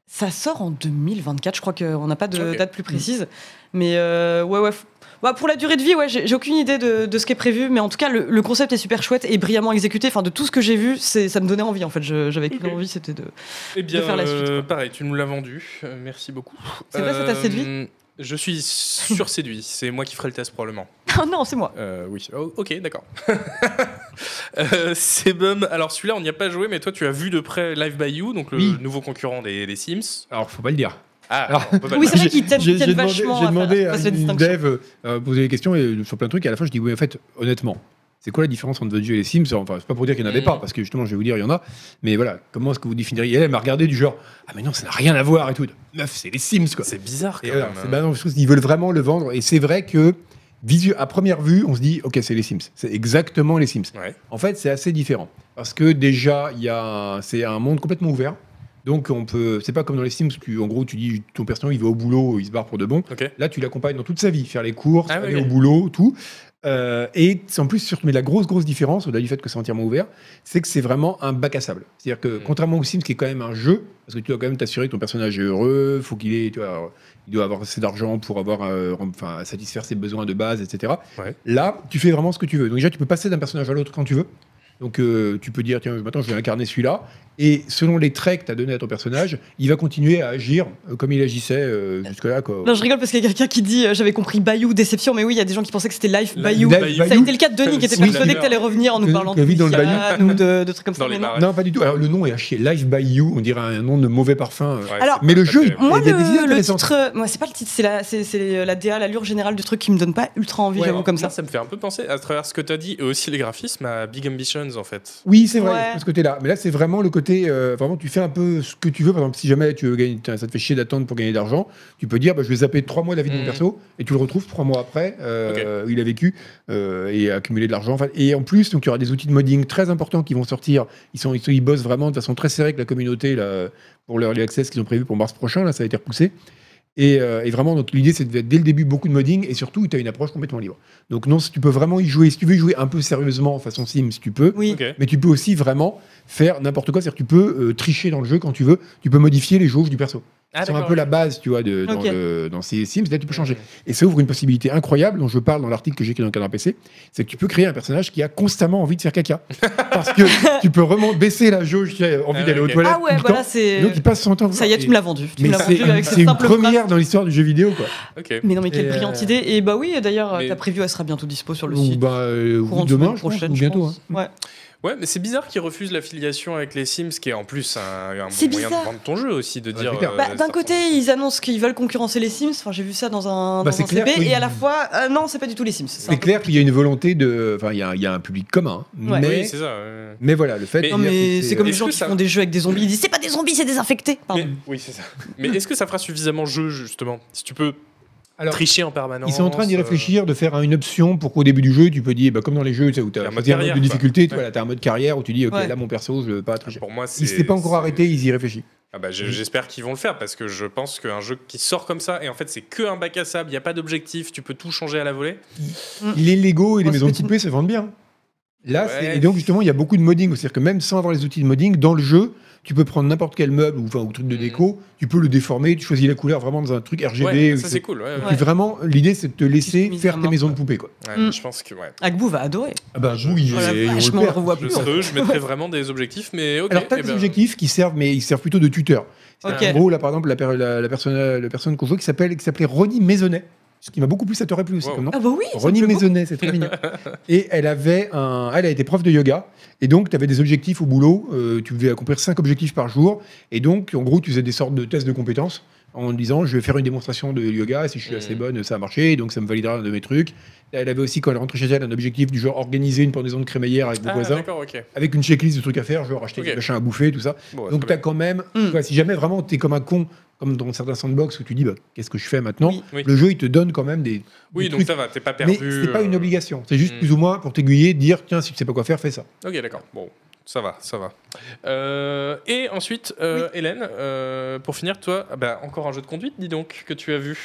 [SPEAKER 2] Ça sort en 2024, je crois qu'on n'a pas de
[SPEAKER 1] Ok. Mm.
[SPEAKER 2] date plus précise. Mais euh, ouais, ouais. f- ouais, pour la durée de vie, ouais, j'ai j'ai aucune idée de, de ce qui est prévu, mais en tout cas, le, le concept est super chouette et brillamment exécuté. Enfin, de tout ce que j'ai vu, c'est- ça me donnait envie en fait. Je- J'avais
[SPEAKER 1] Ok.
[SPEAKER 2] envie, c'était de.
[SPEAKER 1] Eh bien,
[SPEAKER 2] faire la suite,
[SPEAKER 1] euh,
[SPEAKER 2] quoi.
[SPEAKER 1] pareil, tu nous l'as vendu. Euh, merci beaucoup.
[SPEAKER 2] C'est vrai, ça t'a
[SPEAKER 1] Euh,
[SPEAKER 2] séduit
[SPEAKER 1] Je suis surséduit. C'est moi qui ferai le test probablement.
[SPEAKER 2] Ah non, c'est moi.
[SPEAKER 1] Euh, oui. Oh, ok, d'accord. euh, Sebum, alors celui-là, on n'y a pas joué, mais toi, tu as vu de près Live by You, donc le
[SPEAKER 3] Oui.
[SPEAKER 1] nouveau concurrent des, des Sims.
[SPEAKER 3] Alors, faut pas le dire.
[SPEAKER 1] Ah,
[SPEAKER 3] Alors-
[SPEAKER 1] on peut pas le
[SPEAKER 2] Oui,
[SPEAKER 1] dire.
[SPEAKER 2] c'est vrai
[SPEAKER 3] J'ai-
[SPEAKER 2] qu'ils t'aiment-
[SPEAKER 3] j'ai-
[SPEAKER 2] t'aiment
[SPEAKER 3] j'ai demandé-
[SPEAKER 2] vachement à
[SPEAKER 3] J'ai
[SPEAKER 2] faire-
[SPEAKER 3] demandé
[SPEAKER 2] à
[SPEAKER 3] à
[SPEAKER 2] faire cette
[SPEAKER 3] une
[SPEAKER 2] distinction.
[SPEAKER 3] dev euh, poser des questions et, sur plein de trucs. Et à la fin, je dis oui, en fait, honnêtement, c'est quoi la différence entre votre jeu et les Sims Enfin, c'est pas pour dire qu'il n'y en avait
[SPEAKER 1] Mm.
[SPEAKER 3] pas, parce que justement, je vais vous dire, il y en a. Mais voilà, comment est-ce que vous définiriez Elle, elle m'a regardé du genre Ah, mais non, ça n'a rien à voir et tout. Meuf, c'est les Sims, quoi.
[SPEAKER 1] euh, C'est bizarre quand
[SPEAKER 3] Et
[SPEAKER 1] même.
[SPEAKER 2] euh,
[SPEAKER 3] voilà, c'est- bah non, je trouve qu'ils veulent vraiment le vendre. Et c'est vrai que, visu, à première vue, on se dit, ok, c'est les Sims. C'est exactement les Sims.
[SPEAKER 1] Ouais.
[SPEAKER 3] En fait, c'est assez différent. Parce que déjà, il y a, un- c'est un monde complètement ouvert. Donc, on peut, c'est pas comme dans les Sims, tu, en gros, tu dis ton personnage, il va au boulot, il se barre pour de bon.
[SPEAKER 1] Ok.
[SPEAKER 3] Là, tu l'accompagnes dans toute sa vie, faire les courses,
[SPEAKER 1] Ah oui,
[SPEAKER 3] aller
[SPEAKER 1] oui.
[SPEAKER 3] au boulot, tout. Euh, et c'est en plus, surtout, mais la grosse, grosse différence, au-delà du fait que c'est entièrement ouvert, c'est que c'est vraiment un bac à sable. C'est-à-dire que,
[SPEAKER 1] Mm.
[SPEAKER 3] contrairement au Sims, qui est quand même un jeu, parce que tu dois quand même t'assurer que ton personnage est heureux, faut qu'il ait, tu vois, il doit avoir assez d'argent pour avoir, euh, enfin, satisfaire ses besoins de base, etc.
[SPEAKER 1] Ouais.
[SPEAKER 3] Là, tu fais vraiment ce que tu veux. Donc déjà, tu peux passer d'un personnage à l'autre quand tu veux. Donc euh, tu peux dire, tiens, maintenant je vais incarner celui-là. Et selon les traits que tu as donnés à ton personnage, il va continuer à agir euh, comme il agissait euh, jusque-là. quoi.
[SPEAKER 2] Non, je rigole parce qu'il y a quelqu'un qui dit euh, j'avais compris Bayou, déception, mais oui, il y a des gens qui pensaient que c'était Life
[SPEAKER 1] Life
[SPEAKER 2] Bayou. Ça
[SPEAKER 3] Life
[SPEAKER 2] a
[SPEAKER 3] Bayou. Euh,
[SPEAKER 2] été le cas de Denis qui était
[SPEAKER 1] Oui,
[SPEAKER 2] persuadé
[SPEAKER 1] Bayou.
[SPEAKER 2] que t'allais revenir en nous
[SPEAKER 3] Que-
[SPEAKER 2] parlant
[SPEAKER 3] que
[SPEAKER 2] de
[SPEAKER 3] vit dans le Bayou.
[SPEAKER 2] Louisiane ou de, de trucs comme
[SPEAKER 1] Dans
[SPEAKER 2] ça.
[SPEAKER 1] les
[SPEAKER 2] mais non.
[SPEAKER 1] marais.
[SPEAKER 3] Non, pas du tout. Alors le nom est à chier. Life by You, on dirait un nom de mauvais parfum. euh,
[SPEAKER 1] Ouais,
[SPEAKER 2] Alors,
[SPEAKER 1] c'est
[SPEAKER 3] mais
[SPEAKER 1] pas
[SPEAKER 3] le
[SPEAKER 1] très
[SPEAKER 3] jeu,
[SPEAKER 1] terrible.
[SPEAKER 2] Moi,
[SPEAKER 3] Il y a
[SPEAKER 2] le,
[SPEAKER 3] des idées
[SPEAKER 2] le
[SPEAKER 3] intéressantes.
[SPEAKER 2] titre, euh, moi, c'est pas le titre, c'est la, c'est, c'est la DA, l'allure générale du truc qui me donne pas ultra envie,
[SPEAKER 3] Ouais,
[SPEAKER 2] j'avoue, comme
[SPEAKER 1] Moi,
[SPEAKER 2] ça.
[SPEAKER 1] ça me fait un peu penser à travers ce que tu as dit et aussi les graphismes à Big Ambitions en fait.
[SPEAKER 3] Oui, c'est vrai,
[SPEAKER 2] Ouais.
[SPEAKER 3] de ce côté-là. Mais là, c'est vraiment le côté. euh, vraiment, tu fais un peu ce que tu veux. Par exemple, si jamais tu veux gagner, tiens, ça te fait chier d'attendre pour gagner de l'argent, tu peux dire bah, je vais zapper trois mois de la vie de
[SPEAKER 1] Mhm.
[SPEAKER 3] mon perso et tu le retrouves trois mois après euh, où il a vécu euh, et a accumulé de l'argent. Enfin, et en plus, donc, il y aura des outils de modding très importants qui vont sortir. Ils, sont, ils, sont- ils bossent vraiment de façon très serrée avec la communauté là, pour l'early access qu'ils ont prévu pour mars prochain. Là, ça a été repoussé. Et, euh, et vraiment, donc l'idée, c'est de dès le début beaucoup de modding et surtout, tu as une approche complètement libre. Donc, non, si tu peux vraiment y jouer, si tu veux y jouer un peu sérieusement façon sim, si tu peux,
[SPEAKER 2] Oui.
[SPEAKER 1] Ok.
[SPEAKER 3] mais tu peux aussi vraiment faire n'importe quoi. C'est-à-dire que tu peux euh, tricher dans le jeu quand tu veux. Tu peux modifier les jauges du perso.
[SPEAKER 1] Ah,
[SPEAKER 3] c'est un
[SPEAKER 1] d'accord.
[SPEAKER 3] peu la base, tu vois, de, dans,
[SPEAKER 2] Ok.
[SPEAKER 3] le- dans ces Sims. Là, tu peux changer. Et ça ouvre une possibilité incroyable dont je parle dans l'article que j'ai écrit dans le cadre PC. C'est que tu peux créer un personnage qui a constamment envie de faire caca. Parce que tu peux vraiment baisser la jauge. Tu as envie
[SPEAKER 1] Ah,
[SPEAKER 3] d'aller
[SPEAKER 1] ok.
[SPEAKER 3] aux toilettes.
[SPEAKER 2] Ah ouais,
[SPEAKER 3] tout le
[SPEAKER 2] voilà,
[SPEAKER 3] temps.
[SPEAKER 2] c'est.
[SPEAKER 3] Donc, il passe son temps.
[SPEAKER 2] Ça y est, tu me l'as vendu. Tu me
[SPEAKER 3] Mais
[SPEAKER 2] l'as vendu
[SPEAKER 3] c'est
[SPEAKER 2] avec cette
[SPEAKER 3] c'est une
[SPEAKER 2] simple phrase.
[SPEAKER 3] première dans l'histoire du jeu vidéo, quoi.
[SPEAKER 1] Ok.
[SPEAKER 2] Mais non, mais quelle
[SPEAKER 3] Et, euh,
[SPEAKER 2] brillante idée. Et bah oui, d'ailleurs,
[SPEAKER 1] mais-
[SPEAKER 2] ta preview, elle sera bientôt dispo sur le
[SPEAKER 3] Ou
[SPEAKER 2] site.
[SPEAKER 3] bah, euh, oui,
[SPEAKER 2] courant de
[SPEAKER 3] demain,
[SPEAKER 2] semaine
[SPEAKER 3] je pense,
[SPEAKER 2] prochaine,
[SPEAKER 3] ou
[SPEAKER 2] je
[SPEAKER 3] bientôt.
[SPEAKER 2] pense.
[SPEAKER 3] hein.
[SPEAKER 2] Ouais.
[SPEAKER 1] Ouais, mais c'est bizarre qu'ils refusent l'affiliation avec les Sims, qui est en plus un, un
[SPEAKER 2] C'est
[SPEAKER 1] bon moyen de
[SPEAKER 2] bizarre.
[SPEAKER 1] vendre ton jeu aussi, de
[SPEAKER 3] Ouais,
[SPEAKER 1] dire.
[SPEAKER 3] c'est clair.
[SPEAKER 1] euh,
[SPEAKER 2] Bah,
[SPEAKER 1] ça
[SPEAKER 2] d'un
[SPEAKER 1] ressemble-
[SPEAKER 2] côté, ils annoncent qu'ils veulent concurrencer les Sims. Enfin, j'ai vu ça dans un,
[SPEAKER 3] Bah,
[SPEAKER 2] dans
[SPEAKER 3] c'est
[SPEAKER 2] un
[SPEAKER 3] clair,
[SPEAKER 2] CP.
[SPEAKER 3] oui.
[SPEAKER 2] Et à la fois, euh, non, c'est pas du tout les Sims. c'est un
[SPEAKER 3] C'est
[SPEAKER 2] peu-
[SPEAKER 3] clair qu'il y a une volonté de. Enfin, il y a, il y a un public commun. hein.
[SPEAKER 2] Ouais.
[SPEAKER 3] Mais,
[SPEAKER 1] Oui, c'est ça. euh.
[SPEAKER 3] mais voilà, le fait.
[SPEAKER 1] Mais-
[SPEAKER 3] de
[SPEAKER 2] Non,
[SPEAKER 3] dire
[SPEAKER 2] mais
[SPEAKER 3] que
[SPEAKER 2] c'est comme les
[SPEAKER 1] Est-ce
[SPEAKER 2] gens
[SPEAKER 1] que
[SPEAKER 2] qui
[SPEAKER 1] ça-
[SPEAKER 2] font des jeux avec des zombies. Ils disent c'est pas des zombies, c'est des infectés. Pardon.
[SPEAKER 1] Mais- oui, c'est ça. Mais est-ce que ça fera suffisamment jeu, justement Si tu peux
[SPEAKER 3] Alors,
[SPEAKER 1] tricher en permanence.
[SPEAKER 3] Ils sont en train d'y
[SPEAKER 1] euh,
[SPEAKER 3] réfléchir, de faire une option pour qu'au début du jeu, tu peux dire, bah, comme dans les jeux, tu sais, où tu
[SPEAKER 1] Il y a
[SPEAKER 3] as
[SPEAKER 1] un
[SPEAKER 3] un
[SPEAKER 1] mode
[SPEAKER 3] mode
[SPEAKER 1] carrière,
[SPEAKER 3] de
[SPEAKER 1] quoi.
[SPEAKER 3] difficulté, tu
[SPEAKER 1] Ouais.
[SPEAKER 3] vois, là, tu as un mode carrière où tu dis, ok,
[SPEAKER 2] Ouais.
[SPEAKER 3] là, mon perso, je veux pas tricher.
[SPEAKER 1] Pour moi, c'est.
[SPEAKER 3] Ils ne s'étaient pas encore
[SPEAKER 1] c'est-
[SPEAKER 3] arrêtés, ils y réfléchissent.
[SPEAKER 1] Ah bah, je- J'espère qu'ils vont le faire parce que je pense qu'un jeu qui sort comme ça, et en fait, c'est que un bac à sable, il n'y a pas d'objectif, tu peux tout changer à la volée.
[SPEAKER 2] Mm.
[SPEAKER 3] Les Lego et les
[SPEAKER 2] Moi,
[SPEAKER 3] maisons
[SPEAKER 2] c'est
[SPEAKER 3] de poupées se vendent bien. Là,
[SPEAKER 1] Ouais.
[SPEAKER 3] c'est- et donc justement, il y a beaucoup de modding. C'est-à-dire que même sans avoir les outils de modding, dans le jeu, tu peux prendre n'importe quel meuble ou, enfin, ou truc de
[SPEAKER 1] Mhm.
[SPEAKER 3] déco, tu peux le déformer, tu choisis la couleur vraiment dans un truc RGB.
[SPEAKER 1] Ouais,
[SPEAKER 3] ou
[SPEAKER 1] ça
[SPEAKER 3] etc.
[SPEAKER 1] c'est cool. ouais, ouais.
[SPEAKER 3] Puis vraiment, l'idée, c'est de te laisser
[SPEAKER 2] customises
[SPEAKER 3] faire
[SPEAKER 2] vraiment,
[SPEAKER 3] tes maisons de poupées. Quoi.
[SPEAKER 1] Ouais,
[SPEAKER 2] Mm.
[SPEAKER 1] je pense que ouais.
[SPEAKER 2] Agbu va adorer.
[SPEAKER 3] Ah bah oui,
[SPEAKER 2] Oh la
[SPEAKER 3] et on
[SPEAKER 2] vache,
[SPEAKER 3] le
[SPEAKER 2] mais on le
[SPEAKER 3] perd.
[SPEAKER 2] revoit
[SPEAKER 1] Je
[SPEAKER 2] plus.
[SPEAKER 1] serais, je mettrais vraiment des objectifs, mais ok.
[SPEAKER 3] Mmh. Alors, pas
[SPEAKER 1] eh
[SPEAKER 3] des
[SPEAKER 1] ben,
[SPEAKER 3] objectifs qui servent, mais ils servent plutôt de tuteurs.
[SPEAKER 2] Ok.
[SPEAKER 3] En gros, là, par exemple, la, per- la, la personne, la personne qu'on joue qui s'appelle- qui s'appelait Ronnie Maisonnet. Ce qui m'a beaucoup plu, ça t'aurait plu aussi
[SPEAKER 1] Wow.
[SPEAKER 3] comme nom.
[SPEAKER 2] Ah bah oui ça me
[SPEAKER 3] Ronnie
[SPEAKER 2] plaît beaucoup.
[SPEAKER 3] Maisonnet, c'est très mignon. Et elle avait un, elle a été prof de yoga. Et donc, tu avais des objectifs au boulot. euh, tu devais accomplir cinq objectifs par jour. Et donc, en gros, tu faisais des sortes de tests de compétences en disant, je vais faire une démonstration de yoga. Si je suis
[SPEAKER 1] Mhm.
[SPEAKER 3] assez bonne, ça a marché. Donc, ça me validera un de mes trucs. Elle avait aussi, quand elle rentrait chez elle, un objectif du genre organiser une pendaison de crémaillère avec vos
[SPEAKER 1] Ah,
[SPEAKER 3] voisins,
[SPEAKER 1] d'accord, ok.
[SPEAKER 3] avec une checklist de trucs à faire, genre acheter
[SPEAKER 1] Ok.
[SPEAKER 3] des machins à bouffer, tout ça.
[SPEAKER 1] Bon,
[SPEAKER 3] Donc tu
[SPEAKER 1] très
[SPEAKER 3] as quand même,
[SPEAKER 2] Mm.
[SPEAKER 3] tu vois, si jamais vraiment tu es comme un con, comme dans certains sandbox où tu dis bah, qu'est-ce que je fais maintenant,
[SPEAKER 2] Oui.
[SPEAKER 1] Oui.
[SPEAKER 3] le jeu il te donne quand même des.
[SPEAKER 1] Oui,
[SPEAKER 3] des
[SPEAKER 1] donc
[SPEAKER 3] trucs.
[SPEAKER 1] ça va, t'es pas
[SPEAKER 3] mais
[SPEAKER 1] perdu.
[SPEAKER 3] c'est pas
[SPEAKER 1] euh,
[SPEAKER 3] une obligation, c'est juste
[SPEAKER 1] Mm.
[SPEAKER 3] plus ou moins pour t'aiguiller, dire tiens si tu sais pas quoi faire, fais ça.
[SPEAKER 1] Ok, d'accord. Bon, ça va, ça va. Euh, et ensuite, euh, Hélène, euh, pour finir, toi, ah bah, encore un jeu de conduite, dis donc, que tu as vu.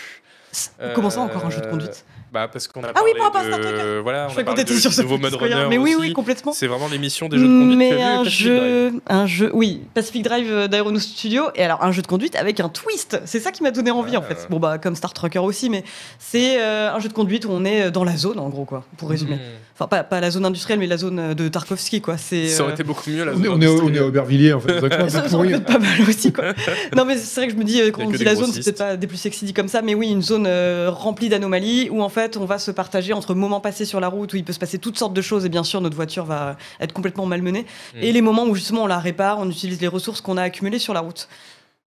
[SPEAKER 1] Euh,
[SPEAKER 2] Comment ça encore un jeu de conduite
[SPEAKER 1] Bah, parce qu'on a
[SPEAKER 2] Ah oui,
[SPEAKER 1] parlé
[SPEAKER 2] par rapport à Star
[SPEAKER 1] de... Voilà, Euh,
[SPEAKER 2] Je
[SPEAKER 1] on a parlé
[SPEAKER 2] vais compter
[SPEAKER 1] de,
[SPEAKER 2] sur
[SPEAKER 1] du
[SPEAKER 2] ce
[SPEAKER 1] nouveau
[SPEAKER 2] petit
[SPEAKER 1] mode
[SPEAKER 2] square.
[SPEAKER 1] runner
[SPEAKER 2] Mais oui,
[SPEAKER 1] aussi.
[SPEAKER 2] oui, complètement.
[SPEAKER 1] C'est vraiment l'émission des jeux de conduite que
[SPEAKER 2] mais
[SPEAKER 1] tu as vu,
[SPEAKER 2] un
[SPEAKER 1] et Pacific Drive.
[SPEAKER 2] jeu, un jeu, oui, Pacific Drive euh, d'Aeronaut Studio, et alors un jeu de conduite avec un twist. C'est ça qui m'a donné envie en
[SPEAKER 1] Ah.
[SPEAKER 2] fait. Bon bah comme Star Trucker aussi, mais c'est euh, un jeu de conduite où on est dans la zone en gros quoi, pour résumer.
[SPEAKER 1] Hmm.
[SPEAKER 2] Enfin pas, pas la zone industrielle, mais la zone euh, de Tarkovsky quoi. C'est
[SPEAKER 1] Ça aurait
[SPEAKER 2] euh,
[SPEAKER 1] été beaucoup mieux là.
[SPEAKER 3] On est, on est au- on est à Aubervilliers en fait, c'est vraiment
[SPEAKER 2] ça,
[SPEAKER 3] pas
[SPEAKER 2] ça aurait
[SPEAKER 3] pourri.
[SPEAKER 2] pu être pas mal aussi quoi. non mais c'est vrai que je me dis euh,
[SPEAKER 1] Y
[SPEAKER 2] quand
[SPEAKER 1] a
[SPEAKER 2] on
[SPEAKER 1] que
[SPEAKER 2] dit
[SPEAKER 1] des
[SPEAKER 2] la zone c'est
[SPEAKER 1] grossistes.
[SPEAKER 2] peut-être pas des plus sexy dit comme ça mais oui une zone euh, remplie d'anomalies où en fait on va se partager entre moments passés sur la route où il peut se passer toutes sortes de choses et bien sûr notre voiture va être complètement malmenée
[SPEAKER 1] Mm.
[SPEAKER 2] et les moments où justement on la répare on utilise les ressources qu'on a accumulées sur la route.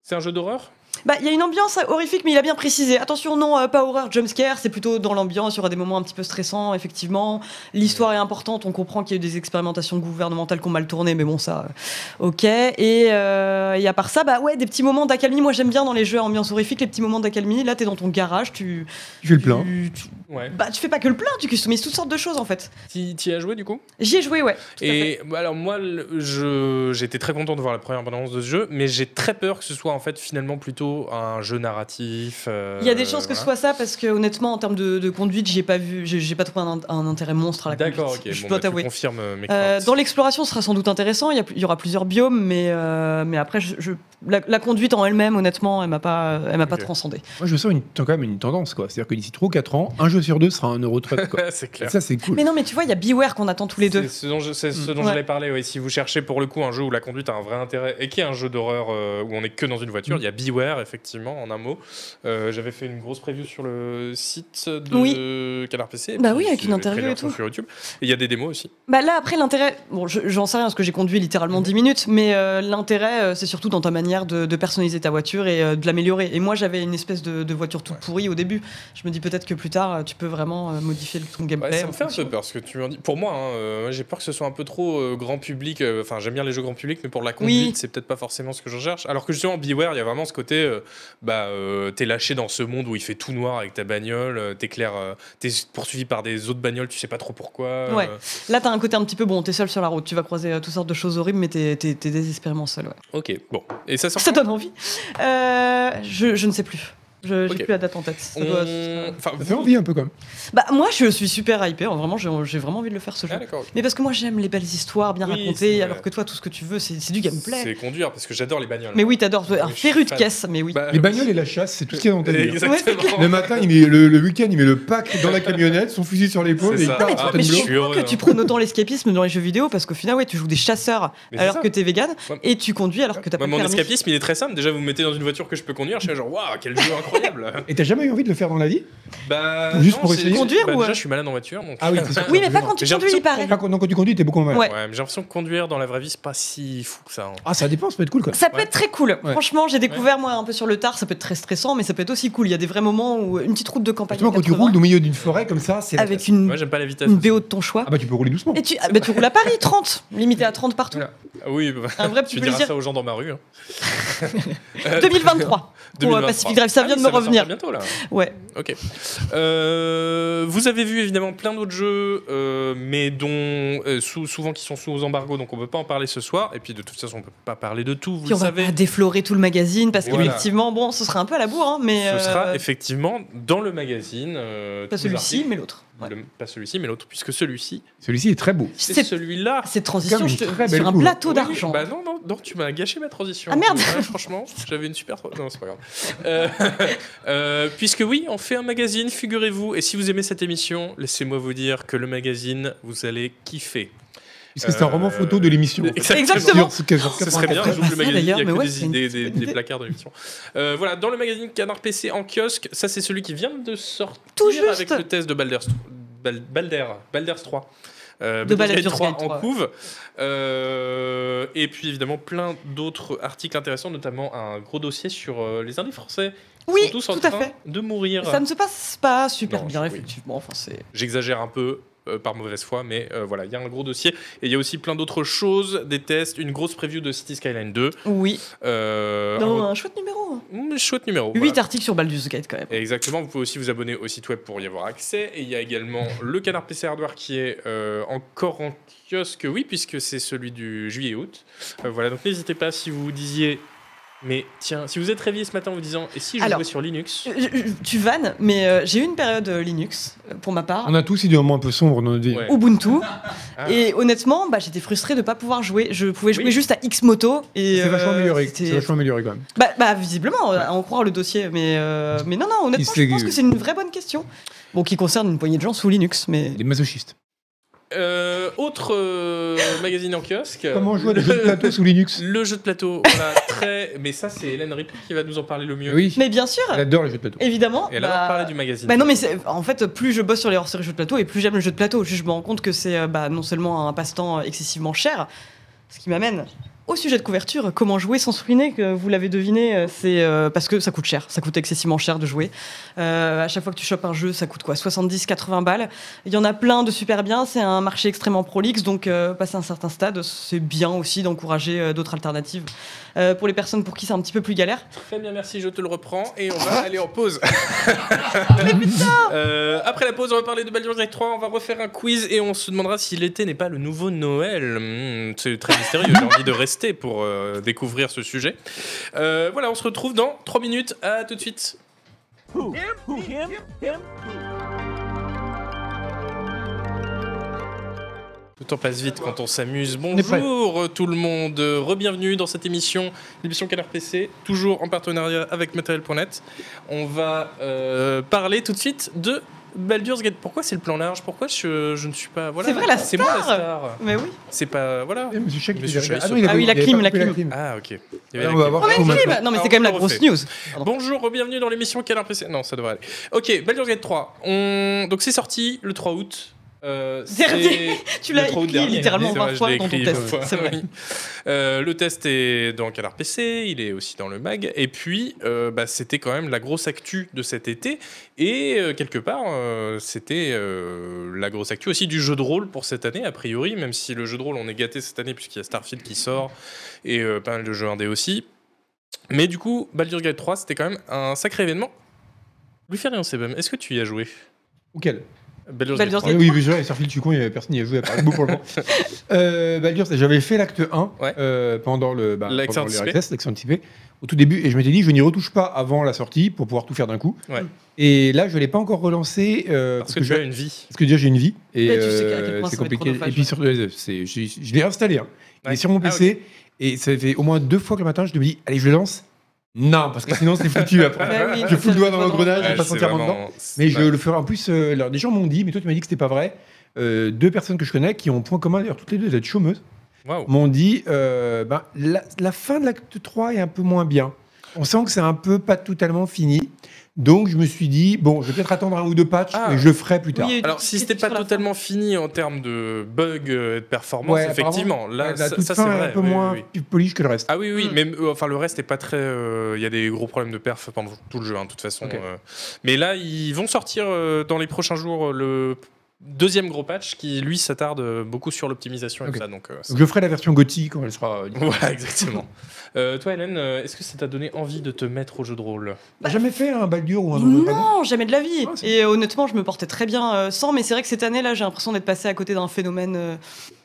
[SPEAKER 1] C'est un jeu d'horreur
[SPEAKER 2] Bah il y a une ambiance horrifique mais il a bien précisé attention non euh, pas horreur jumpscare c'est plutôt dans l'ambiance il y aura des moments un petit peu stressants effectivement l'histoire est importante on comprend qu'il y a eu des expérimentations gouvernementales qui ont mal tourné mais bon ça euh, ok et, euh, et à part ça bah ouais des petits moments d'accalmie moi j'aime bien dans les jeux à ambiance horrifique les petits moments d'accalmie là t'es dans ton garage tu,
[SPEAKER 3] Tu fais le plein.
[SPEAKER 2] tu- tu-
[SPEAKER 1] Ouais.
[SPEAKER 2] bah tu fais pas que le plein tu customises toutes sortes de choses en fait
[SPEAKER 1] T'y t'y as joué du coup
[SPEAKER 2] j'y ai joué ouais tout à fait.
[SPEAKER 1] Et bah, alors moi, le- je- j'étais très content de voir la première bande-annonce de ce jeu, mais j'ai très peur que ce soit en fait finalement plutôt un jeu narratif. euh,
[SPEAKER 2] il y a des chances que ce
[SPEAKER 1] voilà.
[SPEAKER 2] soit ça parce que honnêtement en termes de, de conduite j'ai pas vu j'ai j'ai pas trouvé un, un intérêt monstre à la conduite
[SPEAKER 1] D'accord, ok.
[SPEAKER 2] je
[SPEAKER 1] bon,
[SPEAKER 2] dois
[SPEAKER 1] bah, tu
[SPEAKER 2] t'avouer
[SPEAKER 1] confirmes euh, mes
[SPEAKER 2] Euh,
[SPEAKER 1] craintes.
[SPEAKER 2] dans l'exploration, ce sera sans doute intéressant. Il y, a plus- il y aura plusieurs biomes, mais, euh, mais après, je, je- la, la conduite en elle-même, honnêtement, elle m'a pas, elle m'a pas
[SPEAKER 1] Ok.
[SPEAKER 2] transcendé.
[SPEAKER 3] Moi je sens une, quand même une tendance quoi, c'est-à-dire que d'ici 3 ou 4 ans, un jeu sur deux sera un Eurotruck quoi.
[SPEAKER 1] c'est clair.
[SPEAKER 3] Et ça c'est cool.
[SPEAKER 2] Mais non, mais tu vois, il y a Beware qu'on attend tous les deux.
[SPEAKER 1] C'est ce dont je- c'est ce
[SPEAKER 3] Mm.
[SPEAKER 1] dont
[SPEAKER 2] Ouais.
[SPEAKER 1] j'allais parler. ouais. Si vous cherchez pour le coup un jeu où la conduite a un vrai intérêt et qui est un jeu d'horreur euh, où on est que dans une
[SPEAKER 2] Mm.
[SPEAKER 1] voiture, il y a Beware effectivement en un mot. Euh, J'avais fait une grosse preview sur le site de Canard PC. et
[SPEAKER 2] Bah
[SPEAKER 1] puis
[SPEAKER 2] oui, avec
[SPEAKER 1] les
[SPEAKER 2] une interview
[SPEAKER 1] trailers
[SPEAKER 2] et
[SPEAKER 1] sont
[SPEAKER 2] tout.
[SPEAKER 1] Sur YouTube. Et il y a des démos aussi.
[SPEAKER 2] Bah là, après, l'intérêt, bon, je- j'en sais rien parce que j'ai conduit littéralement 10 minutes, mais euh, l'intérêt, euh, c'est surtout dans ta manière de, de personnaliser ta voiture et euh, de l'améliorer. Et moi, j'avais une espèce de, de voiture toute pourrie au début. Je me dis peut-être que plus tard, euh, tu peux vraiment euh, modifier le- ton gameplay.
[SPEAKER 1] Ouais, ça
[SPEAKER 2] en
[SPEAKER 1] me fait un peu
[SPEAKER 2] fonction.
[SPEAKER 1] peur parce que tu m'en dis. Pour moi, hein, euh, moi, j'ai peur que ce soit un peu trop euh, grand public. euh, Enfin, j'aime bien les jeux grand public, mais pour la conduite, c'est peut-être pas forcément ce que je cherche. Alors que justement, Beware, il y a vraiment ce côté, euh, bah, euh, t'es lâché dans ce monde où il fait tout noir avec ta bagnole, euh, t'es clair, euh, t'es poursuivi par des autres bagnoles, tu sais pas trop pourquoi. euh,
[SPEAKER 2] Ouais. Là, t'as un côté un petit peu bon, t'es seul sur la route, tu vas croiser euh, toutes sortes de choses horribles, mais t'es t'es- t'es désespérément seul. ouais.
[SPEAKER 1] ok, bon. Et ça sort.
[SPEAKER 2] Ça donne envie. Euh, je, je ne sais plus. Je j'ai
[SPEAKER 1] Ok.
[SPEAKER 2] plus la date en tête. Ça
[SPEAKER 1] On-
[SPEAKER 2] doit- ça-
[SPEAKER 1] Enfin,
[SPEAKER 3] Ça fait envie un peu quand même.
[SPEAKER 2] Bah, moi, je suis super hypé. hein, Vraiment, j'ai j'ai vraiment envie de le faire ce jeu.
[SPEAKER 1] Ah, d'accord. ok.
[SPEAKER 2] Mais parce que moi, j'aime les belles histoires bien
[SPEAKER 1] Oui, c'est
[SPEAKER 2] racontées,
[SPEAKER 1] vrai.
[SPEAKER 2] alors que toi, tout ce que tu veux, c'est c'est du gameplay.
[SPEAKER 1] C'est conduire parce que j'adore les bagnoles.
[SPEAKER 2] Mais oui, t'adores. toi, Un
[SPEAKER 1] Oui, je suis
[SPEAKER 2] féru de
[SPEAKER 1] fan.
[SPEAKER 2] caisse, mais oui.
[SPEAKER 1] Bah,
[SPEAKER 3] Les bagnoles et la chasse, c'est tout ce qu'il y a dans ta vie. hein.
[SPEAKER 2] Ouais, c'est
[SPEAKER 1] Exactement.
[SPEAKER 2] clair.
[SPEAKER 3] Le matin, il met le, le week-end, il met le pack dans la camionnette, son fusil sur l'épaule
[SPEAKER 1] C'est
[SPEAKER 3] et il
[SPEAKER 1] ça.
[SPEAKER 3] part.
[SPEAKER 1] Ah,
[SPEAKER 3] sur
[SPEAKER 1] mais
[SPEAKER 2] mais je
[SPEAKER 1] je
[SPEAKER 3] Fontainebleau.
[SPEAKER 1] suis heureux.
[SPEAKER 2] comprends que tu prônes autant l'escapisme dans les jeux vidéo parce qu'au final, ouais, tu joues des chasseurs
[SPEAKER 1] Mais c'est
[SPEAKER 2] alors
[SPEAKER 1] ça.
[SPEAKER 2] que t'es vegan
[SPEAKER 1] Ouais.
[SPEAKER 2] et tu conduis alors que t'as
[SPEAKER 1] Bah,
[SPEAKER 2] pas de
[SPEAKER 1] mon
[SPEAKER 2] permis.
[SPEAKER 1] escapisme, il est très simple. Déjà, vous me mettez dans une voiture que je peux conduire. Je suis genre, waouh, quel jeu incroyable!
[SPEAKER 3] Et t'as jamais eu envie de le faire dans la vie
[SPEAKER 1] bah,
[SPEAKER 3] Juste
[SPEAKER 1] non,
[SPEAKER 3] pour
[SPEAKER 1] c'est-
[SPEAKER 3] essayer.
[SPEAKER 2] Conduire
[SPEAKER 1] bah,
[SPEAKER 2] ou, euh
[SPEAKER 1] Déjà, je suis malade en voiture. Donc...
[SPEAKER 3] Ah oui, c'est sûr.
[SPEAKER 2] Oui, mais pas quand tu
[SPEAKER 1] Mais j'ai
[SPEAKER 2] conduis, il paraît.
[SPEAKER 3] Enfin, quand- non, quand tu conduis, t'es beaucoup en mal.
[SPEAKER 2] Ouais.
[SPEAKER 1] Ouais, mais j'ai l'impression que conduire dans la vraie vie, c'est pas si fou que ça. hein.
[SPEAKER 3] Ah, ça dépend, ça peut être cool quoi.
[SPEAKER 2] Ça peut
[SPEAKER 1] Ouais.
[SPEAKER 2] être très cool.
[SPEAKER 3] Ouais.
[SPEAKER 2] Franchement, j'ai découvert moi un peu sur le tard, ça peut être très stressant, mais ça peut être aussi cool. Il y a des vrais moments où une petite route de campagne
[SPEAKER 3] Justement, quand tu
[SPEAKER 2] 80,
[SPEAKER 3] roules au milieu d'une forêt comme ça, c'est. la
[SPEAKER 2] avec
[SPEAKER 3] classe.
[SPEAKER 2] une,
[SPEAKER 1] Moi, j'aime pas la vitesse.
[SPEAKER 2] une BO de ton choix.
[SPEAKER 3] Ah bah tu peux rouler doucement.
[SPEAKER 2] Et tu, ah bah, tu roules à Paris, 30, limité à 30 partout.
[SPEAKER 1] Voilà. Ah oui, bah,
[SPEAKER 2] Un vrai
[SPEAKER 1] tu
[SPEAKER 2] petit
[SPEAKER 1] diras
[SPEAKER 2] plaisir.
[SPEAKER 1] ça aux gens dans ma rue. hein.
[SPEAKER 2] 2023. Pour, euh,
[SPEAKER 1] 2023.
[SPEAKER 2] Pacific Drive, ça
[SPEAKER 1] Ah
[SPEAKER 2] vient
[SPEAKER 1] oui,
[SPEAKER 2] de
[SPEAKER 1] va
[SPEAKER 2] me
[SPEAKER 1] sortir
[SPEAKER 2] revenir.
[SPEAKER 1] bientôt là.
[SPEAKER 2] Ouais.
[SPEAKER 1] Ok. Euh, vous avez vu évidemment plein d'autres jeux, euh, mais dont euh, sous- souvent qui sont sous embargo, donc on peut pas en parler ce soir. Et puis de toute façon, on peut pas parler de tout. Vous
[SPEAKER 2] Puis
[SPEAKER 1] le
[SPEAKER 2] on va
[SPEAKER 1] savez.
[SPEAKER 2] pas déflorer tout le magazine parce
[SPEAKER 1] Voilà.
[SPEAKER 2] qu'effectivement, bon, ce sera un peu à la bourre, hein, mais.
[SPEAKER 1] Ce
[SPEAKER 2] euh,
[SPEAKER 1] sera effectivement dans le magazine. euh,
[SPEAKER 2] pas
[SPEAKER 1] tous les
[SPEAKER 2] celui-ci,
[SPEAKER 1] articles.
[SPEAKER 2] mais l'autre. Ouais.
[SPEAKER 1] Le- pas celui-ci, mais l'autre, puisque celui-ci,
[SPEAKER 3] Celui-ci est très beau.
[SPEAKER 1] c'est
[SPEAKER 2] C'est-
[SPEAKER 1] celui-là.
[SPEAKER 2] Cette transition,
[SPEAKER 3] Comme une
[SPEAKER 2] je te-
[SPEAKER 3] très belle
[SPEAKER 2] sur un
[SPEAKER 3] couve.
[SPEAKER 2] plateau
[SPEAKER 1] Oui,
[SPEAKER 2] d'argent.
[SPEAKER 1] Bah non, non, non, tu m'as gâché ma transition.
[SPEAKER 2] Ah, merde.
[SPEAKER 1] Ouais, Franchement, j'avais une super. tra- Non, c'est pas grave. Euh, euh, puisque oui, on fait un magazine, figurez-vous. Et si vous aimez cette émission, laissez-moi vous dire que le magazine, vous allez kiffer.
[SPEAKER 3] Parce que c'est un
[SPEAKER 1] Euh,
[SPEAKER 3] roman photo de l'émission.
[SPEAKER 2] Exactement.
[SPEAKER 3] Sur- sur- sur-
[SPEAKER 1] Ce serait bien,
[SPEAKER 2] Ah,
[SPEAKER 1] j'ouvre le
[SPEAKER 2] ça,
[SPEAKER 1] magazine, il y a
[SPEAKER 2] d'ailleurs,
[SPEAKER 1] que
[SPEAKER 2] mais ouais,
[SPEAKER 1] des,
[SPEAKER 2] c'est une
[SPEAKER 1] des- des-
[SPEAKER 2] bonne idée.
[SPEAKER 1] des placards de l'émission. Euh, voilà, dans le magazine Canard PC en kiosque, ça c'est celui qui vient de sortir
[SPEAKER 2] Tout juste.
[SPEAKER 1] avec le test de Baldur's, Bal- Balder, Baldur's 3. Euh,
[SPEAKER 2] De
[SPEAKER 1] Baldur's Gate
[SPEAKER 2] Baldur's
[SPEAKER 1] 3
[SPEAKER 2] Gate
[SPEAKER 1] en
[SPEAKER 2] 3.
[SPEAKER 1] couve. Euh, et puis évidemment plein d'autres articles intéressants, notamment un gros dossier sur euh, les indés français qui
[SPEAKER 2] Oui,
[SPEAKER 1] sont tous en
[SPEAKER 2] tout à
[SPEAKER 1] train
[SPEAKER 2] fait.
[SPEAKER 1] de mourir.
[SPEAKER 2] Ça ne se passe pas super
[SPEAKER 1] Non,
[SPEAKER 2] bien,
[SPEAKER 1] oui.
[SPEAKER 2] effectivement. Enfin, c'est
[SPEAKER 1] J'exagère un peu euh, par mauvaise foi, mais euh, voilà, il y a un gros dossier. Et il y a aussi plein d'autres choses, des tests, une grosse preview de City Skyline 2.
[SPEAKER 2] oui,
[SPEAKER 1] euh, un
[SPEAKER 2] dans un chouette numéro.
[SPEAKER 1] Mm, chouette numéro.
[SPEAKER 2] 8
[SPEAKER 1] voilà.
[SPEAKER 2] articles sur Baldur's Gate quand même.
[SPEAKER 1] Et Exactement, vous pouvez aussi vous abonner au site web pour y avoir accès. Et il y a également le canard PC Hardware qui est euh, encore en kiosque, oui, puisque c'est celui du juillet-août. Euh, voilà, donc n'hésitez pas si vous vous disiez, mais tiens, si vous êtes réveillé ce matin en vous disant, et si je
[SPEAKER 2] Alors,
[SPEAKER 1] jouais sur Linux
[SPEAKER 2] Je- je- Euh, Tu vannes, mais euh, j'ai eu une période euh, Linux euh, pour ma part.
[SPEAKER 1] Ah
[SPEAKER 3] On a tous eu des moments un peu sombres dans notre vie.
[SPEAKER 1] Ouais.
[SPEAKER 2] Ubuntu
[SPEAKER 1] Ah.
[SPEAKER 2] et honnêtement bah, j'étais frustrée de pas pouvoir jouer je pouvais jouer
[SPEAKER 1] Oui.
[SPEAKER 2] juste à X moto et
[SPEAKER 3] C'est vachement
[SPEAKER 2] euh,
[SPEAKER 3] amélioré.
[SPEAKER 2] c'était-
[SPEAKER 3] C'est vachement amélioré quand même.
[SPEAKER 2] bah, bah, visiblement à en croire le dossier mais euh, mais non non honnêtement
[SPEAKER 3] s'est-
[SPEAKER 2] je pense que c'est une vraie bonne question bon qui concerne une poignée de gens sous Linux mais
[SPEAKER 3] Des masochistes.
[SPEAKER 1] Euh, Autre euh, magazine en kiosque.
[SPEAKER 3] Comment jouer à des jeux de plateau sous Linux
[SPEAKER 1] Le jeu de plateau, voilà, très. Mais ça, c'est Hélène Ripley qui va nous en parler le mieux.
[SPEAKER 3] Oui,
[SPEAKER 2] mais bien sûr
[SPEAKER 3] elle adore les jeux de plateau.
[SPEAKER 2] évidemment
[SPEAKER 1] Et elle
[SPEAKER 2] bah,
[SPEAKER 1] a parlé du magazine.
[SPEAKER 2] Bah non mais c'est- en fait plus je bosse sur les hors-séries jeux de plateau et plus j'aime le jeu de plateau. Je me rends compte que c'est euh, bah, non seulement un passe-temps excessivement cher, ce qui m'amène au sujet de couverture, comment jouer sans se ruiner, que vous l'avez deviné, euh, c'est euh, parce que ça coûte cher, ça coûte excessivement cher de jouer. Euh, à chaque fois que tu chopes un jeu, ça coûte quoi 70, 80 balles. Il y en a plein de super bien, c'est un marché extrêmement prolixe, donc euh, passer un certain stade, c'est bien aussi d'encourager euh, d'autres alternatives. Euh, pour les personnes pour qui c'est un petit peu plus galère,
[SPEAKER 1] Très bien, merci, je te le reprends et on va aller en pause. Euh, après la pause, on va parler de Baldur's Gate 3, on va refaire un quiz et on se demandera si l'été n'est pas le nouveau Noël. Hmm, c'est très mystérieux, j'ai envie de rester pour euh, découvrir ce sujet. Euh, voilà, on se retrouve dans 3 minutes, à tout de suite. Le temps passe vite quand on s'amuse. Bonjour tout le monde, re-bienvenue dans cette émission, l'émission Canard PC, toujours en partenariat avec Matériel.net. On va euh, parler tout de suite de Baldur's Gate. Pourquoi c'est le plan large Pourquoi je, je ne suis pas. Voilà,
[SPEAKER 2] C'est vrai, la
[SPEAKER 1] C'est moi la
[SPEAKER 2] star
[SPEAKER 1] star
[SPEAKER 2] mais oui.
[SPEAKER 1] C'est pas. Voilà
[SPEAKER 3] Eh, Monsieur Chèque,
[SPEAKER 1] Monsieur
[SPEAKER 3] il est-
[SPEAKER 1] Chèque,
[SPEAKER 3] Ah non, il
[SPEAKER 2] Ah
[SPEAKER 3] avait-
[SPEAKER 2] oui, la
[SPEAKER 3] il avait
[SPEAKER 2] clim,
[SPEAKER 3] pas
[SPEAKER 2] la
[SPEAKER 3] coupé
[SPEAKER 2] clim.
[SPEAKER 1] Ah, ok. Il y avait la
[SPEAKER 3] Alors, on va
[SPEAKER 1] clim.
[SPEAKER 3] voir.
[SPEAKER 2] Oh, mais
[SPEAKER 3] comment-
[SPEAKER 2] Philippe, Non mais
[SPEAKER 1] Alors,
[SPEAKER 2] c'est quand même la
[SPEAKER 1] on
[SPEAKER 2] grosse
[SPEAKER 1] refait.
[SPEAKER 2] news. Pardon.
[SPEAKER 1] Bonjour, bienvenue dans l'émission Quelle impression Non, ça devrait aller. Ok, Baldur's Gate 3. On... Donc c'est sorti le 3 août. Euh, c'est-
[SPEAKER 2] Dernier. Tu
[SPEAKER 1] le
[SPEAKER 2] l'as
[SPEAKER 1] 3 août
[SPEAKER 2] écrit
[SPEAKER 1] dernier.
[SPEAKER 2] littéralement
[SPEAKER 1] C'est
[SPEAKER 2] 20
[SPEAKER 1] vrai, je
[SPEAKER 2] fois
[SPEAKER 1] l'ai
[SPEAKER 2] dans ton
[SPEAKER 1] écrit
[SPEAKER 2] test,
[SPEAKER 1] 20 fois,
[SPEAKER 2] c'est vrai.
[SPEAKER 1] oui. Euh, le test est dans Canard PC, il est aussi dans le mag. Et puis, euh, bah, c'était quand même la grosse actu de cet été. Et euh, quelque part, euh, c'était euh, la grosse actu aussi du jeu de rôle pour cette année, a priori, même si le jeu de rôle, on est gâté cette année puisqu'il y a Starfield qui sort et euh, pas mal de jeux indés aussi. Mais du coup, Baldur's Gate 3, c'était quand même un sacré événement. Louis Ferdinand Sebum, est-ce que tu y as joué
[SPEAKER 3] Auquel
[SPEAKER 1] Baldur's
[SPEAKER 2] Baldur's
[SPEAKER 3] Ah oui, oui, je sur Phil Tucon, il y avait personne n'y a joué à part vous pour le moment. Euh, Baldur's, j'avais fait l'acte 1
[SPEAKER 1] Ouais.
[SPEAKER 3] euh, pendant le bah,
[SPEAKER 1] L'accès
[SPEAKER 3] pendant les
[SPEAKER 1] anticipé.
[SPEAKER 3] access, l'accès anticipé, au tout début, et je m'étais dit, je n'y retouche pas avant la sortie pour pouvoir tout faire d'un coup.
[SPEAKER 1] Ouais.
[SPEAKER 3] Et là, je ne l'ai pas encore relancé euh,
[SPEAKER 1] Parce que tu
[SPEAKER 3] je-
[SPEAKER 1] as une vie.
[SPEAKER 3] parce que déjà j'ai une vie et
[SPEAKER 2] Ouais, tu sais qu'à quel
[SPEAKER 3] euh,
[SPEAKER 2] point
[SPEAKER 3] c'est
[SPEAKER 2] ça va être
[SPEAKER 3] compliqué. Et
[SPEAKER 2] chronophage.
[SPEAKER 3] puis surtout, euh, c'est- je, je l'ai installé. hein. Il
[SPEAKER 1] Ouais.
[SPEAKER 3] est sur mon
[SPEAKER 1] Ah,
[SPEAKER 3] PC et ça fait au moins deux fois que le matin je me dis allez je le lance. Non parce que sinon c'est foutu après.
[SPEAKER 2] Bah oui,
[SPEAKER 3] je fous le doigt dans l'engrenage,
[SPEAKER 1] Ouais,
[SPEAKER 3] je passe
[SPEAKER 1] c'est
[SPEAKER 3] entièrement
[SPEAKER 1] vraiment-
[SPEAKER 3] dedans. Mais je
[SPEAKER 1] Ouais.
[SPEAKER 3] le ferai. En plus, euh, alors, des gens m'ont dit, mais toi tu m'as dit que c'était pas vrai. Euh, deux personnes que je connais qui ont point commun, d'ailleurs toutes les deux d'être chômeuses,
[SPEAKER 1] Waouh.
[SPEAKER 3] m'ont dit euh, ben, la, la fin de l'acte 3 est un peu moins bien. On sent que c'est un peu pas totalement fini. Donc je me suis dit, bon, je vais peut-être attendre un ou deux patchs,
[SPEAKER 1] Ah.
[SPEAKER 3] mais je le ferai plus tard.
[SPEAKER 2] Oui, il y a eu des
[SPEAKER 1] Alors,
[SPEAKER 2] petites
[SPEAKER 1] si c'était
[SPEAKER 2] critiques
[SPEAKER 1] pas
[SPEAKER 2] sur la fin.
[SPEAKER 1] totalement fini en termes de bugs euh, et de performance,
[SPEAKER 3] Ouais,
[SPEAKER 1] effectivement, là,
[SPEAKER 3] Ouais, la
[SPEAKER 1] ça,
[SPEAKER 3] toute
[SPEAKER 1] ça, c'est
[SPEAKER 3] fin est
[SPEAKER 1] vrai.
[SPEAKER 3] un peu
[SPEAKER 1] oui,
[SPEAKER 3] moins
[SPEAKER 1] oui, oui.
[SPEAKER 3] polish que le reste.
[SPEAKER 1] Ah oui, oui,
[SPEAKER 2] Hmm.
[SPEAKER 1] mais euh, enfin, le reste est pas très. euh, Il y a des gros problèmes de perf pendant tout le jeu, hein, de toute façon.
[SPEAKER 3] Ok.
[SPEAKER 1] euh. Mais là, ils vont sortir euh, dans les prochains jours euh, le deuxième gros patch qui, lui, s'attarde euh, beaucoup sur l'optimisation et
[SPEAKER 3] Ok.
[SPEAKER 1] tout ça. Donc, euh, c'est-
[SPEAKER 3] Donc je ferai la version Gotti quand elle sera. euh,
[SPEAKER 1] voilà, exactement. Euh, toi, Hélène, euh, est-ce que ça t'a donné envie de te mettre au jeu de rôle
[SPEAKER 3] T'as jamais fait un Baldur ou un Donjon Dragon
[SPEAKER 2] Non, jamais de la vie.
[SPEAKER 3] Ah, c'est-
[SPEAKER 2] et euh, honnêtement, je me portais très bien euh, sans, mais c'est vrai que cette année-là, j'ai l'impression d'être passé à côté d'un phénomène euh,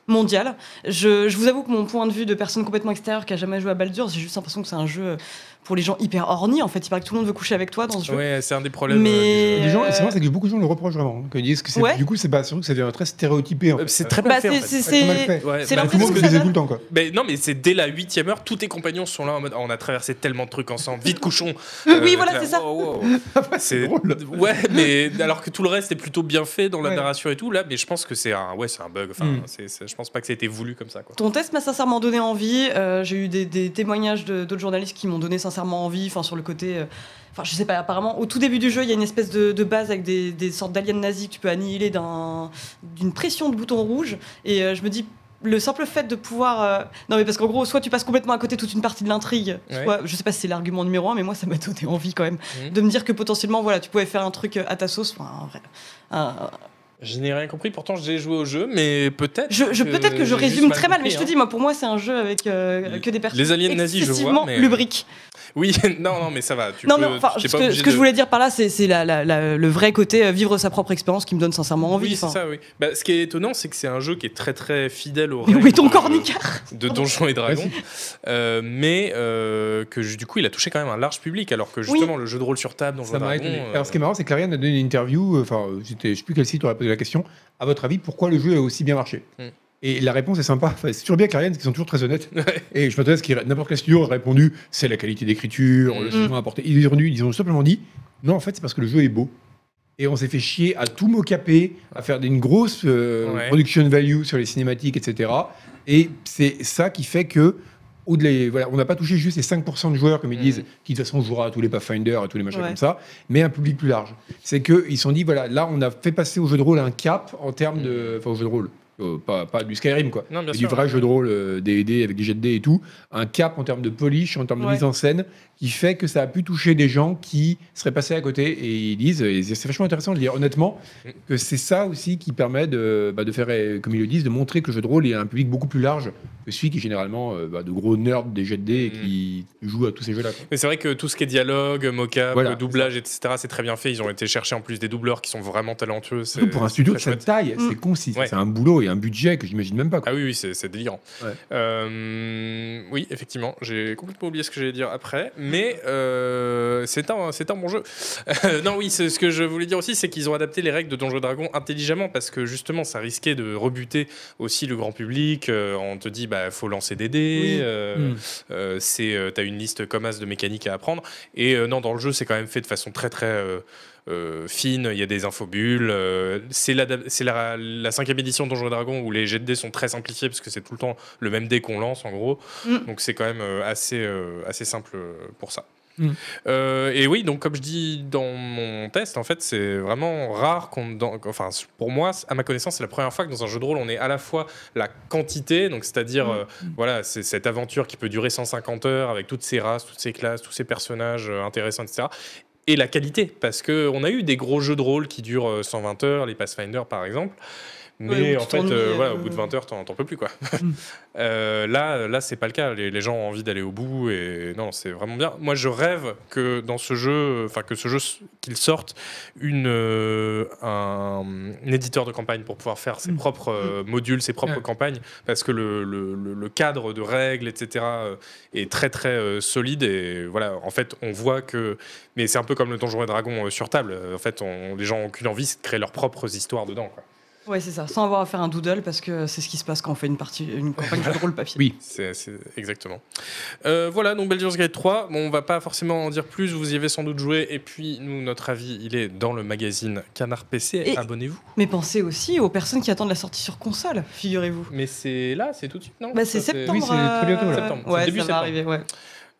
[SPEAKER 2] mondial. Je, je vous avoue que mon point de vue de personne complètement extérieure qui a jamais joué à Baldur's, j'ai juste l'impression que c'est un jeu euh, pour les gens hyper horny. En fait, il paraît que tout le monde veut coucher avec toi dans ce jeu.
[SPEAKER 1] Ouais, c'est un des problèmes.
[SPEAKER 2] Mais-
[SPEAKER 1] euh,
[SPEAKER 3] Les gens,
[SPEAKER 2] Euh,
[SPEAKER 3] c'est vrai, c'est que beaucoup de gens le reprochent vraiment. hein, que ils disent que c'est-
[SPEAKER 2] Ouais.
[SPEAKER 3] Du coup, c'est pas sûr que ça devient très stéréotypé. en
[SPEAKER 1] du jeu.
[SPEAKER 3] fait.
[SPEAKER 1] Euh, C'est très
[SPEAKER 2] Bah,
[SPEAKER 1] mal fait. en
[SPEAKER 2] c'est
[SPEAKER 1] fait.
[SPEAKER 2] c'est-
[SPEAKER 3] Très mal
[SPEAKER 2] c'est-
[SPEAKER 3] fait.
[SPEAKER 1] Ouais, bah,
[SPEAKER 2] c'est
[SPEAKER 3] Tout le
[SPEAKER 2] l'impression
[SPEAKER 3] monde
[SPEAKER 2] que
[SPEAKER 3] le
[SPEAKER 2] ça
[SPEAKER 3] faisait tout
[SPEAKER 2] donne.
[SPEAKER 3] le temps, quoi.
[SPEAKER 1] Mais non, mais c'est dès la huitième heure, tous tes compagnons sont là en mode Ah, on a traversé tellement de trucs ensemble, vite couchon.
[SPEAKER 2] Oui, voilà,
[SPEAKER 1] t'es là,
[SPEAKER 2] c'est ça.
[SPEAKER 1] wow, wow.
[SPEAKER 3] Ah, C'est drôle.
[SPEAKER 1] Ouais, mais alors que tout le reste est plutôt bien fait dans la
[SPEAKER 3] Ouais.
[SPEAKER 1] narration et tout là, mais je pense que c'est un ouais, c'est un bug. Enfin,
[SPEAKER 3] Mm.
[SPEAKER 1] c'est- c'est- je pense pas que ça a été voulu comme ça quoi.
[SPEAKER 2] Ton test m'a sincèrement donné envie. Euh, j'ai eu des, des témoignages de- d'autres journalistes qui m'ont donné sincèrement envie. Enfin, sur le côté. euh, Enfin, je sais pas, apparemment, au tout début du jeu, il y a une espèce de, de base avec des, des sortes d'aliens nazis que tu peux annihiler d'un- d'une pression de bouton rouge. Et euh, je me dis. Le simple fait de pouvoir. euh, Non, mais parce qu'en gros, soit tu passes complètement à côté toute une partie de l'intrigue,
[SPEAKER 1] Ouais.
[SPEAKER 2] soit. Je sais pas si c'est l'argument numéro un, mais moi, ça m'a donné envie quand même.
[SPEAKER 1] Mhm.
[SPEAKER 2] De me dire que potentiellement, voilà, tu pouvais faire un truc euh, à ta sauce. Enfin, un vrai- un-
[SPEAKER 1] Je n'ai rien compris, pourtant j'ai joué au jeu, mais peut-être.
[SPEAKER 2] je, je- peut-être que je
[SPEAKER 1] j'ai juste
[SPEAKER 2] résume très mal,
[SPEAKER 1] compris,
[SPEAKER 2] mais je te
[SPEAKER 1] hein.
[SPEAKER 2] dis, moi, pour moi, c'est un jeu avec euh,
[SPEAKER 1] Les-
[SPEAKER 2] que des personnes
[SPEAKER 1] les aliens nazis, je vois,
[SPEAKER 2] excessivement
[SPEAKER 1] mais-
[SPEAKER 2] lubriques.
[SPEAKER 1] hein. Oui, non, non, mais ça va. Tu
[SPEAKER 2] non,
[SPEAKER 1] peux-
[SPEAKER 2] non, enfin,
[SPEAKER 1] t'es
[SPEAKER 2] ce
[SPEAKER 1] pas
[SPEAKER 2] que,
[SPEAKER 1] obligé
[SPEAKER 2] ce que je
[SPEAKER 1] de-
[SPEAKER 2] voulais dire par là, c'est c'est la- la- la- le vrai côté euh, vivre sa propre expérience qui me donne sincèrement envie.
[SPEAKER 1] Oui, c'est
[SPEAKER 2] enfin.
[SPEAKER 1] ça, oui. Bah, ce qui est étonnant, c'est que c'est un jeu qui est très très fidèle au. euh,
[SPEAKER 2] Mais où est ton
[SPEAKER 1] cornic
[SPEAKER 2] cornicard
[SPEAKER 1] de Donjons et Dragons, Euh, mais euh, que je- du coup il a touché quand même un large public, alors que justement le jeu de rôle sur table, Donjons
[SPEAKER 3] Ça
[SPEAKER 1] et
[SPEAKER 3] m'a
[SPEAKER 1] Dragons.
[SPEAKER 3] étonné.
[SPEAKER 1] euh,
[SPEAKER 3] Alors, ce qui est marrant, c'est que Larian a donné une interview. euh, Enfin, euh, c'était- je sais plus quel site aurait posé la question. À votre avis, pourquoi le jeu a aussi bien marché
[SPEAKER 1] Hmm.
[SPEAKER 3] Et la réponse est sympa. Enfin, c'est toujours bien que Larian, parce qu'ils sont toujours très honnêtes. Et je m'attendais à ce qu'il n'importe quel studio aurait répondu c'est la qualité d'écriture,
[SPEAKER 1] Mm.
[SPEAKER 3] le changement apporté. Ils ont, ils ont simplement dit non, en fait, c'est parce que le jeu est beau. Et on s'est fait chier à tout mocaper, à faire une grosse euh,
[SPEAKER 1] Ouais.
[SPEAKER 3] production value sur les cinématiques, etc. Et c'est ça qui fait que, au-delà, voilà, on n'a pas touché juste les 5% de joueurs, comme ils
[SPEAKER 1] Mm.
[SPEAKER 3] disent, qui de toute façon jouera à tous les Pathfinder, à tous les machins
[SPEAKER 2] Ouais.
[SPEAKER 3] comme ça, mais un public plus large. C'est qu'ils se sont dit, voilà, là, on a fait passer au jeu de rôle un cap en termes de.
[SPEAKER 1] Mm.
[SPEAKER 3] Enfin, au jeu de rôle. Euh, pas, pas du Skyrim, quoi.
[SPEAKER 1] Non, bien
[SPEAKER 3] Mais
[SPEAKER 1] sûr.
[SPEAKER 3] du vrai jeu de rôle euh, des dés avec des jets de dés et tout, un cap en termes de polish, en termes de
[SPEAKER 2] Ouais.
[SPEAKER 3] mise en scène, qui fait que ça a pu toucher des gens qui seraient passés à côté et ils disent, et c'est vachement intéressant de dire honnêtement, que c'est ça aussi qui permet de, bah, de faire, euh, comme ils le disent, de montrer que le jeu de rôle est un public beaucoup plus large que celui qui est généralement euh, bah, de gros nerds des jets de dés et
[SPEAKER 1] Mm.
[SPEAKER 3] qui jouent à tous ces jeux-là. quoi.
[SPEAKER 1] Mais c'est vrai que tout ce qui est dialogue, mocap,
[SPEAKER 3] Voilà,
[SPEAKER 1] doublage, etc., c'est très bien fait. Ils ont été chercher en plus des doubleurs qui sont vraiment talentueux. c'est-
[SPEAKER 3] Surtout pour un studio de
[SPEAKER 1] c'est très
[SPEAKER 3] cette
[SPEAKER 1] chouette.
[SPEAKER 3] taille,
[SPEAKER 2] Mm.
[SPEAKER 3] c'est concis,
[SPEAKER 1] Ouais.
[SPEAKER 3] c'est un boulot et un budget que j'imagine même pas. quoi.
[SPEAKER 1] Ah oui, oui, c'est c'est délirant.
[SPEAKER 3] Ouais.
[SPEAKER 1] Euh, oui, effectivement, j'ai complètement oublié ce que j'allais dire après, mais euh, c'est un, c'est un bon jeu. Euh, non, oui, c'est- ce que je voulais dire aussi, c'est qu'ils ont adapté les règles de Donjons et Dragons intelligemment parce que justement, ça risquait de rebuter aussi le grand public. Euh, on te dit, bah, faut lancer des dés.
[SPEAKER 2] Oui.
[SPEAKER 1] euh,
[SPEAKER 3] Mm.
[SPEAKER 1] euh, c'est euh, t'as une liste comme as de mécaniques à apprendre et euh, non dans le jeu c'est quand même fait de façon très très euh, euh, fine il y a des infobules euh, c'est la c'est la, la cinquième édition de Donjons et Dragons où les jets de dés sont très simplifiés parce que c'est tout le temps le même dé qu'on lance en gros
[SPEAKER 2] Mm.
[SPEAKER 1] donc c'est quand même euh, assez euh, assez simple euh, pour ça
[SPEAKER 3] Mm.
[SPEAKER 1] Euh, et oui, donc comme je dis dans mon test, en fait, c'est vraiment rare qu'on, dans- enfin, pour moi, à ma connaissance, c'est la première fois que dans un jeu de rôle, on est à la fois la quantité, donc c'est-à-dire
[SPEAKER 2] Mm.
[SPEAKER 1] euh, voilà, c'est cette aventure qui peut durer 150 heures avec toutes ces races, toutes ces classes, tous ces personnages euh, intéressants, etc. Et la qualité, parce que on a eu des gros jeux de rôle qui durent euh, 120 heures, les Pathfinder par exemple. Mais
[SPEAKER 2] Ouais, où tu
[SPEAKER 1] en fait,
[SPEAKER 2] t'ennuies,
[SPEAKER 1] euh, voilà, au
[SPEAKER 2] euh,
[SPEAKER 1] bout de 20 heures, t'en t'en peux plus quoi. Euh, là, là, c'est pas le cas. Les, les gens ont envie d'aller au bout et non, c'est vraiment bien. Moi, je rêve que dans ce jeu, enfin que ce jeu s- qu'il sorte une euh, un, un éditeur de campagne pour pouvoir faire ses
[SPEAKER 3] Mm.
[SPEAKER 1] propres euh, modules, ses propres
[SPEAKER 3] Ouais.
[SPEAKER 1] campagnes, parce que le, le- le- le cadre de règles, etc., euh, est très très euh, solide et voilà. En fait, on voit que, mais c'est un peu comme le Donjon et Dragon euh, sur table. En fait, on- les gens ont aucune envie, c'est de créer leurs propres histoires dedans. quoi.
[SPEAKER 2] Ouais, c'est ça, sans avoir à faire un doodle parce que c'est ce qui se passe quand on fait une partie, une campagne de rôle papier.
[SPEAKER 3] Oui.
[SPEAKER 1] C'est c'est- exactement. Euh, voilà, donc Baldur's Gate 3. Bon, on va pas forcément en dire plus, vous y avez sans doute joué. Et puis, nous, notre avis, il est dans le magazine Canard PC.
[SPEAKER 2] Et-
[SPEAKER 1] Abonnez-vous.
[SPEAKER 2] Mais pensez aussi aux personnes qui attendent la sortie sur console, figurez-vous.
[SPEAKER 1] Mais c'est là, c'est tout de suite, non
[SPEAKER 2] Bah, c'est
[SPEAKER 1] Ça,
[SPEAKER 2] septembre.
[SPEAKER 3] oui, c'est très bientôt, là.
[SPEAKER 2] euh,
[SPEAKER 1] Septembre, c'est
[SPEAKER 2] Ouais,
[SPEAKER 1] début
[SPEAKER 2] ça va
[SPEAKER 1] septembre.
[SPEAKER 2] arriver, ouais.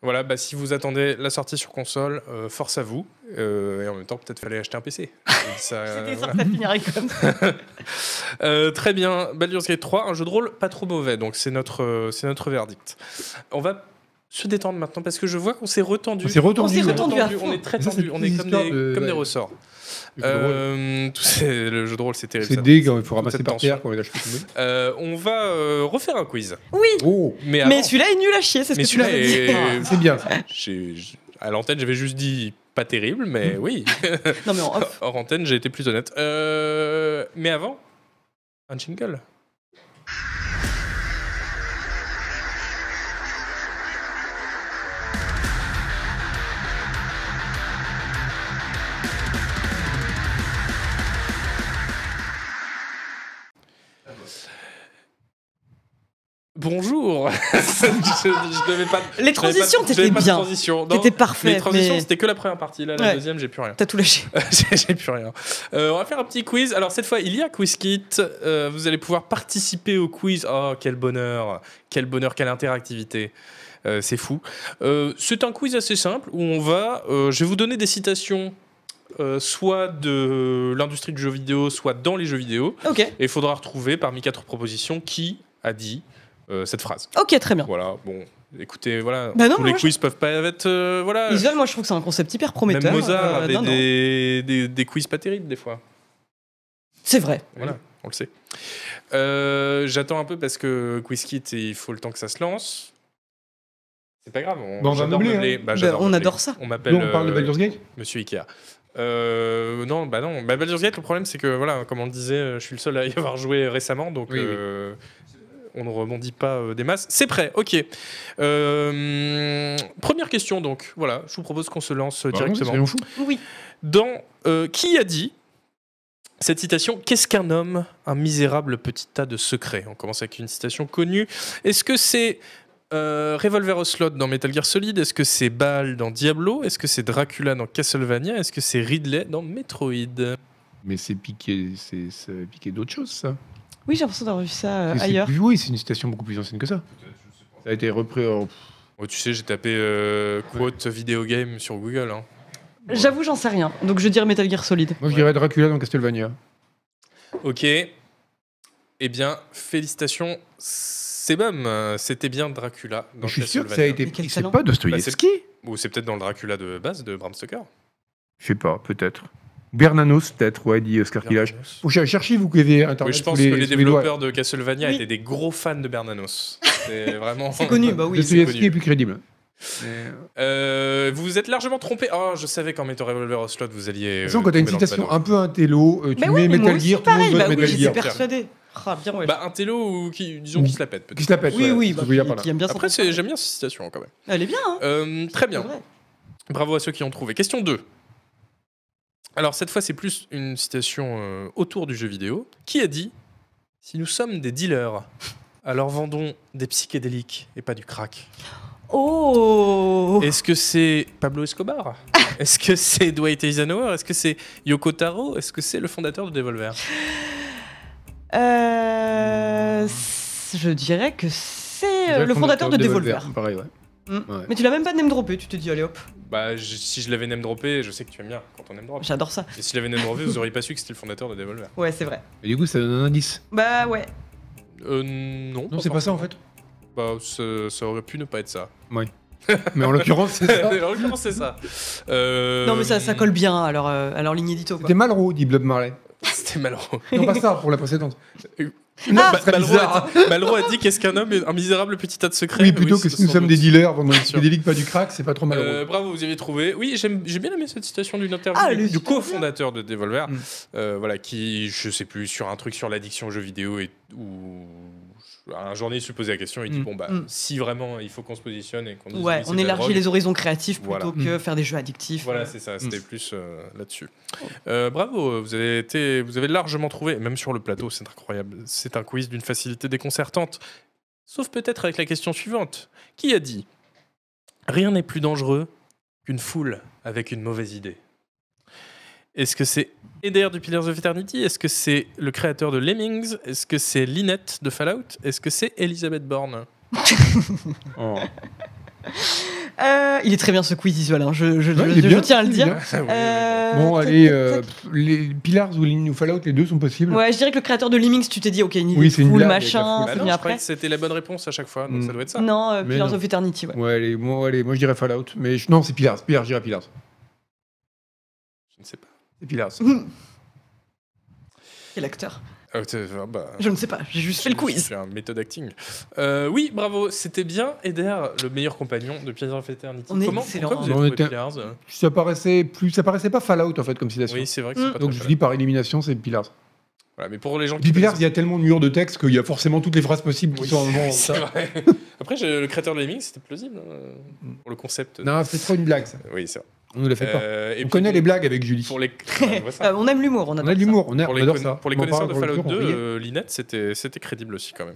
[SPEAKER 1] Voilà, bah, si vous attendez la sortie sur console, euh, force à vous. Euh, et en même temps, peut-être fallait acheter un PC. Ça,
[SPEAKER 2] C'était sûr
[SPEAKER 1] voilà.
[SPEAKER 2] que ça finirait comme ça.
[SPEAKER 1] Euh, très bien, Baldur's Gate 3, un jeu de rôle pas trop mauvais, donc c'est notre, euh, c'est notre verdict. On va se détendre maintenant parce que je vois qu'on s'est retendu.
[SPEAKER 3] On s'est retendu.
[SPEAKER 2] s'est
[SPEAKER 3] ouais.
[SPEAKER 2] retendu. à
[SPEAKER 1] on est très
[SPEAKER 3] fond. Ça, c'est
[SPEAKER 1] tendu, on est
[SPEAKER 3] des
[SPEAKER 1] comme
[SPEAKER 3] histoires
[SPEAKER 1] des,
[SPEAKER 3] de-
[SPEAKER 1] comme des
[SPEAKER 3] ouais.
[SPEAKER 1] ressorts.
[SPEAKER 3] Le jeu de rôle.
[SPEAKER 1] Euh, tout c'est- le jeu de rôle, c'est terrible.
[SPEAKER 3] C'est
[SPEAKER 1] ça.
[SPEAKER 3] dé quand il faut ramasser par
[SPEAKER 1] attention.
[SPEAKER 3] terre quand on les lâche tout le monde.
[SPEAKER 1] Euh, on va euh, refaire un quiz.
[SPEAKER 2] Oui,
[SPEAKER 3] Oh,
[SPEAKER 1] Mais,
[SPEAKER 2] mais
[SPEAKER 1] avant-
[SPEAKER 2] celui-là est nul à chier, c'est ce
[SPEAKER 1] mais
[SPEAKER 2] que tu nous
[SPEAKER 1] celui-là
[SPEAKER 2] as dit.
[SPEAKER 1] est.
[SPEAKER 3] c'est bien.
[SPEAKER 1] j'ai- j'ai- À l'antenne, j'avais juste dit pas terrible, mais
[SPEAKER 2] Mmh.
[SPEAKER 1] oui.
[SPEAKER 2] Non, mais en off.
[SPEAKER 1] Hors antenne, j'ai été plus honnête. Euh, mais avant, un jingle. Bonjour je, je devais pas, j'avais pas-
[SPEAKER 2] Les transitions,
[SPEAKER 1] j'avais
[SPEAKER 2] t'étais
[SPEAKER 1] pas de
[SPEAKER 2] bien.
[SPEAKER 1] transition. Non,
[SPEAKER 2] T'étais parfait.
[SPEAKER 1] les transitions,
[SPEAKER 2] mais
[SPEAKER 1] c'était que la première partie. Là, la
[SPEAKER 2] Ouais.
[SPEAKER 1] deuxième, j'ai plus rien.
[SPEAKER 2] T'as tout lâché.
[SPEAKER 1] j'ai j'ai plus rien. Euh, on va faire un petit quiz. Alors, cette fois, il y a Quiz Kit. Euh, vous allez pouvoir participer au quiz. Oh, quel bonheur! Quel bonheur, quelle interactivité! Euh, c'est fou. Euh, c'est un quiz assez simple où on va. euh, je vais vous donner des citations. euh, soit de l'industrie du jeu vidéo, soit dans les jeux vidéo.
[SPEAKER 2] Ok,
[SPEAKER 1] Et il faudra retrouver parmi quatre propositions qui a dit euh, cette phrase.
[SPEAKER 2] ok, très bien.
[SPEAKER 1] Voilà, bon, écoutez, voilà.
[SPEAKER 2] Bah non,
[SPEAKER 1] tous les
[SPEAKER 2] moi, je-
[SPEAKER 1] quiz peuvent pas être. euh, voilà.
[SPEAKER 2] Visual, moi je trouve que c'est un concept hyper prometteur.
[SPEAKER 1] Même Mozart
[SPEAKER 2] euh,
[SPEAKER 1] avait
[SPEAKER 2] non, non.
[SPEAKER 1] des, des, des quiz pas terribles des fois.
[SPEAKER 2] C'est vrai.
[SPEAKER 1] Voilà, on le sait. Euh, J'attends un peu parce que QuizKit, il faut le temps que ça se lance. C'est pas grave, on,
[SPEAKER 3] Bah, on va
[SPEAKER 1] j'adore
[SPEAKER 3] meubler,
[SPEAKER 1] meubler.
[SPEAKER 3] hein.
[SPEAKER 1] Bah, j'adore
[SPEAKER 2] Bah, on
[SPEAKER 1] meubler.
[SPEAKER 2] adore ça.
[SPEAKER 1] On m'appelle
[SPEAKER 3] on parle de
[SPEAKER 1] euh,
[SPEAKER 3] Baldur's Gate
[SPEAKER 1] Monsieur Ikea. Euh, non, bah non. Bah, Baldur's Gate, le problème, c'est que, voilà, comme on le disait, euh, je suis le seul à y avoir joué récemment, donc
[SPEAKER 3] Oui, oui.
[SPEAKER 1] euh, on ne rebondit pas euh, des masses. C'est prêt, ok. Euh, première question, donc, voilà, je vous propose qu'on se lance euh,
[SPEAKER 3] Bah, non,
[SPEAKER 1] directement
[SPEAKER 3] soyons fous.
[SPEAKER 2] Oui.
[SPEAKER 1] dans euh, qui a dit cette citation Qu'est-ce qu'un homme Un misérable petit tas de secrets. On commence avec une citation connue. Est-ce que c'est euh, Revolver Ocelot dans Metal Gear Solid Est-ce que c'est Baal dans Diablo Est-ce que c'est Dracula dans Castlevania Est-ce que c'est Ridley dans Metroid
[SPEAKER 3] Mais c'est piqué, c'est ça a piqué d'autres choses, ça.
[SPEAKER 2] Oui, j'ai l'impression d'avoir vu ça euh,
[SPEAKER 3] Mais c'est
[SPEAKER 2] ailleurs.
[SPEAKER 3] plus- oui, c'est une citation beaucoup plus ancienne que ça.
[SPEAKER 4] Peut-être, je sais pas.
[SPEAKER 3] Ça a été repris. en-
[SPEAKER 1] Oh, Tu sais, j'ai tapé euh, quote video game sur Google. hein.
[SPEAKER 2] J'avoue, j'en sais rien. Donc je dirais Metal Gear Solid.
[SPEAKER 3] Moi, je dirais Dracula dans Castlevania.
[SPEAKER 1] Ok. Eh bien, félicitations, c'est bam. euh, C'était bien Dracula dans
[SPEAKER 3] Mais je suis sûr que ça a
[SPEAKER 1] Castlevania.
[SPEAKER 3] été.
[SPEAKER 2] Mais quel
[SPEAKER 3] C'est
[SPEAKER 2] talent.
[SPEAKER 3] pas Dostoïevski
[SPEAKER 1] Ou c'est peut-être dans le Dracula de base de Bram Stoker.
[SPEAKER 3] Je sais pas, peut-être. Bernanos, peut-être, ouais, dit Oscar Killage.
[SPEAKER 1] Bernanos.
[SPEAKER 3] Vous cher- cherchez, vous pouvez internet.
[SPEAKER 1] Oui, je
[SPEAKER 3] sous
[SPEAKER 1] pense que les
[SPEAKER 3] sous doigts.
[SPEAKER 1] développeurs de Castlevania
[SPEAKER 2] Oui.
[SPEAKER 1] étaient des gros fans de Bernanos. C'est vraiment.
[SPEAKER 2] C'est connu, bah oui.
[SPEAKER 1] c'est
[SPEAKER 3] Dostoïevski
[SPEAKER 1] connu.
[SPEAKER 3] est plus crédible.
[SPEAKER 1] Euh, vous vous êtes largement trompé. Oh, je savais qu'en mettant Revolver au slot, vous alliez.
[SPEAKER 3] De toute
[SPEAKER 1] euh,
[SPEAKER 3] façon, quand t'as une
[SPEAKER 1] tomber dans le
[SPEAKER 3] citation
[SPEAKER 1] panneau.
[SPEAKER 3] un peu intello, euh, tu
[SPEAKER 2] Mais
[SPEAKER 3] mets
[SPEAKER 2] oui, mais moi
[SPEAKER 3] Metal
[SPEAKER 2] aussi,
[SPEAKER 3] Gear, tout le monde
[SPEAKER 2] pareil.
[SPEAKER 3] veut
[SPEAKER 2] Bah oui,
[SPEAKER 3] Metal
[SPEAKER 2] j'étais
[SPEAKER 3] Gear.
[SPEAKER 2] persuadé. Ah, bien, ouais.
[SPEAKER 1] Bah, un télo ou qui, disons, qui se la pète
[SPEAKER 3] Qui
[SPEAKER 1] peut-être.
[SPEAKER 3] se la pète
[SPEAKER 2] oui,
[SPEAKER 3] ouais,
[SPEAKER 2] oui,
[SPEAKER 3] c'est
[SPEAKER 2] bah,
[SPEAKER 3] ce que je veux dire par
[SPEAKER 2] qui-
[SPEAKER 3] là.
[SPEAKER 2] qui aime bien son
[SPEAKER 1] Après,
[SPEAKER 2] contrat.
[SPEAKER 1] c'est- j'aime bien cette citation quand même.
[SPEAKER 2] Elle est bien, hein.
[SPEAKER 1] Euh, très bien.
[SPEAKER 2] C'est vrai.
[SPEAKER 1] Bravo à ceux qui ont trouvé. Question 2. Alors, cette fois, c'est plus une citation euh, autour du jeu vidéo. Qui a dit Si nous sommes des dealers, alors vendons des psychédéliques et pas du crack
[SPEAKER 2] Oh
[SPEAKER 1] Est-ce que c'est Pablo Escobar Est-ce que c'est Dwight Eisenhower Est-ce que c'est Yoko Taro Est-ce que c'est le fondateur de Devolver
[SPEAKER 2] Euh, c- Je dirais que c'est euh, le fondateur de Devolver.
[SPEAKER 3] Pareil, ouais.
[SPEAKER 2] Mm.
[SPEAKER 3] Ouais.
[SPEAKER 2] Mais tu l'as même pas name droppé, tu t'es dit allez hop,
[SPEAKER 1] Bah, je- si je l'avais name droppé, je sais que tu aimes bien quand on name drop.
[SPEAKER 2] j'adore ça.
[SPEAKER 1] Et si je l'avais name droppé, vous auriez pas su que c'était le fondateur de Devolver.
[SPEAKER 2] Ouais, c'est vrai.
[SPEAKER 3] Et du coup, ça donne un indice.
[SPEAKER 2] Bah ouais.
[SPEAKER 1] Euh, non.
[SPEAKER 3] Non, c'est pas ça
[SPEAKER 1] forcément.
[SPEAKER 3] en fait.
[SPEAKER 1] Bah, ça ça aurait pu ne pas être ça.
[SPEAKER 3] Mais en l'occurrence, c'est ça.
[SPEAKER 1] Alors, comment c'est ça Euh,
[SPEAKER 2] Non mais ça, ça colle bien alors euh, alors ligne édito quoi.
[SPEAKER 3] C'était Malraux, dit Blob Marley.
[SPEAKER 1] C'était Malraux.
[SPEAKER 3] Non, pas ça, pour la précédente.
[SPEAKER 2] Ah,
[SPEAKER 1] Ba-
[SPEAKER 3] ce serait
[SPEAKER 1] bah, Malraux,
[SPEAKER 3] bizarre.
[SPEAKER 1] a dit, Malraux a dit qu'est-ce qu'un homme, est- un misérable petit tas de secrets. Ah
[SPEAKER 3] Oui, plutôt que
[SPEAKER 1] c'est
[SPEAKER 3] si nous
[SPEAKER 1] sans
[SPEAKER 3] sommes
[SPEAKER 1] doute.
[SPEAKER 3] des dealers, vendant
[SPEAKER 1] Bien
[SPEAKER 3] des
[SPEAKER 1] sûr.
[SPEAKER 3] psychédéliques, pas du crack, c'est pas trop malheureux.
[SPEAKER 1] Euh, bravo, vous y avez trouvé. Oui, j'aime- j'ai bien aimé cette citation d'une interview
[SPEAKER 2] Ah,
[SPEAKER 1] du,
[SPEAKER 2] le
[SPEAKER 1] du
[SPEAKER 2] super
[SPEAKER 1] cofondateur de Devolver,
[SPEAKER 3] Mm.
[SPEAKER 1] euh, voilà, qui, je sais plus, sur un truc sur l'addiction aux jeux vidéo et où un journaliste lui posait la question, il dit
[SPEAKER 3] Mm.
[SPEAKER 1] bon bah
[SPEAKER 2] Mm.
[SPEAKER 1] si vraiment il faut qu'on se positionne et qu'on dise
[SPEAKER 2] Ouais,
[SPEAKER 1] oui, c'est
[SPEAKER 2] on
[SPEAKER 1] de la
[SPEAKER 2] élargit
[SPEAKER 1] drogue.
[SPEAKER 2] les horizons créatifs plutôt
[SPEAKER 1] Voilà.
[SPEAKER 2] que faire des jeux addictifs.
[SPEAKER 1] Voilà, c'est ça. C'était plus euh, là-dessus. Euh, bravo, vous avez été, vous avez largement trouvé, même sur le plateau, c'est incroyable. C'est un quiz d'une facilité déconcertante. Sauf peut-être avec la question suivante. Qui a dit Rien n'est plus dangereux qu'une foule avec une mauvaise idée. Est-ce que c'est Eder du Pillars of Eternity Est-ce que c'est le créateur de Lemmings Est-ce que c'est Lynette de Fallout Est-ce que c'est Elisabeth Borne Ah
[SPEAKER 3] Oh.
[SPEAKER 2] Euh, il est très bien ce quiz visuel, hein, je, je-
[SPEAKER 3] Ouais,
[SPEAKER 2] je-
[SPEAKER 3] il est
[SPEAKER 2] je
[SPEAKER 3] bien,
[SPEAKER 2] tiens à le
[SPEAKER 3] il est
[SPEAKER 2] dire.
[SPEAKER 3] bien.
[SPEAKER 1] Bah
[SPEAKER 2] Euh,
[SPEAKER 3] Bon,
[SPEAKER 2] tac,
[SPEAKER 3] allez,
[SPEAKER 2] tac,
[SPEAKER 3] euh,
[SPEAKER 2] tac.
[SPEAKER 3] pff, les Pillars ou Lemmings ou Fallout, les deux sont possibles.
[SPEAKER 2] Ouais, je dirais que le créateur de Lemmings, tu t'es dit, ok, une idée
[SPEAKER 3] Oui,
[SPEAKER 2] de
[SPEAKER 3] c'est une
[SPEAKER 2] foule,
[SPEAKER 3] blague avec
[SPEAKER 2] machin,
[SPEAKER 3] la foule.
[SPEAKER 1] Bah
[SPEAKER 2] c'est
[SPEAKER 1] non,
[SPEAKER 2] venu
[SPEAKER 1] je
[SPEAKER 2] après.
[SPEAKER 1] croyais que c'était la bonne réponse à chaque fois, donc
[SPEAKER 3] Mm.
[SPEAKER 1] ça doit être ça.
[SPEAKER 2] Non, euh,
[SPEAKER 3] Mais
[SPEAKER 2] Pillars
[SPEAKER 3] non.
[SPEAKER 2] of Eternity, ouais.
[SPEAKER 3] Ouais, allez, moi, allez, moi je dirais Fallout, mais je- non, c'est Pillars, Pillars, je dirais Pillars.
[SPEAKER 1] Je ne sais pas.
[SPEAKER 3] C'est Pillars.
[SPEAKER 2] Quel acteur
[SPEAKER 1] Ah, t'es- ah, bah,
[SPEAKER 2] Je ne sais pas, j'ai juste fait le quiz.
[SPEAKER 1] C'est un méthode acting. Euh, oui, bravo, c'était bien. Eder, le meilleur compagnon de Pillars of Eternity.
[SPEAKER 2] On est
[SPEAKER 1] Comment
[SPEAKER 2] excellent,
[SPEAKER 1] pourquoi
[SPEAKER 2] hein.
[SPEAKER 1] vous
[SPEAKER 3] On
[SPEAKER 1] avez trouvé
[SPEAKER 3] était-
[SPEAKER 1] Pillars
[SPEAKER 3] Ça paraissait, plus, ça paraissait pas Fallout en fait comme citation.
[SPEAKER 1] Oui, c'est vrai que c'est
[SPEAKER 2] Mm.
[SPEAKER 1] pas
[SPEAKER 3] Donc
[SPEAKER 1] très
[SPEAKER 3] je
[SPEAKER 1] mal.
[SPEAKER 3] dis par élimination, c'est Pillars.
[SPEAKER 1] Voilà, mais pour les gens
[SPEAKER 3] Et
[SPEAKER 1] qui
[SPEAKER 3] puis Pillars,
[SPEAKER 1] connaissent-
[SPEAKER 3] il y a tellement de murs de texte qu'il y a forcément toutes les phrases possibles qui
[SPEAKER 1] Oui,
[SPEAKER 3] sont en moment.
[SPEAKER 1] c'est vrai. Après, j'ai- le créateur de Lemmings, c'était plausible hein, pour le concept.
[SPEAKER 3] Mm. Non, c'est trop une blague ça.
[SPEAKER 1] Oui, c'est vrai.
[SPEAKER 3] On nous la fait pas.
[SPEAKER 1] Euh, et
[SPEAKER 3] on
[SPEAKER 1] puis,
[SPEAKER 3] connaît les blagues avec Julie.
[SPEAKER 1] Pour les... Ah, Ouais, voilà.
[SPEAKER 2] Euh, on aime l'humour, on
[SPEAKER 3] On
[SPEAKER 2] adore
[SPEAKER 3] a de l'humour, on, a-
[SPEAKER 1] pour
[SPEAKER 3] on
[SPEAKER 1] les,
[SPEAKER 3] adore
[SPEAKER 1] conna-
[SPEAKER 3] Ah, ça.
[SPEAKER 1] pour les
[SPEAKER 3] On en
[SPEAKER 1] connaisseurs de
[SPEAKER 3] parle
[SPEAKER 1] Fallout
[SPEAKER 3] l'autre jour,
[SPEAKER 1] 2,
[SPEAKER 3] on riait.
[SPEAKER 1] euh, Linette, c'était c'était crédible aussi quand même.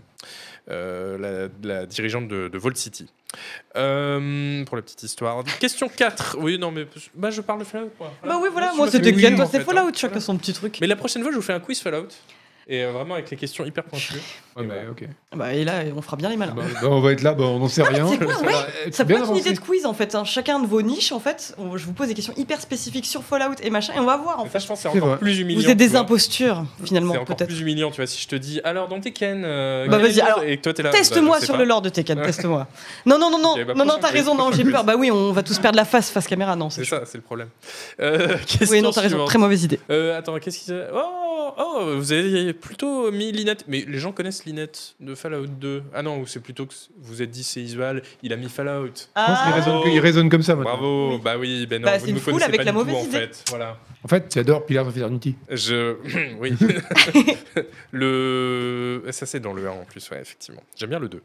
[SPEAKER 1] Euh, la, la dirigeante de, de Vault City. Euh, pour la petite histoire. Question 4. Oui, non, mais bah, je parle de Fallout. quoi.
[SPEAKER 2] ça. Bah oui, voilà,
[SPEAKER 1] Je
[SPEAKER 2] moi
[SPEAKER 1] suis pas
[SPEAKER 2] c'était
[SPEAKER 1] fait
[SPEAKER 2] Glenn,
[SPEAKER 1] oublier,
[SPEAKER 2] toi
[SPEAKER 1] en
[SPEAKER 2] c'est
[SPEAKER 1] fait,
[SPEAKER 2] Fallout,
[SPEAKER 1] hein.
[SPEAKER 2] chacun son petit truc.
[SPEAKER 1] Mais la prochaine fois, je vous fais un quiz Fallout. Et euh, vraiment avec les questions hyper pointues. euh,
[SPEAKER 3] Ouais, bah, ok.
[SPEAKER 2] Bah et là, on fera bien les malins.
[SPEAKER 3] Bah, bah, on va être là, bah, on n'en
[SPEAKER 1] Ah,
[SPEAKER 3] sait rien.
[SPEAKER 2] c'est quoi, ouais
[SPEAKER 3] Euh,
[SPEAKER 2] Ça peut
[SPEAKER 3] bien
[SPEAKER 2] être une
[SPEAKER 3] avancé.
[SPEAKER 2] idée de quiz en fait. hein. Chacun de vos niches en fait, on- je vous pose des questions hyper spécifiques sur Fallout et machin, et on va voir en
[SPEAKER 1] Mais ça,
[SPEAKER 2] fait.
[SPEAKER 1] je pense, c'est
[SPEAKER 3] C'est
[SPEAKER 1] encore
[SPEAKER 3] vrai.
[SPEAKER 1] plus humiliant.
[SPEAKER 2] Vous êtes
[SPEAKER 1] tu
[SPEAKER 2] des
[SPEAKER 1] vois.
[SPEAKER 2] impostures
[SPEAKER 1] C'est
[SPEAKER 2] finalement
[SPEAKER 1] encore
[SPEAKER 2] peut-être.
[SPEAKER 1] plus humiliant, tu vois, si je te dis alors dans Tekken. euh,
[SPEAKER 2] Bah,
[SPEAKER 1] quel est
[SPEAKER 2] vas-y,
[SPEAKER 1] le jeu
[SPEAKER 2] alors,
[SPEAKER 1] Et que toi, t'es là, bah,
[SPEAKER 2] Teste-moi
[SPEAKER 1] je sais
[SPEAKER 2] sur
[SPEAKER 1] pas.
[SPEAKER 2] le lore de Tekken, teste-moi. Non, non, non, non,
[SPEAKER 1] Il y avait pas
[SPEAKER 2] non, non,
[SPEAKER 1] prochain
[SPEAKER 2] t'as
[SPEAKER 1] quiz.
[SPEAKER 2] raison, non, j'ai peur. Bah oui, on va tous perdre la face face caméra, non, c'est
[SPEAKER 1] C'est
[SPEAKER 2] chaud.
[SPEAKER 1] ça, c'est le problème. Euh,
[SPEAKER 2] Oui,
[SPEAKER 1] question
[SPEAKER 2] non, t'as raison,
[SPEAKER 1] suivante.
[SPEAKER 2] très mauvaise idée.
[SPEAKER 1] Euh, attends, qu'est-ce qu'il s'est- Oh, oh, vous avez plutôt mis Linette. Mais les gens connaissent Linette de Fallout 2. Ah non, ou c'est plutôt que vous êtes dit c'est Isual, il a mis Fallout.
[SPEAKER 3] Je pense qu'il
[SPEAKER 1] Ah.
[SPEAKER 3] raisonne- il raisonne comme ça maintenant.
[SPEAKER 1] Bravo,
[SPEAKER 2] Oui.
[SPEAKER 1] bah oui, ben non,
[SPEAKER 2] Bah,
[SPEAKER 1] vous
[SPEAKER 2] c'est
[SPEAKER 1] ne
[SPEAKER 2] une
[SPEAKER 1] me
[SPEAKER 2] foule
[SPEAKER 1] connaissez
[SPEAKER 2] avec
[SPEAKER 1] pas
[SPEAKER 2] la
[SPEAKER 1] du tout,
[SPEAKER 2] mauvaise
[SPEAKER 1] en
[SPEAKER 2] idée.
[SPEAKER 1] fait. Voilà.
[SPEAKER 3] En fait, tu adores Pillars of Eternity.
[SPEAKER 1] Je. oui. le. Ça, c'est dans le 1 en plus, ouais, effectivement. J'aime bien le 2.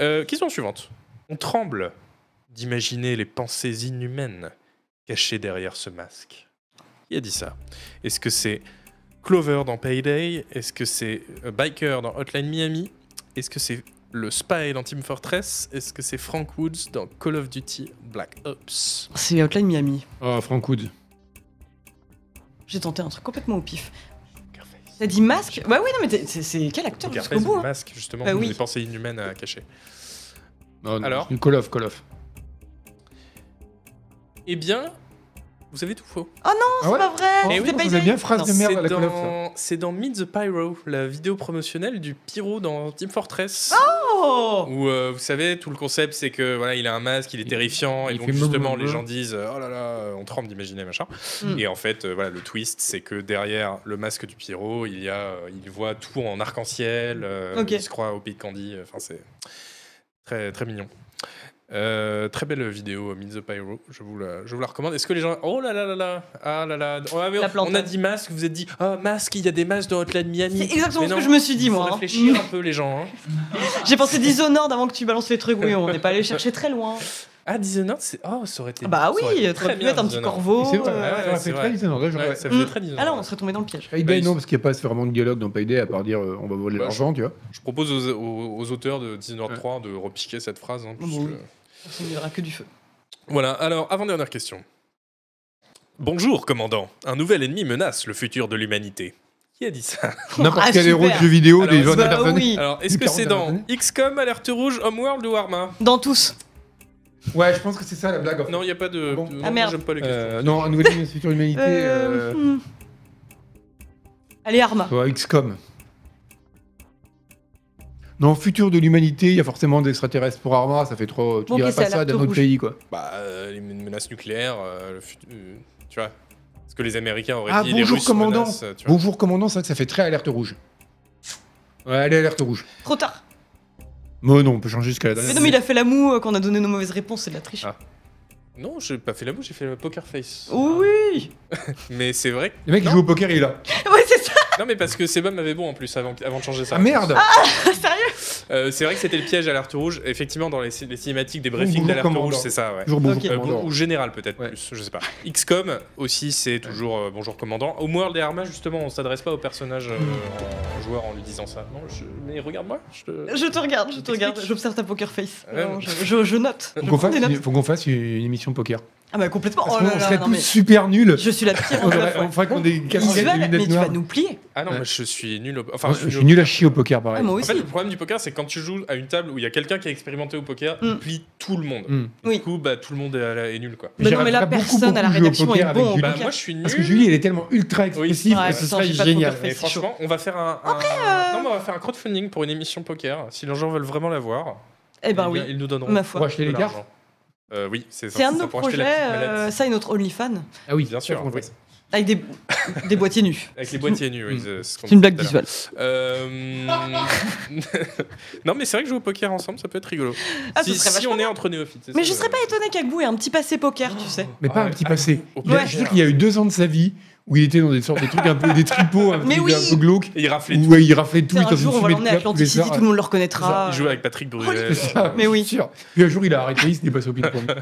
[SPEAKER 1] Euh, question suivante. On tremble d'imaginer les pensées inhumaines cachées derrière ce masque. Qui a dit ça Est-ce que c'est Clover dans Payday Est-ce que c'est euh, Biker dans Hotline Miami Est-ce que c'est le Spy dans Team Fortress Est-ce que c'est Frank Woods dans Call of Duty Black Ops
[SPEAKER 2] C'est Outline Miami.
[SPEAKER 3] Oh, Frank Wood.
[SPEAKER 2] J'ai tenté un truc complètement au pif. T'as dit masque Bah oui, non, mais t'es- c'est- c'est quel acteur
[SPEAKER 1] Pokerface,
[SPEAKER 2] jusqu'au bout
[SPEAKER 1] le
[SPEAKER 2] hein.
[SPEAKER 1] masque, justement,
[SPEAKER 2] Bah oui.
[SPEAKER 1] les pensées inhumaines à cacher.
[SPEAKER 3] Non, non,
[SPEAKER 1] Alors
[SPEAKER 3] c'est Call of, Call
[SPEAKER 2] Oh,
[SPEAKER 3] of. Ah
[SPEAKER 1] Eh bien, vous avez tout faux.
[SPEAKER 3] Ah ouais
[SPEAKER 2] C'est pas vrai
[SPEAKER 1] Eh oui,
[SPEAKER 2] c'était
[SPEAKER 3] vous
[SPEAKER 2] Payday.
[SPEAKER 3] avez bien phrase de
[SPEAKER 2] Non.
[SPEAKER 3] merde Ah, à
[SPEAKER 1] C'est
[SPEAKER 3] la Call of. ça.
[SPEAKER 1] dans... c'est dans Meet the Pyro, la vidéo promotionnelle du pyro dans Team Fortress.
[SPEAKER 2] Oh
[SPEAKER 1] où, euh, vous savez, tout le concept, c'est que voilà, il a un masque, il est
[SPEAKER 3] Il-
[SPEAKER 1] terrifiant,
[SPEAKER 3] il
[SPEAKER 1] et donc
[SPEAKER 3] fait
[SPEAKER 1] justement,
[SPEAKER 3] mou, mou,
[SPEAKER 1] les
[SPEAKER 3] mou.
[SPEAKER 1] gens disent Oh là là, on tremble d'imaginer, machin.
[SPEAKER 2] Mm.
[SPEAKER 1] Et en fait, euh, voilà, le twist, c'est que derrière le masque du pyro, il, y a, euh, il voit tout en arc-en-ciel, euh,
[SPEAKER 2] Ok.
[SPEAKER 1] il se croit au pays de Candy, enfin, c'est très, très mignon. Euh, très belle vidéo, euh, Meet the Pyro, je vous la, je vous la recommande. Est-ce que les gens. Oh là là là là Ah là là oh, ah, mais
[SPEAKER 2] La
[SPEAKER 1] On a
[SPEAKER 2] plantade.
[SPEAKER 1] dit masque, vous êtes dit Ah, masque, il y a des masques dans Hotline Miami.
[SPEAKER 2] C'est exactement
[SPEAKER 1] Mais
[SPEAKER 2] ce
[SPEAKER 1] non,
[SPEAKER 2] que je me suis dit,
[SPEAKER 1] faut
[SPEAKER 2] moi. hein.
[SPEAKER 1] réfléchir un peu, les gens. hein.
[SPEAKER 2] J'ai pensé Dishonored avant que tu balances les trucs. Oui, on n'est pas allé chercher très loin.
[SPEAKER 1] Ah, Dishonored, c'est. Oh, ça aurait été.
[SPEAKER 2] Ah bah
[SPEAKER 1] ça aurait
[SPEAKER 2] oui,
[SPEAKER 1] été
[SPEAKER 2] très
[SPEAKER 1] bien,
[SPEAKER 2] bien, un petit
[SPEAKER 1] Dishonored.
[SPEAKER 2] corbeau.
[SPEAKER 3] C'est
[SPEAKER 2] euh,
[SPEAKER 3] vrai,
[SPEAKER 1] ouais,
[SPEAKER 3] ça
[SPEAKER 1] ouais,
[SPEAKER 3] aurait
[SPEAKER 1] c'est
[SPEAKER 3] fait
[SPEAKER 1] vrai.
[SPEAKER 3] très Dishonored, là,
[SPEAKER 1] Ouais,
[SPEAKER 3] j'aurais-
[SPEAKER 1] ça faisait
[SPEAKER 2] Mm.
[SPEAKER 1] très Dishonored.
[SPEAKER 2] Ah là, on serait tombé dans le piège.
[SPEAKER 3] Payday,
[SPEAKER 1] Bah, ils-
[SPEAKER 3] non, parce qu'il n'y a pas vraiment de dialogue dans Payday à part dire euh, on va voler
[SPEAKER 1] Bah,
[SPEAKER 3] l'argent, tu vois.
[SPEAKER 1] Je propose aux, aux- aux auteurs de Dishonored
[SPEAKER 3] Ouais.
[SPEAKER 1] 3 de repiquer cette phrase. hein, parce
[SPEAKER 2] Bon.
[SPEAKER 1] que-
[SPEAKER 2] On ne verra que du feu.
[SPEAKER 1] Voilà, alors, avant-dernière question. Bonjour, commandant. Un nouvel ennemi menace le futur de l'humanité. Qui a dit ça
[SPEAKER 3] N'importe
[SPEAKER 2] Ah,
[SPEAKER 3] quel
[SPEAKER 2] super.
[SPEAKER 3] héros de jeu vidéo,
[SPEAKER 1] Alors,
[SPEAKER 3] Oh, des
[SPEAKER 1] est-ce-
[SPEAKER 3] jeunes
[SPEAKER 2] Bah
[SPEAKER 3] personnes.
[SPEAKER 2] oui,
[SPEAKER 1] Alors, est-ce
[SPEAKER 3] Du
[SPEAKER 1] que c'est
[SPEAKER 3] 40
[SPEAKER 1] dans
[SPEAKER 3] dernières
[SPEAKER 1] XCOM, Alerte Rouge, Homeworld ou Arma
[SPEAKER 2] dans tous.
[SPEAKER 3] Ouais, je pense que c'est ça la blague. en fait.
[SPEAKER 1] Non, il n'y a pas de.
[SPEAKER 3] Ah bon
[SPEAKER 1] non,
[SPEAKER 2] Ah, merde.
[SPEAKER 1] J'aime pas les questions.
[SPEAKER 3] Euh, non, un nouvel ennemi sur l'humanité.
[SPEAKER 2] Euh,
[SPEAKER 3] euh,
[SPEAKER 2] hmm. Allez, Arma.
[SPEAKER 3] ouais, XCOM. Non, futur de l'humanité, il y a forcément des extraterrestres pour Arma, ça fait trop. Tu
[SPEAKER 2] Bon,
[SPEAKER 3] dirais
[SPEAKER 2] ok,
[SPEAKER 3] pas
[SPEAKER 2] ça a
[SPEAKER 3] ça
[SPEAKER 2] l'air
[SPEAKER 3] d'un
[SPEAKER 2] tout
[SPEAKER 3] autre
[SPEAKER 2] rouge.
[SPEAKER 3] pays, quoi.
[SPEAKER 1] Bah, euh, les men- menaces nucléaires, euh, le fut- euh, tu vois. Est-ce que les Américains auraient
[SPEAKER 3] Ah,
[SPEAKER 1] dit les
[SPEAKER 3] bonjour,
[SPEAKER 1] Russes
[SPEAKER 3] commandant.
[SPEAKER 1] menacent, euh, tu vois
[SPEAKER 3] Bonjour, commandant, c'est vrai que ça fait très alerte rouge. Ouais, allez, alerte rouge.
[SPEAKER 2] Trop tard.
[SPEAKER 3] Mais non, on peut changer jusqu'à la
[SPEAKER 2] Mais
[SPEAKER 3] dernière.
[SPEAKER 2] non, mais il a fait la moue euh, quand on a donné nos mauvaises réponses, c'est de la triche.
[SPEAKER 3] Ah.
[SPEAKER 1] Non, j'ai pas fait la bouche, j'ai fait le poker face.
[SPEAKER 2] Oui
[SPEAKER 1] Mais c'est vrai que.
[SPEAKER 3] Le mec, il
[SPEAKER 1] Non.
[SPEAKER 3] joue au poker, il est là.
[SPEAKER 2] Ouais, c'est ça,
[SPEAKER 1] Non, mais parce que Sebam avait bon en plus avant, avant de changer ça.
[SPEAKER 3] Ah merde
[SPEAKER 2] sérieux
[SPEAKER 1] Euh, c'est vrai que c'était le piège à l'alerte rouge. Effectivement, dans les, cin- les cinématiques des briefings
[SPEAKER 3] Bonjour,
[SPEAKER 1] d'alerte rouge,
[SPEAKER 3] commandant.
[SPEAKER 1] c'est ça, ouais.
[SPEAKER 3] Toujours bonjour,
[SPEAKER 2] Ok.
[SPEAKER 1] Euh,
[SPEAKER 3] commandant.
[SPEAKER 1] bon- ou général peut-être
[SPEAKER 3] Ouais.
[SPEAKER 1] plus, je sais pas. XCOM aussi c'est toujours euh, bonjour commandant. Homeworld et Arma justement on s'adresse pas au personnage euh, en joueur en lui disant ça. Non, je- mais regarde-moi. Je te...
[SPEAKER 2] Je te regarde, je te
[SPEAKER 1] T'expliques
[SPEAKER 2] regarde, j'observe ta poker face.
[SPEAKER 1] Ouais.
[SPEAKER 2] Vraiment, je, je- je note. Je
[SPEAKER 3] Faut qu'on
[SPEAKER 2] prends
[SPEAKER 3] fasse,
[SPEAKER 2] des
[SPEAKER 3] une-
[SPEAKER 2] notes.
[SPEAKER 3] faut qu'on fasse une, une émission poker.
[SPEAKER 2] Ah bah complètement.
[SPEAKER 3] Parce
[SPEAKER 2] Oh
[SPEAKER 3] qu'on
[SPEAKER 2] là là,
[SPEAKER 3] serait
[SPEAKER 2] non
[SPEAKER 3] tous
[SPEAKER 2] mais.
[SPEAKER 3] super nuls.
[SPEAKER 2] Je suis la pire en
[SPEAKER 3] On, aurait-
[SPEAKER 2] bluff, ouais.
[SPEAKER 3] on ferait qu'on des
[SPEAKER 2] Visuel,
[SPEAKER 3] casquettes et des
[SPEAKER 2] mais
[SPEAKER 3] lunettes
[SPEAKER 2] tu vas
[SPEAKER 3] noires.
[SPEAKER 2] nous plier.
[SPEAKER 1] Ah non,
[SPEAKER 3] Ouais.
[SPEAKER 1] moi, je suis nul au... Enfin,
[SPEAKER 3] Moi,
[SPEAKER 1] je suis
[SPEAKER 3] je
[SPEAKER 1] nul
[SPEAKER 3] suis
[SPEAKER 1] au-
[SPEAKER 3] nul à chier au poker,
[SPEAKER 2] Ah,
[SPEAKER 3] pareil.
[SPEAKER 2] moi
[SPEAKER 1] En fait,
[SPEAKER 2] aussi.
[SPEAKER 1] le problème du poker, c'est que quand tu joues à une table où il y a quelqu'un qui a expérimenté au poker, il
[SPEAKER 2] Mm.
[SPEAKER 1] plie tout le monde.
[SPEAKER 3] Hmm.
[SPEAKER 1] Du
[SPEAKER 2] Oui.
[SPEAKER 1] coup, bah, tout le monde est, à la- est nul, quoi.
[SPEAKER 2] Mais non, mais là,
[SPEAKER 3] J'aimerais beaucoup,
[SPEAKER 2] personne à la
[SPEAKER 3] beaucoup jouer au
[SPEAKER 2] rédaction est
[SPEAKER 3] poker
[SPEAKER 2] bon.
[SPEAKER 3] avec
[SPEAKER 2] en
[SPEAKER 3] Julie.
[SPEAKER 1] Bah,
[SPEAKER 2] poker.
[SPEAKER 1] moi, je suis nul.
[SPEAKER 3] Parce que Julie, elle est tellement ultra expressive
[SPEAKER 2] Ouais,
[SPEAKER 3] que ce
[SPEAKER 2] putain,
[SPEAKER 3] serait
[SPEAKER 2] j'ai pas de
[SPEAKER 3] génial.
[SPEAKER 2] poker
[SPEAKER 1] Mais
[SPEAKER 2] Ouais, c'est
[SPEAKER 1] franchement, on va faire un. un-
[SPEAKER 2] euh,
[SPEAKER 1] Non, mais on va faire un crowdfunding pour une émission poker. Si les gens veulent vraiment la voir,
[SPEAKER 3] Bah,
[SPEAKER 2] Eh ben
[SPEAKER 1] eh bien,
[SPEAKER 2] oui,
[SPEAKER 1] ils nous donneront.
[SPEAKER 2] ma
[SPEAKER 3] Pour
[SPEAKER 2] foi.
[SPEAKER 3] acheter les
[SPEAKER 1] de
[SPEAKER 3] cartes
[SPEAKER 1] l'argent. Euh, oui, c'est ça.
[SPEAKER 2] C'est un de
[SPEAKER 1] ça
[SPEAKER 2] nos
[SPEAKER 1] pour acheter la
[SPEAKER 2] projets,
[SPEAKER 1] petite mallette.
[SPEAKER 2] euh, ça et notre OnlyFans,
[SPEAKER 3] Ah oui,
[SPEAKER 1] Bien sûr, oui.
[SPEAKER 2] avec des, des boîtiers nus.
[SPEAKER 1] Avec les boîtiers nus, oui,
[SPEAKER 3] Mm.
[SPEAKER 1] c'est ce qu'on
[SPEAKER 2] C'est une
[SPEAKER 1] disait
[SPEAKER 2] blague
[SPEAKER 1] tout à l'heure.
[SPEAKER 2] visuelle.
[SPEAKER 1] Euh, non, mais c'est vrai que jouer au poker ensemble, ça peut être rigolo.
[SPEAKER 2] Ah,
[SPEAKER 1] si
[SPEAKER 2] ce serait
[SPEAKER 1] si
[SPEAKER 2] vachement
[SPEAKER 1] on est entre néophytes. c'est
[SPEAKER 2] Mais
[SPEAKER 1] ça,
[SPEAKER 2] je serais pas étonné qu'Akbou ait un petit passé poker, tu sais.
[SPEAKER 3] Mais pas
[SPEAKER 1] Ah,
[SPEAKER 3] un petit
[SPEAKER 1] ah,
[SPEAKER 3] passé.
[SPEAKER 1] au
[SPEAKER 3] Il a-
[SPEAKER 1] poker.
[SPEAKER 3] Je sais qu'il y a eu deux ans de sa vie où il était dans des sortes de trucs un peu des tripots, un,
[SPEAKER 2] Mais
[SPEAKER 3] truc
[SPEAKER 2] oui.
[SPEAKER 3] un peu glauque,
[SPEAKER 1] Et il raflait tout.
[SPEAKER 3] où il raflait tout,
[SPEAKER 2] C'est
[SPEAKER 3] il
[SPEAKER 2] un
[SPEAKER 3] était en train
[SPEAKER 2] jour,
[SPEAKER 3] de
[SPEAKER 2] on va
[SPEAKER 3] fumer des
[SPEAKER 2] l'emmener à
[SPEAKER 3] clopes tous les
[SPEAKER 2] Atlantic City,
[SPEAKER 3] soirs.
[SPEAKER 2] tout le monde le
[SPEAKER 1] C'est ça,
[SPEAKER 2] reconnaîtra.
[SPEAKER 1] Il jouait avec Patrick Bruel.
[SPEAKER 3] C'est ça,
[SPEAKER 2] Mais oui.
[SPEAKER 3] c'est sûr. Puis un jour, il a arrêté, il se dépasse au ping-pong.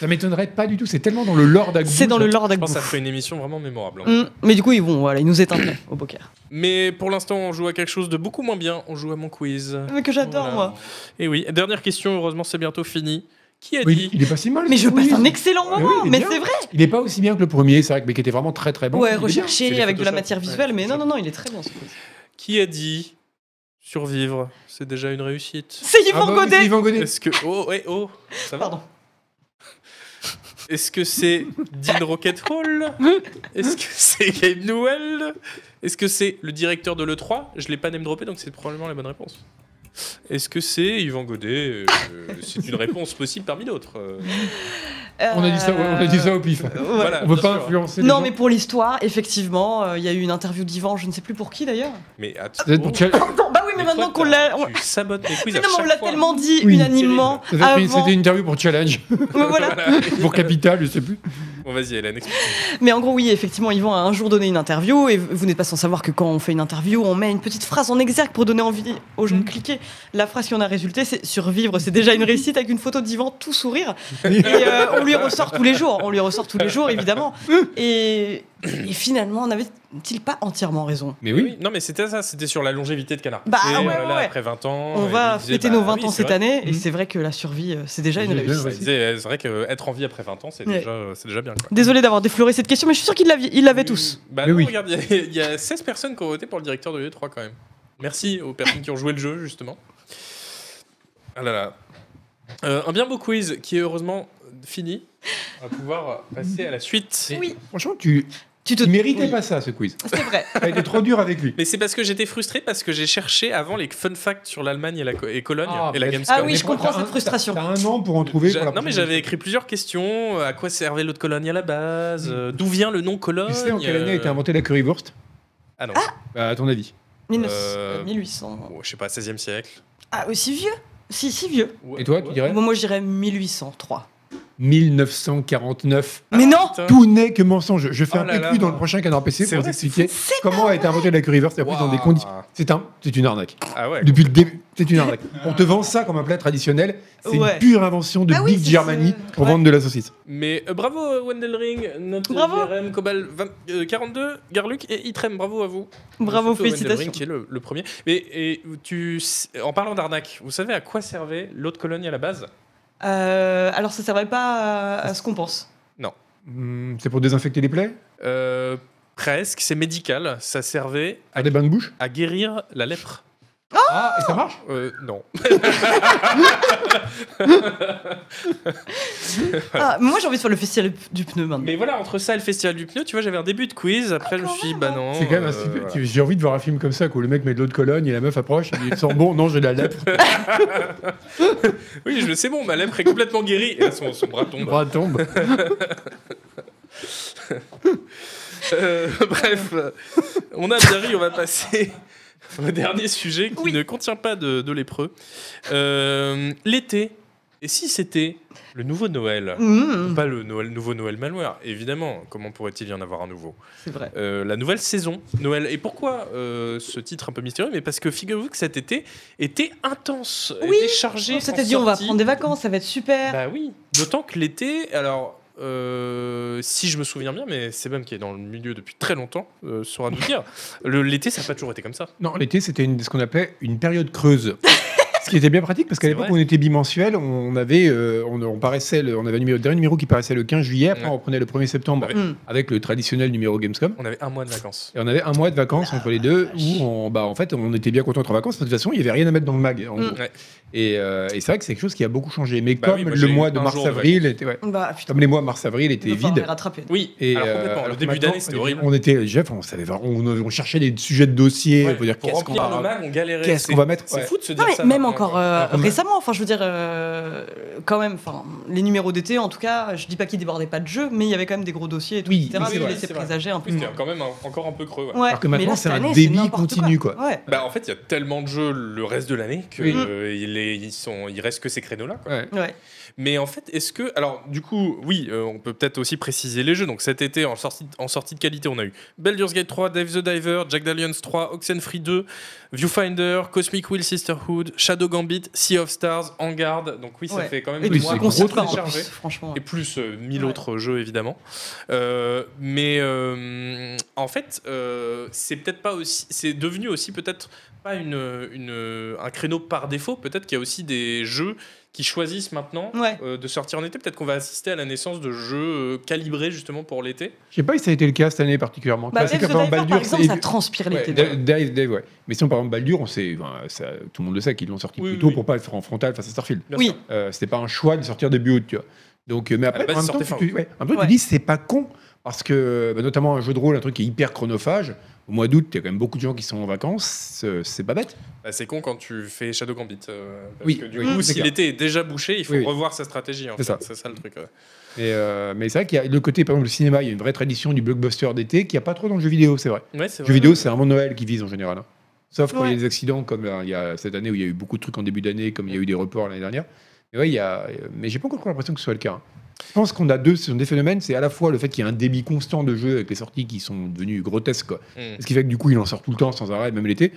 [SPEAKER 3] ça m'étonnerait pas du tout, c'est tellement dans le lore d'Agbo.
[SPEAKER 2] C'est dans le Lord
[SPEAKER 1] Je pense que ça
[SPEAKER 2] Agbo.
[SPEAKER 1] ferait une émission vraiment mémorable. hein.
[SPEAKER 2] Mm, mais du coup, ils vont, voilà, ils nous éteignent au poker.
[SPEAKER 1] Mais pour l'instant, on joue à quelque chose de beaucoup moins bien. On joue à mon quiz.
[SPEAKER 2] Mais que j'adore,
[SPEAKER 1] Voilà.
[SPEAKER 2] moi.
[SPEAKER 1] Et Eh oui, dernière question, heureusement, c'est bientôt fini. Qui a
[SPEAKER 3] Oui,
[SPEAKER 1] dit
[SPEAKER 3] il est pas si mal.
[SPEAKER 2] Mais je
[SPEAKER 3] oui,
[SPEAKER 2] passe un excellent
[SPEAKER 3] oui,
[SPEAKER 2] moment,
[SPEAKER 3] il est
[SPEAKER 2] mais
[SPEAKER 3] bien.
[SPEAKER 2] c'est vrai.
[SPEAKER 3] Il est pas aussi bien que le premier, c'est vrai, mais qui était vraiment très très bon. Il
[SPEAKER 2] ouais,
[SPEAKER 3] est bien.
[SPEAKER 1] c'est les
[SPEAKER 2] recherché avec de la
[SPEAKER 1] Photoshop.
[SPEAKER 2] matière
[SPEAKER 1] Ouais,
[SPEAKER 2] visuelle, mais non, non,
[SPEAKER 1] Photoshop.
[SPEAKER 2] non, il est très bien ce quiz.
[SPEAKER 1] Qui a dit survivre C'est déjà une réussite.
[SPEAKER 2] C'est
[SPEAKER 3] Ah bah
[SPEAKER 2] Yvan
[SPEAKER 3] oui, c'est
[SPEAKER 2] Godet
[SPEAKER 3] Yvan Godet.
[SPEAKER 1] Est-ce que oh ouais, oh ça va
[SPEAKER 2] Pardon.
[SPEAKER 1] Est-ce que c'est Dean Rock'n'Roll Est-ce que c'est Gabe Newell Est-ce que c'est le directeur de l'E3 Je l'ai pas name droppé donc c'est probablement la bonne réponse. Est-ce que c'est Yvan Godet Euh, C'est une réponse possible parmi d'autres. euh,
[SPEAKER 3] On a dit ça, ouais, on a dit ça au pif.
[SPEAKER 2] Voilà.
[SPEAKER 1] voilà,
[SPEAKER 3] On veut
[SPEAKER 1] Ah, bien
[SPEAKER 3] pas
[SPEAKER 1] sûr.
[SPEAKER 3] influencer. les
[SPEAKER 2] Euh, Non,
[SPEAKER 3] gens.
[SPEAKER 2] mais pour l'histoire, effectivement, euh, il y a eu une interview d'Yvan, je ne sais plus pour qui d'ailleurs.
[SPEAKER 1] Mais attends.
[SPEAKER 3] Vous êtes pour quel-
[SPEAKER 2] Attends, bah oui, mais
[SPEAKER 1] Mais
[SPEAKER 2] maintenant
[SPEAKER 1] toi,
[SPEAKER 2] qu'on
[SPEAKER 1] t'as-
[SPEAKER 2] l'a. on-
[SPEAKER 1] Tu sabotes les quiz
[SPEAKER 2] Mais
[SPEAKER 1] à
[SPEAKER 2] non, mais on
[SPEAKER 1] chaque
[SPEAKER 2] l'a
[SPEAKER 1] fois.
[SPEAKER 2] tellement dit
[SPEAKER 3] Oui,
[SPEAKER 2] unanimement.
[SPEAKER 3] C'était une-
[SPEAKER 2] avant.
[SPEAKER 3] C'était une interview pour Challenge,
[SPEAKER 2] Mais voilà.
[SPEAKER 3] pour Capital, je sais plus.
[SPEAKER 1] Bon, vas-y, Hélène, explique.
[SPEAKER 2] Mais en gros, oui, effectivement, Yvan a un jour donné une interview et vous n'êtes pas sans savoir que quand on fait une interview, on met une petite phrase en exergue pour donner envie aux gens de cliquer. La phrase qui en a résulté, c'est survivre, c'est déjà une réussite avec une photo d'Yvan tout sourire. Et euh, on lui ressort tous les jours, on lui ressort tous les jours, évidemment. Et, et finalement, n'avait-il pas entièrement raison
[SPEAKER 3] Mais
[SPEAKER 1] Oui, non, mais c'était ça, c'était sur la longévité de Canard.
[SPEAKER 2] Bah,
[SPEAKER 1] PC,
[SPEAKER 2] ouais, ouais,
[SPEAKER 1] euh, là,
[SPEAKER 2] ouais.
[SPEAKER 1] Après 20 ans.
[SPEAKER 2] On
[SPEAKER 1] il
[SPEAKER 2] va
[SPEAKER 1] disait,
[SPEAKER 2] fêter
[SPEAKER 1] bah,
[SPEAKER 2] nos 20
[SPEAKER 1] oui,
[SPEAKER 2] ans
[SPEAKER 1] c'est
[SPEAKER 2] cette
[SPEAKER 1] vrai.
[SPEAKER 2] année et
[SPEAKER 3] Mhm.
[SPEAKER 2] c'est vrai que la survie, euh, c'est déjà une
[SPEAKER 3] Déjà une
[SPEAKER 2] réussite.
[SPEAKER 1] Il disait, euh, C'est vrai qu'être en vie après 20 ans, c'est
[SPEAKER 2] Ouais.
[SPEAKER 1] déjà, euh, c'est déjà bien. Quoi.
[SPEAKER 2] Désolé d'avoir défloré cette question, mais je suis sûr qu'il l'avait il l'avait tous.
[SPEAKER 1] Bah
[SPEAKER 3] Mais
[SPEAKER 1] non,
[SPEAKER 3] oui.
[SPEAKER 1] regarde, il y a- il y, a 16 personnes qui ont voté pour le directeur de l'E3 quand même. Merci aux personnes qui ont joué le jeu, justement. Ah là là. Euh, un bien beau quiz qui est heureusement fini. On va pouvoir passer à la suite.
[SPEAKER 2] Oui,
[SPEAKER 3] Franchement, tu
[SPEAKER 2] tu te
[SPEAKER 3] tu méritais
[SPEAKER 2] oui,
[SPEAKER 3] pas Euh, ça, ce quiz.
[SPEAKER 2] C'est vrai.
[SPEAKER 3] T'as été trop dur avec lui.
[SPEAKER 1] Mais c'est parce que j'étais frustré parce que j'ai cherché avant les fun facts sur l'Allemagne et, la Co- et Cologne
[SPEAKER 3] Ah,
[SPEAKER 1] et la
[SPEAKER 3] mais-
[SPEAKER 1] Gamescom.
[SPEAKER 2] Ah oui,
[SPEAKER 3] Mais
[SPEAKER 2] je comprends
[SPEAKER 3] t'as
[SPEAKER 2] cette
[SPEAKER 3] un-
[SPEAKER 2] frustration.
[SPEAKER 3] T'as un an pour en trouver.
[SPEAKER 1] J'a-
[SPEAKER 3] pour la
[SPEAKER 1] non mais
[SPEAKER 3] prochaine
[SPEAKER 1] j'avais
[SPEAKER 3] émission.
[SPEAKER 1] écrit plusieurs questions. Euh, À quoi servait l'eau de Cologne à la base
[SPEAKER 2] Mm.
[SPEAKER 1] Euh, D'où vient le nom Cologne
[SPEAKER 3] Tu sais en quelle année a été
[SPEAKER 1] Euh,
[SPEAKER 3] inventée la currywurst
[SPEAKER 1] Ah non.
[SPEAKER 3] Bah, À ton avis.
[SPEAKER 2] 1900,
[SPEAKER 1] Euh,
[SPEAKER 2] 1800.
[SPEAKER 1] Bon, je sais pas, 16e siècle.
[SPEAKER 2] Ah, aussi vieux Si, si vieux.
[SPEAKER 3] Et toi, tu dirais
[SPEAKER 2] Moi, moi je dirais 1803.
[SPEAKER 3] 1949.
[SPEAKER 2] mais non
[SPEAKER 1] Ah, Putain.
[SPEAKER 3] Tout n'est que mensonge. Je fais
[SPEAKER 1] Oh
[SPEAKER 3] un
[SPEAKER 1] là là.
[SPEAKER 3] PQ dans le prochain canard PC
[SPEAKER 1] C'est
[SPEAKER 3] pour vous
[SPEAKER 1] vrai, c'est
[SPEAKER 3] expliquer comment a été inventée la currywurst et après dans des conditions.
[SPEAKER 1] Waouh.
[SPEAKER 3] C'est un, c'est une arnaque.
[SPEAKER 1] Ah ouais.
[SPEAKER 3] Depuis le début, c'est une arnaque. On te vend ça comme un plat traditionnel. C'est
[SPEAKER 2] Ouais.
[SPEAKER 3] une pure invention de
[SPEAKER 2] Ah oui,
[SPEAKER 3] Big
[SPEAKER 2] c'est
[SPEAKER 3] Germany
[SPEAKER 2] ce-
[SPEAKER 3] pour
[SPEAKER 2] ouais.
[SPEAKER 3] vendre de la saucisse.
[SPEAKER 1] Mais euh, bravo euh, Wendell Ring, notre
[SPEAKER 2] Bravo.
[SPEAKER 1] JRM Cobal 20, euh, 42, Garluc et Itrem, bravo à vous.
[SPEAKER 2] Bravo,
[SPEAKER 1] Surtout à Wendell Ring,
[SPEAKER 2] félicitations.
[SPEAKER 1] qui est le, le premier. Mais et tu, s- en parlant d'arnaque, vous savez à quoi servait l'eau de Cologne à la base
[SPEAKER 2] Euh, alors, ça servait pas à, à ce qu'on pense.
[SPEAKER 3] Hmm, c'est pour désinfecter les plaies
[SPEAKER 1] Euh, Presque, c'est médical. Ça servait
[SPEAKER 3] À des bains de bouche
[SPEAKER 1] à guérir la lèpre.
[SPEAKER 2] Oh
[SPEAKER 3] Ah, et ça marche
[SPEAKER 1] Euh, non.
[SPEAKER 2] Ah, moi, j'ai envie de faire le festival du pneu maintenant.
[SPEAKER 1] Mais voilà, entre ça et le festival du pneu, tu vois, j'avais un début de quiz. Après, je me suis dit, bah non.
[SPEAKER 3] C'est Ah, quand même un
[SPEAKER 1] euh,
[SPEAKER 3] petit peu-
[SPEAKER 1] voilà.
[SPEAKER 3] tu- J'ai envie de voir un film comme ça, où le mec met de l'eau de Cologne et la meuf approche, il sent bon, non, j'ai de la lèpre.
[SPEAKER 1] Oui, je sais, bon, ma lèpre est complètement guérie. Et là, son, son bras
[SPEAKER 3] Mon
[SPEAKER 1] tombe.
[SPEAKER 3] bras tombe.
[SPEAKER 1] Euh, bref, euh, on a bien ri, on va passer au dernier sujet qui ne contient pas de, de lépreux. Euh, L'été, et si c'était le nouveau Noël
[SPEAKER 3] Mm.
[SPEAKER 2] Mmh,
[SPEAKER 1] Pas le Noël, nouveau Noël Malware, évidemment, comment pourrait-il y en avoir un nouveau
[SPEAKER 2] c'est vrai.
[SPEAKER 1] Euh, La nouvelle saison, Noël. Et pourquoi euh, ce titre un peu mystérieux Mais parce que figurez-vous que cet été était intense,
[SPEAKER 2] Oui,
[SPEAKER 1] était chargé.
[SPEAKER 2] On s'était
[SPEAKER 1] en
[SPEAKER 2] dit, on va
[SPEAKER 1] sorties.
[SPEAKER 2] prendre des vacances, ça va être super.
[SPEAKER 1] Bah oui, d'autant que l'été, alors euh, si je me souviens bien, mais Sebam qui est dans le milieu depuis très longtemps euh, saura nous dire, le- l'été ça n'a pas toujours été comme ça.
[SPEAKER 3] Non, l'été, c'était une- ce qu'on appelait une période creuse. Ce qui était bien pratique parce qu'à
[SPEAKER 1] C'est
[SPEAKER 3] l'époque
[SPEAKER 1] vrai.
[SPEAKER 3] on était bimensuel, on avait, euh, on, on paraissait, le, on avait un numéro, le dernier numéro qui paraissait le 15 juillet, après
[SPEAKER 1] Ouais.
[SPEAKER 3] on reprenait le 1er septembre
[SPEAKER 1] Ouais.
[SPEAKER 2] Mmh.
[SPEAKER 3] avec le traditionnel numéro Gamescom.
[SPEAKER 1] On avait un mois de vacances.
[SPEAKER 3] Et on avait un mois de
[SPEAKER 1] Ah,
[SPEAKER 3] vacances entre les deux où on, bah, en fait on était bien content d'être en vacances parce que de toute façon il n'y avait rien à mettre dans le mag. en
[SPEAKER 2] Mm.
[SPEAKER 3] gros.
[SPEAKER 1] Ouais.
[SPEAKER 3] Et, euh, et c'est vrai que c'est quelque chose qui a beaucoup changé. Mais
[SPEAKER 1] Bah
[SPEAKER 3] comme
[SPEAKER 1] oui, moi,
[SPEAKER 3] le
[SPEAKER 1] j'ai eu
[SPEAKER 3] mois de
[SPEAKER 1] un jour de
[SPEAKER 3] mars-avril était, ouais,
[SPEAKER 2] Bah, putain,
[SPEAKER 3] comme les mois mars-avril étaient
[SPEAKER 2] on va les
[SPEAKER 3] vides.
[SPEAKER 2] rattraper.
[SPEAKER 1] Oui,
[SPEAKER 3] Et
[SPEAKER 1] alors
[SPEAKER 3] euh,
[SPEAKER 1] complètement.
[SPEAKER 3] alors
[SPEAKER 1] le
[SPEAKER 3] que
[SPEAKER 1] début
[SPEAKER 3] maintenant,
[SPEAKER 1] d'année c'était horrible.
[SPEAKER 3] On était, Jeff, on savait, vraiment- on, on cherchait des sujets de dossier
[SPEAKER 1] Ouais,
[SPEAKER 3] pour dire
[SPEAKER 1] pour
[SPEAKER 3] qu'est-ce qu'on
[SPEAKER 1] remplir nos
[SPEAKER 3] va,
[SPEAKER 1] mags, on galérait.
[SPEAKER 3] qu'est-ce
[SPEAKER 1] C'est-
[SPEAKER 3] qu'on va mettre.
[SPEAKER 1] C'est
[SPEAKER 3] Ouais.
[SPEAKER 1] fou de se dire
[SPEAKER 2] Non, mais
[SPEAKER 1] ça. hein.
[SPEAKER 2] même
[SPEAKER 1] maintenant,
[SPEAKER 2] encore
[SPEAKER 1] quoi.
[SPEAKER 2] euh,
[SPEAKER 3] ouais.
[SPEAKER 2] récemment, enfin je veux dire, euh, quand même, enfin les numéros d'été en tout cas, je dis pas qu'ils débordaient pas de jeux, mais il y avait quand même des gros dossiers et tout,
[SPEAKER 3] Oui,
[SPEAKER 2] etc.
[SPEAKER 1] oui, c'est
[SPEAKER 2] qui
[SPEAKER 1] vrai,
[SPEAKER 2] laissaient
[SPEAKER 1] c'est vrai.
[SPEAKER 2] présager un peu.
[SPEAKER 1] Oui, C'était quand même un- encore un peu creux. ouais.
[SPEAKER 2] mm. Ouais,
[SPEAKER 3] Alors que
[SPEAKER 2] mais
[SPEAKER 3] maintenant,
[SPEAKER 2] là,
[SPEAKER 3] c'est
[SPEAKER 2] cette
[SPEAKER 3] un
[SPEAKER 2] année,
[SPEAKER 3] débit
[SPEAKER 2] n'importe
[SPEAKER 3] continu, quoi.
[SPEAKER 2] Ouais.
[SPEAKER 1] Bah, en fait, il y a tellement de jeux le reste de l'année que
[SPEAKER 3] Oui.
[SPEAKER 1] euh, il est- ils sont, il reste que ces créneaux-là. quoi.
[SPEAKER 3] Ouais.
[SPEAKER 2] Ouais.
[SPEAKER 1] Mais en fait, est-ce que. Alors, du coup, oui, euh, on peut peut-être aussi préciser les jeux. Donc, cet été, en sortie, en sortie de qualité, on a eu Baldur's Gate 3, Dave the Diver, Jack Dalliance 3, Oxenfree 2, Viewfinder, Cosmic Wheel Sisterhood, Shadow Gambit, Sea of Stars, Vanguard. Donc, oui, ça
[SPEAKER 2] Ouais.
[SPEAKER 1] fait quand même
[SPEAKER 2] Et
[SPEAKER 3] Oui,
[SPEAKER 2] du
[SPEAKER 1] des
[SPEAKER 3] c'est
[SPEAKER 2] coup,
[SPEAKER 1] mois
[SPEAKER 2] qu'on s'y
[SPEAKER 1] gros
[SPEAKER 2] prépare, en
[SPEAKER 1] chargés.
[SPEAKER 2] plus, franchement.
[SPEAKER 1] Et plus euh, mille
[SPEAKER 2] Ouais.
[SPEAKER 1] autres jeux, évidemment. Euh, mais euh, en fait, euh, c'est peut-être pas aussi. C'est devenu aussi peut-être pas une, une- un créneau par défaut. Peut-être qu'il y a aussi des jeux qui choisissent maintenant
[SPEAKER 2] Ouais.
[SPEAKER 1] euh, de sortir en été. Peut-être qu'on va assister à la naissance de jeux euh, calibrés justement pour l'été.
[SPEAKER 3] Je sais pas si ça a été le cas cette année particulièrement.
[SPEAKER 2] Bah,
[SPEAKER 3] Parce
[SPEAKER 2] Dave
[SPEAKER 3] que,
[SPEAKER 2] the Diver, par
[SPEAKER 3] Baldur,
[SPEAKER 2] exemple,
[SPEAKER 3] c'est-
[SPEAKER 2] ça transpire
[SPEAKER 3] Ouais,
[SPEAKER 2] l'été.
[SPEAKER 3] Dave, Dave, Dave, ouais. Mais sinon, par exemple, Baldur, on sait, enfin, ça- tout le monde le sait qu'ils l'ont sorti
[SPEAKER 1] Oui,
[SPEAKER 3] plus
[SPEAKER 1] oui,
[SPEAKER 3] tôt
[SPEAKER 1] oui.
[SPEAKER 3] pour pas être en frontal face à Starfield.
[SPEAKER 1] Bien
[SPEAKER 2] Oui.
[SPEAKER 1] sûr.
[SPEAKER 3] Euh, c'était pas un choix de sortir début août, tu vois. Donc, euh, mais après,
[SPEAKER 1] la base,
[SPEAKER 3] en même
[SPEAKER 1] il
[SPEAKER 3] temps,
[SPEAKER 1] sortait
[SPEAKER 3] tu, te- ouais, en même temps, tu
[SPEAKER 2] Ouais.
[SPEAKER 3] dis, c'est pas con, parce que, bah, notamment un jeu de rôle, un truc qui est hyper chronophage, au mois d'août, il y a quand même beaucoup de gens qui sont en vacances, euh, c'est pas bête.
[SPEAKER 1] Bah, c'est con quand tu fais Shadow Gambit. euh, parce
[SPEAKER 3] Oui,
[SPEAKER 1] que du
[SPEAKER 3] oui,
[SPEAKER 1] coup, si
[SPEAKER 3] c'est clair.
[SPEAKER 1] l'été est déjà bouché, il faut
[SPEAKER 3] Oui, oui.
[SPEAKER 1] revoir sa stratégie. en
[SPEAKER 3] C'est
[SPEAKER 1] fait.
[SPEAKER 3] ça.
[SPEAKER 1] C'est ça le truc. ouais.
[SPEAKER 3] Mais, euh, mais c'est vrai qu'il y a le côté, par exemple, le cinéma, il y a une vraie tradition du blockbuster d'été qu'il n'y a pas trop dans le jeu vidéo, c'est vrai.
[SPEAKER 1] Ouais, c'est
[SPEAKER 3] Le
[SPEAKER 1] vrai.
[SPEAKER 3] jeu vidéo, c'est vraiment Noël qui vise en général. hein. Sauf quand il y
[SPEAKER 2] Ouais.
[SPEAKER 3] a des accidents, comme là, il y a cette année où il y a eu beaucoup de trucs en début d'année, comme il y a eu des reports l'année dernière. Mais ouais, il y a... mais j'ai pas encore l'impression que ce soit le cas. hein. Je pense qu'on a deux, ce sont des phénomènes. C'est à la fois le fait qu'il y a un débit constant de jeux avec les sorties qui sont devenues grotesques. quoi.
[SPEAKER 1] Mm.
[SPEAKER 3] Ce qui fait que du coup, il en sort tout le temps sans arrêt, même l'été.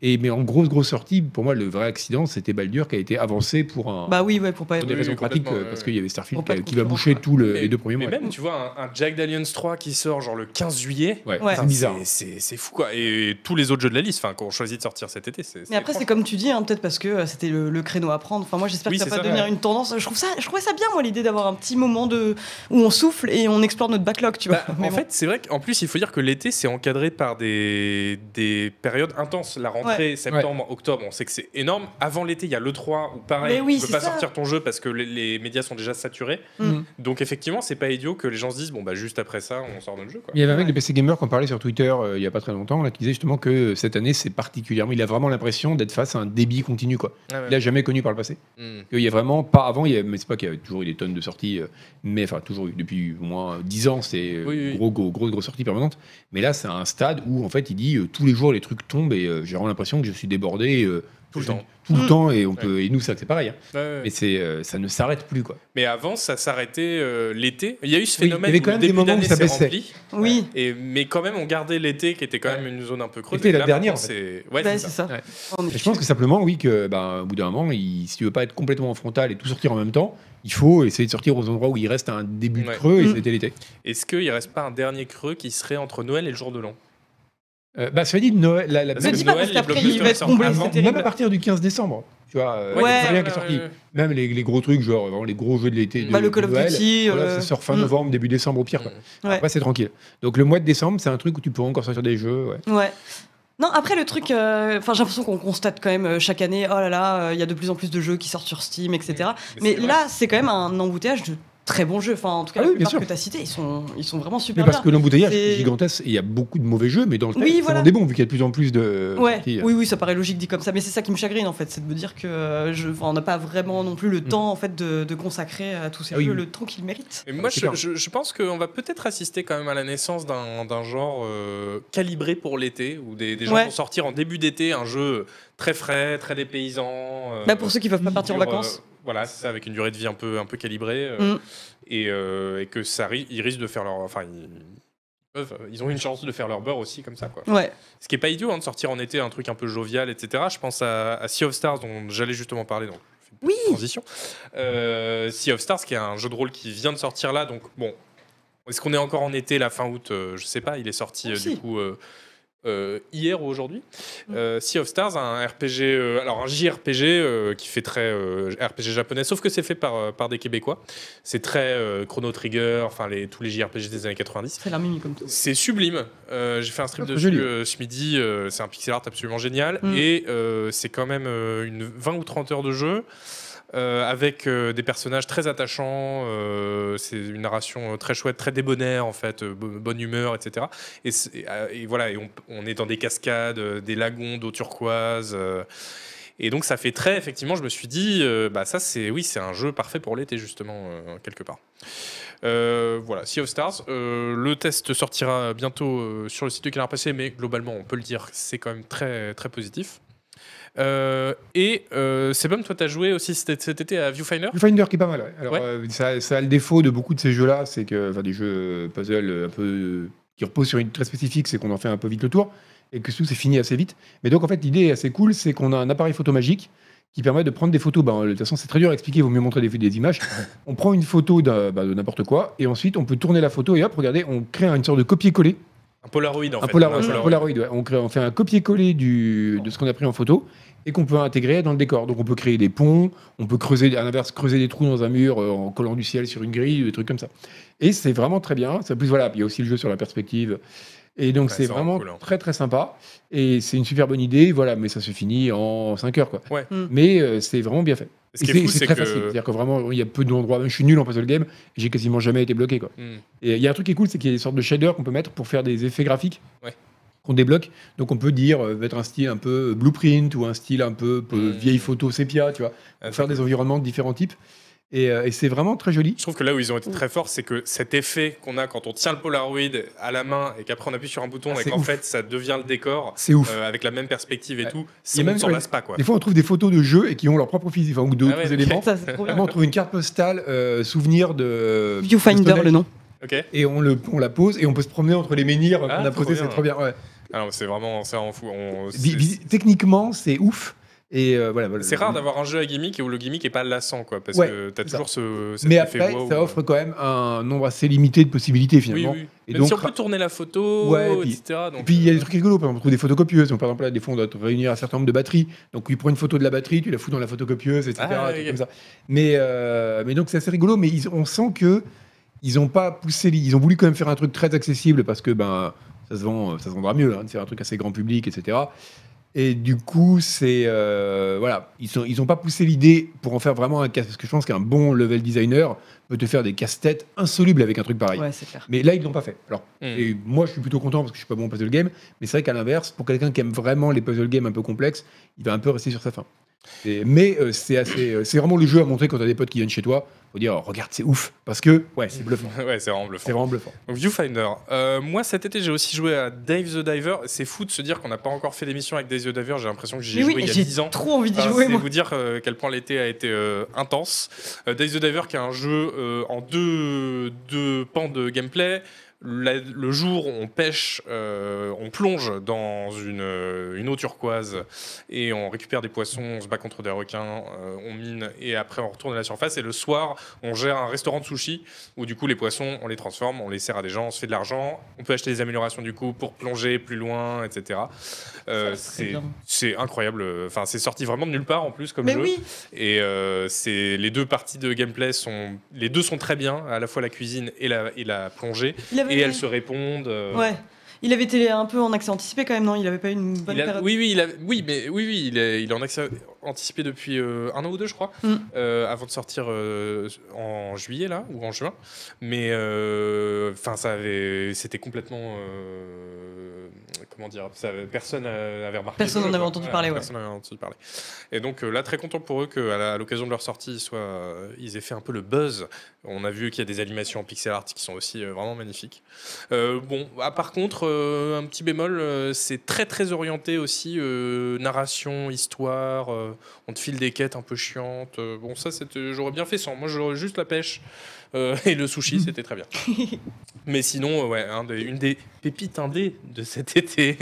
[SPEAKER 3] Et mais en grosse, grosse sortie, pour moi, le vrai accident, c'était Baldur qui a été avancé pour, un,
[SPEAKER 2] Bah oui, ouais, pour pas.
[SPEAKER 3] pour des
[SPEAKER 1] Oui,
[SPEAKER 3] raisons
[SPEAKER 1] oui,
[SPEAKER 3] pratiques, euh,
[SPEAKER 1] complètement,
[SPEAKER 3] parce
[SPEAKER 1] ouais,
[SPEAKER 3] qu'il y avait Starfield
[SPEAKER 2] Pour pas
[SPEAKER 3] qui,
[SPEAKER 2] de
[SPEAKER 3] qui va
[SPEAKER 2] concurrence,
[SPEAKER 3] boucher tout le,
[SPEAKER 1] Mais-
[SPEAKER 3] les deux premiers
[SPEAKER 1] Mais
[SPEAKER 3] mois.
[SPEAKER 1] même, tu vois, un, un Jack Dalliance 3 qui sort genre le 15 juillet.
[SPEAKER 3] Ouais,
[SPEAKER 2] Ouais.
[SPEAKER 3] C'est
[SPEAKER 1] Enfin,
[SPEAKER 3] bizarre. hein.
[SPEAKER 1] C'est c'est- c'est fou quoi. Et tous les autres jeux de la liste, enfin, qu'on choisit de sortir cet été, c'est.
[SPEAKER 2] Mais après, c'est
[SPEAKER 1] franchement-
[SPEAKER 2] comme tu dis, hein, peut-être parce que euh, c'était le, le créneau à prendre. Enfin, moi, j'espère
[SPEAKER 1] Oui,
[SPEAKER 2] que ça
[SPEAKER 1] c'est
[SPEAKER 2] va
[SPEAKER 1] ça,
[SPEAKER 2] pas devenir
[SPEAKER 1] ouais.
[SPEAKER 2] une tendance. Je trouve ça, je trouvais ça bien, moi, l'idée d'avoir un petit moment de où on souffle et on explore notre backlog, tu vois.
[SPEAKER 1] Bah,
[SPEAKER 2] Mais
[SPEAKER 1] en
[SPEAKER 2] bon.
[SPEAKER 1] fait, c'est vrai qu'en plus, il faut dire que l'été, c'est encadré par des, des périodes intenses. La rentrée, septembre, octobre, on sait que c'est énorme. Avant l'été, il y a l'E3 où, pareil,
[SPEAKER 2] Mais oui,
[SPEAKER 1] tu peux
[SPEAKER 2] c'est
[SPEAKER 1] pas
[SPEAKER 2] ça.
[SPEAKER 1] sortir ton jeu parce que les, les médias sont déjà saturés.
[SPEAKER 2] Mm.
[SPEAKER 1] Donc, effectivement, c'est pas idiot que les gens se disent, bon, bah, juste après ça, on sort notre jeu. Quoi.
[SPEAKER 3] Il y avait un mec
[SPEAKER 2] Ouais.
[SPEAKER 3] de PC Gamer qui en parlait sur Twitter euh, il n'y a pas très longtemps, là, qui disait justement que euh, cette année, c'est particulièrement. Il a vraiment l'impression d'être face à un débit continu, quoi. Il n'a jamais connu par le passé.
[SPEAKER 1] Mm.
[SPEAKER 3] Il y a vraiment pas. Avant, il y a, mais c'est pas qu'il y avait toujours eu des tonnes de sorties, euh, mais enfin, toujours eu, depuis au moins 10 ans, c'est euh,
[SPEAKER 1] Oui, oui.
[SPEAKER 3] gros, gros, gros, grosse sortie permanente. Mais là, c'est un stade où, en fait, il dit euh, tous les jours, les trucs tombent et euh, j'ai vraiment l'impression que je suis débordé. euh,
[SPEAKER 1] Tout le
[SPEAKER 3] je-
[SPEAKER 1] temps.
[SPEAKER 3] Tout le
[SPEAKER 2] Mm.
[SPEAKER 3] temps, et, on peut, et nous, ça, c'est pareil. hein.
[SPEAKER 1] Ouais, ouais.
[SPEAKER 3] Mais c'est, euh, ça ne s'arrête plus, quoi.
[SPEAKER 1] Mais avant, ça s'arrêtait euh, l'été. Il y a eu ce
[SPEAKER 3] Oui, il y
[SPEAKER 1] phénomène
[SPEAKER 3] avait quand
[SPEAKER 1] où le
[SPEAKER 3] même des
[SPEAKER 1] début
[SPEAKER 3] moments où
[SPEAKER 1] d'année
[SPEAKER 3] ça
[SPEAKER 1] s'est
[SPEAKER 3] baissait.
[SPEAKER 1] rempli.
[SPEAKER 2] oui.
[SPEAKER 1] Et, mais quand même, on gardait l'été qui était quand même une zone un peu creuse.
[SPEAKER 3] L'été,
[SPEAKER 1] Et
[SPEAKER 3] la
[SPEAKER 1] là,
[SPEAKER 3] dernière,
[SPEAKER 1] maintenant,
[SPEAKER 3] en
[SPEAKER 1] c'est. Ouais,
[SPEAKER 2] Bah,
[SPEAKER 1] c'est
[SPEAKER 2] c'est ça.
[SPEAKER 3] Ouais.
[SPEAKER 2] On est-
[SPEAKER 3] Et je pense que simplement, oui, que ben, au bout d'un moment, il- si tu veux pas être complètement en frontal et tout sortir en même temps, il faut essayer de sortir aux endroits où il reste un début de
[SPEAKER 1] Ouais.
[SPEAKER 3] creux et
[SPEAKER 2] Mm.
[SPEAKER 3] c'était l'été.
[SPEAKER 1] Est-ce qu'il reste pas un dernier creux qui serait entre Noël et le jour de l'an
[SPEAKER 3] Euh, bah, cela dit, Noël, la, la
[SPEAKER 1] Parce
[SPEAKER 2] Ne
[SPEAKER 1] que
[SPEAKER 2] dis pas
[SPEAKER 1] Noël,
[SPEAKER 2] parce
[SPEAKER 1] les
[SPEAKER 2] qu'après
[SPEAKER 1] blockbusters
[SPEAKER 2] il va être
[SPEAKER 1] sortent
[SPEAKER 2] comblé,
[SPEAKER 1] avant.
[SPEAKER 2] c'est
[SPEAKER 3] même à
[SPEAKER 2] terrible.
[SPEAKER 3] partir du 15 décembre, tu vois, euh,
[SPEAKER 2] Ouais,
[SPEAKER 3] c'est rien
[SPEAKER 1] ouais,
[SPEAKER 3] qui est sorti.
[SPEAKER 1] ouais, ouais.
[SPEAKER 3] Même les, les gros trucs, genre vraiment les gros jeux de l'été. de-
[SPEAKER 2] Bah, le
[SPEAKER 3] de
[SPEAKER 2] Call of
[SPEAKER 3] Noël,
[SPEAKER 2] Duty.
[SPEAKER 3] voilà,
[SPEAKER 2] euh,
[SPEAKER 3] ça sort fin
[SPEAKER 2] mm.
[SPEAKER 3] novembre, début décembre au pire. Quoi.
[SPEAKER 2] Ouais.
[SPEAKER 3] Après, c'est tranquille. Donc, le mois de décembre, c'est un truc où tu peux encore sortir des jeux. ouais.
[SPEAKER 2] Ouais. Non, après le truc, euh, enfin j'ai l'impression qu'on constate quand même euh, chaque année, oh là là, euh, il y a de plus en plus de jeux qui sortent sur Steam, etc. Mais,
[SPEAKER 1] c'est vrai.
[SPEAKER 2] là, c'est quand même un embouteillage de très bons jeux. Enfin, en tout cas,
[SPEAKER 3] Ah
[SPEAKER 2] la
[SPEAKER 3] oui, bien
[SPEAKER 2] plupart
[SPEAKER 3] sûr.
[SPEAKER 2] que t'as cités, ils sont, ils sont vraiment
[SPEAKER 3] Mais
[SPEAKER 2] super
[SPEAKER 3] parce
[SPEAKER 2] bien.
[SPEAKER 3] que l'embouteillage
[SPEAKER 2] C'est-
[SPEAKER 3] est gigantesque et il y a beaucoup de mauvais jeux, mais dans le
[SPEAKER 2] Oui,
[SPEAKER 3] temps, c'est
[SPEAKER 2] voilà.
[SPEAKER 3] vraiment des bons, vu qu'il y a de plus en plus de.
[SPEAKER 1] euh,
[SPEAKER 2] Ouais,
[SPEAKER 3] sorties. euh.
[SPEAKER 2] oui, oui, ça paraît logique dit comme ça, mais c'est ça qui me chagrine en fait, c'est de me dire que euh, je, enfin, on n'a pas vraiment non plus le
[SPEAKER 1] Mm.
[SPEAKER 2] temps en fait de, de consacrer à tous ces
[SPEAKER 3] Ah oui,
[SPEAKER 2] jeux
[SPEAKER 3] oui.
[SPEAKER 2] le temps qu'ils méritent.
[SPEAKER 1] Et moi,
[SPEAKER 3] c'est
[SPEAKER 1] je,
[SPEAKER 3] clair.
[SPEAKER 1] je- je pense qu'on va peut-être assister quand même à la naissance d'un d'un genre euh, calibré pour l'été, où des, des gens
[SPEAKER 2] Ouais.
[SPEAKER 1] vont sortir en début d'été un jeu très frais, très dépaysant. euh,
[SPEAKER 2] Bah pour ceux qui peuvent pas
[SPEAKER 1] qui
[SPEAKER 2] partir en
[SPEAKER 1] dure,
[SPEAKER 2] vacances.
[SPEAKER 1] euh, voilà, c'est ça, avec une durée de vie un peu, un peu calibrée. euh,
[SPEAKER 2] Mm.
[SPEAKER 1] et, euh, et que ça ri- ils risquent de faire leur. Enfin, ils, peuvent, ils ont une chance de faire leur beurre aussi comme ça. Quoi.
[SPEAKER 2] Ouais,
[SPEAKER 1] Ce qui est pas idiot hein, de sortir en été un truc un peu jovial, etc. Je pense à, à Sea of Stars dont j'allais justement parler. Donc, je fais une petite Transition. Euh, sea of Stars, qui est un jeu de rôle qui vient de sortir là. Donc bon, est-ce qu'on est encore en été, la fin août euh, Je sais pas. Il est sorti
[SPEAKER 2] Oh,
[SPEAKER 1] euh,
[SPEAKER 2] si.
[SPEAKER 1] du coup. euh, euh, hier ou aujourd'hui,
[SPEAKER 2] Mm.
[SPEAKER 1] Euh, Sea of Stars, un RPG, euh, alors un JRPG euh, qui fait très euh, RPG japonais, sauf que c'est fait par, euh, par des Québécois. C'est très euh, Chrono Trigger, enfin les, tous les JRPG des années 90.
[SPEAKER 2] c'est la mimi comme tout.
[SPEAKER 1] C'est sublime. Euh, J'ai fait un stream
[SPEAKER 3] Ah,
[SPEAKER 1] dessus
[SPEAKER 3] joli.
[SPEAKER 1] euh, ce midi. euh, c'est un pixel art absolument génial.
[SPEAKER 2] Mm.
[SPEAKER 1] Et euh, c'est quand même euh, une 20 ou 30 heures de jeu. euh, avec euh, des personnages très attachants, euh, c'est une narration euh, très chouette, très débonnaire en fait, euh, bo- bonne humeur, etc. Et, c'est- et, euh, et voilà, et on, on est dans des cascades, euh, des lagons d'eau turquoise, euh, et donc ça fait très effectivement. Je me suis dit, euh, bah ça c'est oui, c'est un jeu parfait pour l'été justement euh, quelque part. Euh, voilà, Sea of Stars. Euh, le test sortira bientôt euh, sur le site de Canard Passé, mais globalement, on peut le dire, c'est quand même très, très positif. Euh, et euh, Sebum, toi, t'as joué aussi cet, cet été à Viewfinder
[SPEAKER 3] Viewfinder qui est pas mal. ouais. Alors,
[SPEAKER 1] Ouais.
[SPEAKER 3] euh, ça, ça a le défaut de beaucoup de ces jeux-là, c'est que, enfin, des jeux euh, puzzle euh, un peu euh, qui reposent sur une très spécifique, c'est qu'on en fait un peu vite le tour et que tout c'est fini assez vite. Mais donc, en fait, l'idée est assez cool, c'est qu'on a un appareil photo magique qui permet de prendre des photos. Ben, de toute façon, c'est très dur à expliquer, il vaut mieux montrer des, des images. on prend une photo d'un- ben, de n'importe quoi et ensuite on peut tourner la photo et hop, regardez, on crée une sorte de copier-coller
[SPEAKER 1] Un Polaroid, en
[SPEAKER 3] un
[SPEAKER 1] fait.
[SPEAKER 3] Polaroid,
[SPEAKER 1] Un
[SPEAKER 3] un Polaroid, ouais. on, crée- on fait un copier-coller du, de ce qu'on a pris en photo et qu'on peut intégrer dans le décor. Donc on peut créer des ponts, on peut creuser, à l'inverse, creuser des trous dans un mur euh, en collant du ciel sur une grille, des trucs comme ça. Et c'est vraiment très bien. Ça, en plus, voilà, il y a aussi le jeu sur la perspective. Et donc
[SPEAKER 1] Ouais,
[SPEAKER 3] c'est
[SPEAKER 1] ça rend
[SPEAKER 3] vraiment
[SPEAKER 1] cool, hein.
[SPEAKER 3] très très sympa. Et c'est une super bonne idée, voilà, mais ça se finit en 5 heures. Quoi.
[SPEAKER 1] Ouais.
[SPEAKER 2] Mm.
[SPEAKER 3] Mais euh, c'est vraiment bien fait.
[SPEAKER 1] Ce qui
[SPEAKER 3] Et
[SPEAKER 1] est fou,
[SPEAKER 3] c'est
[SPEAKER 1] c'est
[SPEAKER 3] très facile.
[SPEAKER 1] que.
[SPEAKER 3] C'est-à-dire que vraiment, il y a peu d'endroits. Même je suis nul en puzzle game, j'ai quasiment jamais été bloqué. Quoi.
[SPEAKER 1] Hmm.
[SPEAKER 3] Et il y a un truc qui est cool, c'est qu'il y a des sortes de shaders qu'on peut mettre pour faire des effets graphiques
[SPEAKER 1] Ouais.
[SPEAKER 3] qu'on débloque. Donc on peut dire, euh, mettre un style un peu blueprint ou un style un peu peu
[SPEAKER 1] Mmh.
[SPEAKER 3] vieille photo sépia, tu vois,
[SPEAKER 1] Ah,
[SPEAKER 3] pour faire des environnements de différents types. Et, euh, et c'est vraiment très joli.
[SPEAKER 1] Je trouve que là où ils ont
[SPEAKER 3] Hmm.
[SPEAKER 1] été très forts, c'est que cet effet qu'on a quand on tient le Polaroid à la main et qu'après on appuie sur un bouton
[SPEAKER 3] Ah,
[SPEAKER 1] et
[SPEAKER 3] c'est
[SPEAKER 1] qu'en
[SPEAKER 3] ouf.
[SPEAKER 1] fait ça devient le décor
[SPEAKER 3] C'est ouf.
[SPEAKER 1] euh, avec la même perspective et
[SPEAKER 3] Ouais.
[SPEAKER 1] tout,
[SPEAKER 3] Et
[SPEAKER 1] ça
[SPEAKER 3] même
[SPEAKER 1] ne s'en
[SPEAKER 3] sur-
[SPEAKER 1] passe pas quoi.
[SPEAKER 3] Des fois on trouve des photos de jeux et qui ont leur propre physique, enfin, ou d'autres
[SPEAKER 1] Ah ouais, ok.
[SPEAKER 3] éléments.
[SPEAKER 2] Ça, c'est trop bien.
[SPEAKER 3] Vraiment, on trouve une carte postale euh, souvenir de de
[SPEAKER 2] Viewfinder,
[SPEAKER 3] Stone
[SPEAKER 2] le nom.
[SPEAKER 1] Ok
[SPEAKER 3] Et on, le, on la pose et on peut se promener entre les menhirs euh,
[SPEAKER 1] Ah,
[SPEAKER 3] qu'on a
[SPEAKER 1] trop
[SPEAKER 3] posés,
[SPEAKER 1] bien.
[SPEAKER 3] c'est trop bien. ouais.
[SPEAKER 1] Ah non, c'est vraiment, c'est vraiment fou. On-
[SPEAKER 3] Vi- vi-
[SPEAKER 1] c'est-
[SPEAKER 3] Techniquement, c'est ouf. Et euh, voilà, voilà.
[SPEAKER 1] C'est rare d'avoir un jeu à gimmick où le gimmick est pas lassant quoi, parce
[SPEAKER 3] Ouais,
[SPEAKER 1] que t'as
[SPEAKER 3] c'est ça.
[SPEAKER 1] toujours ce. cet
[SPEAKER 3] Mais
[SPEAKER 1] effet
[SPEAKER 3] après,
[SPEAKER 1] wow,
[SPEAKER 3] ça
[SPEAKER 1] euh,
[SPEAKER 3] offre quand même un nombre assez limité de possibilités
[SPEAKER 1] Oui,
[SPEAKER 3] finalement.
[SPEAKER 1] oui.
[SPEAKER 3] Et
[SPEAKER 1] Même si on
[SPEAKER 3] donc,
[SPEAKER 1] peut tourner la photo,
[SPEAKER 3] Ouais, et puis-
[SPEAKER 1] etc.
[SPEAKER 3] Et
[SPEAKER 1] donc,
[SPEAKER 3] puis il y a
[SPEAKER 1] euh,
[SPEAKER 3] des trucs rigolos, par exemple, on trouve des photocopieuse. Donc, par exemple, là, des fois, on doit réunir un certain nombre de batteries. Donc, il prend une photo de la batterie, tu la fous dans la photocopieuse, etc.
[SPEAKER 1] Ah,
[SPEAKER 3] un truc
[SPEAKER 1] ok.
[SPEAKER 3] comme ça. Mais, euh, mais donc, c'est assez rigolo. Mais ils- on sent que ils ont pas poussé. les- Ils ont voulu quand même faire un truc très accessible parce que ben ça se vend, ça se vendra mieux hein, de faire un truc assez grand public, etc. Et du coup, c'est euh, voilà, ils sont, ils ont pas poussé l'idée pour en faire vraiment un casse. Parce que je pense qu'un bon level designer peut te faire des casse-têtes insolubles avec un truc pareil.
[SPEAKER 2] Ouais, c'est clair.
[SPEAKER 3] Mais là, ils l'ont pas fait. Alors,
[SPEAKER 1] Hmm.
[SPEAKER 3] et moi, je suis plutôt content parce que je suis pas bon en puzzle game. Mais c'est vrai qu'à l'inverse, pour quelqu'un qui aime vraiment les puzzle games un peu complexes, il va un peu rester sur sa fin. Et- mais euh, c'est assez, euh, c'est vraiment le jeu à montrer quand t'as des potes qui viennent chez toi. Faut dire, oh, regarde, c'est ouf, parce que ouais, c'est bluffant.
[SPEAKER 1] hmm. ouais, c'est vraiment bluffant.
[SPEAKER 3] C'est vraiment bluffant.
[SPEAKER 1] Donc Viewfinder. Euh, moi cet été j'ai aussi joué à Dave the Diver. C'est fou de se dire qu'on n'a pas encore fait d'émission avec Dave the Diver. J'ai l'impression que j'y ai
[SPEAKER 2] Mais oui,
[SPEAKER 1] joué il y a
[SPEAKER 2] j'ai
[SPEAKER 1] 10 ans.
[SPEAKER 2] trop envie d'y
[SPEAKER 1] Enfin,
[SPEAKER 2] jouer,
[SPEAKER 1] c'est
[SPEAKER 2] moi.
[SPEAKER 1] vous dire euh, quel point l'été a été euh, intense. Euh, Dave the Diver qui est un jeu euh, en deux, deux pans de gameplay. La- le jour, on pêche, euh, on plonge dans une, euh, une eau turquoise et on récupère des poissons, on se bat contre des requins, euh, on mine et après on retourne à la surface. Et le soir, on gère un restaurant de sushi où du coup les poissons, on les transforme, on les sert à des gens, on se fait de l'argent, on peut acheter des améliorations du coup pour plonger plus loin, etc. Euh, c'est
[SPEAKER 2] bien.
[SPEAKER 1] c'est incroyable. Enfin, c'est sorti vraiment de nulle part en plus comme
[SPEAKER 2] Mais
[SPEAKER 1] jeu.
[SPEAKER 2] oui,
[SPEAKER 1] Et euh, c'est les deux parties de gameplay sont les deux sont très bien, à la fois la cuisine et la et la plongée.
[SPEAKER 2] il avait.
[SPEAKER 1] Et elles se répondent. euh,
[SPEAKER 2] Ah Ouais. Il avait été un peu en accès anticipé quand même, non Il avait pas eu une bonne
[SPEAKER 1] il a-
[SPEAKER 2] période.
[SPEAKER 1] oui, oui, il a- oui, mais oui, oui, il est, il est en accès anticipé depuis euh, un an ou deux, je crois,
[SPEAKER 2] Mm.
[SPEAKER 1] euh, avant de sortir euh, en juillet là ou en juin. Mais euh, enfin, ça avait, c'était complètement, euh, comment dire, ça, avait- personne euh, avait remarqué.
[SPEAKER 2] Personne
[SPEAKER 1] le jeu,
[SPEAKER 2] n'en avait
[SPEAKER 1] quoi.
[SPEAKER 2] entendu
[SPEAKER 1] Voilà,
[SPEAKER 2] parler, ouais.
[SPEAKER 1] Personne n'avait entendu parler. Et donc euh, là, très content pour eux qu'à l'occasion de leur sortie, ils, soient, euh, ils aient fait un peu le buzz. On a vu qu'il y a des animations en pixel art qui sont aussi euh, vraiment magnifiques. Euh, bon, ah, par contre, euh, un petit bémol, euh, c'est très très orienté aussi euh, narration, histoire. euh, on te file des quêtes un peu chiantes. euh, bon, ça, c'est- euh, j'aurais bien fait sans. Moi, j'aurais juste la pêche euh, et le sushi, c'était très bien. Mais sinon, euh, ouais, un des- une des pépites indées de cet été.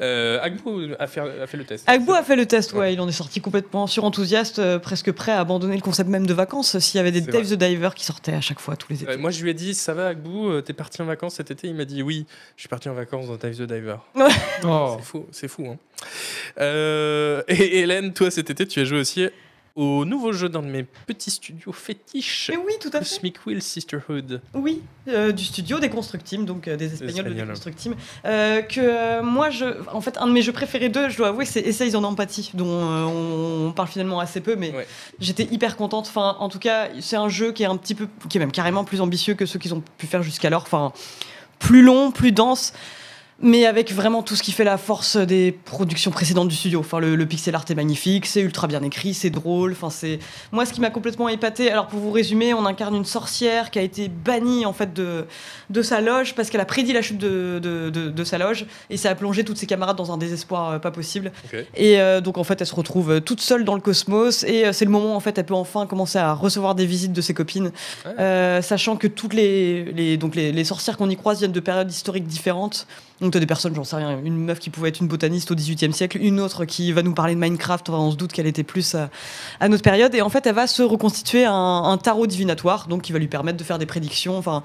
[SPEAKER 1] Euh, Agbo a fait, a fait le test.
[SPEAKER 2] Agbo a fait le test, ouais,
[SPEAKER 1] Ouais.
[SPEAKER 2] il en est sorti complètement surenthousiaste, euh, presque prêt à abandonner le concept même de vacances s'il y avait des
[SPEAKER 1] C'est
[SPEAKER 2] Dave the Diver qui sortaient à chaque fois, tous les étés.
[SPEAKER 1] Euh, moi, je lui ai dit, ça va, Agbou, euh, t'es parti en vacances cet été Il m'a dit, oui, je suis parti en vacances dans Dive the Diver.
[SPEAKER 3] Oh.
[SPEAKER 1] C'est fou, c'est fou. Hein. Euh, et Hélène, toi, cet été, tu as joué aussi au nouveau jeu d'un de mes petits studios fétiches,
[SPEAKER 2] Mais Eh oui, tout à fait.
[SPEAKER 1] Cosmic Wheel Sisterhood.
[SPEAKER 2] Oui, euh, du studio des Constructimes, donc euh, des Espagnols de
[SPEAKER 1] Espagnols.
[SPEAKER 2] Constructimes. Euh, que euh, moi, je, en fait, un de mes jeux préférés d'eux, je dois avouer, c'est Essays en empathie, dont euh, on, on parle finalement assez peu, mais
[SPEAKER 1] Ouais.
[SPEAKER 2] j'étais hyper contente. Enfin, en tout cas, c'est un jeu qui est un petit peu, qui est même carrément plus ambitieux que ceux qu'ils ont pu faire jusqu'alors. Enfin, plus long, plus dense. mais avec vraiment tout ce qui fait la force des productions précédentes du studio. Enfin, le, le pixel art est magnifique, c'est ultra bien écrit, c'est drôle. Enfin, c'est moi ce qui m'a complètement épaté. Alors pour vous résumer, on incarne une sorcière qui a été bannie en fait de de sa loge parce qu'elle a prédit la chute de, de, de- de sa loge et ça a plongé toutes ses camarades dans un désespoir euh, pas possible.
[SPEAKER 1] Ok.
[SPEAKER 2] Et euh, donc en fait, elle se retrouve euh, toute seule dans le cosmos et euh, c'est le moment où en fait elle peut enfin commencer à recevoir des visites de ses copines,
[SPEAKER 1] Ouais.
[SPEAKER 2] Euh, sachant que toutes les, les donc les, les sorcières qu'on y croise viennent de périodes historiques différentes. Donc t'as des personnes, j'en sais rien, une meuf qui pouvait être une botaniste au XVIIIe siècle, une autre qui va nous parler de Minecraft, enfin, on se doute qu'elle était plus euh, à, à notre période, et en fait elle va se reconstituer un, un tarot divinatoire, donc qui va lui permettre de faire des prédictions, enfin,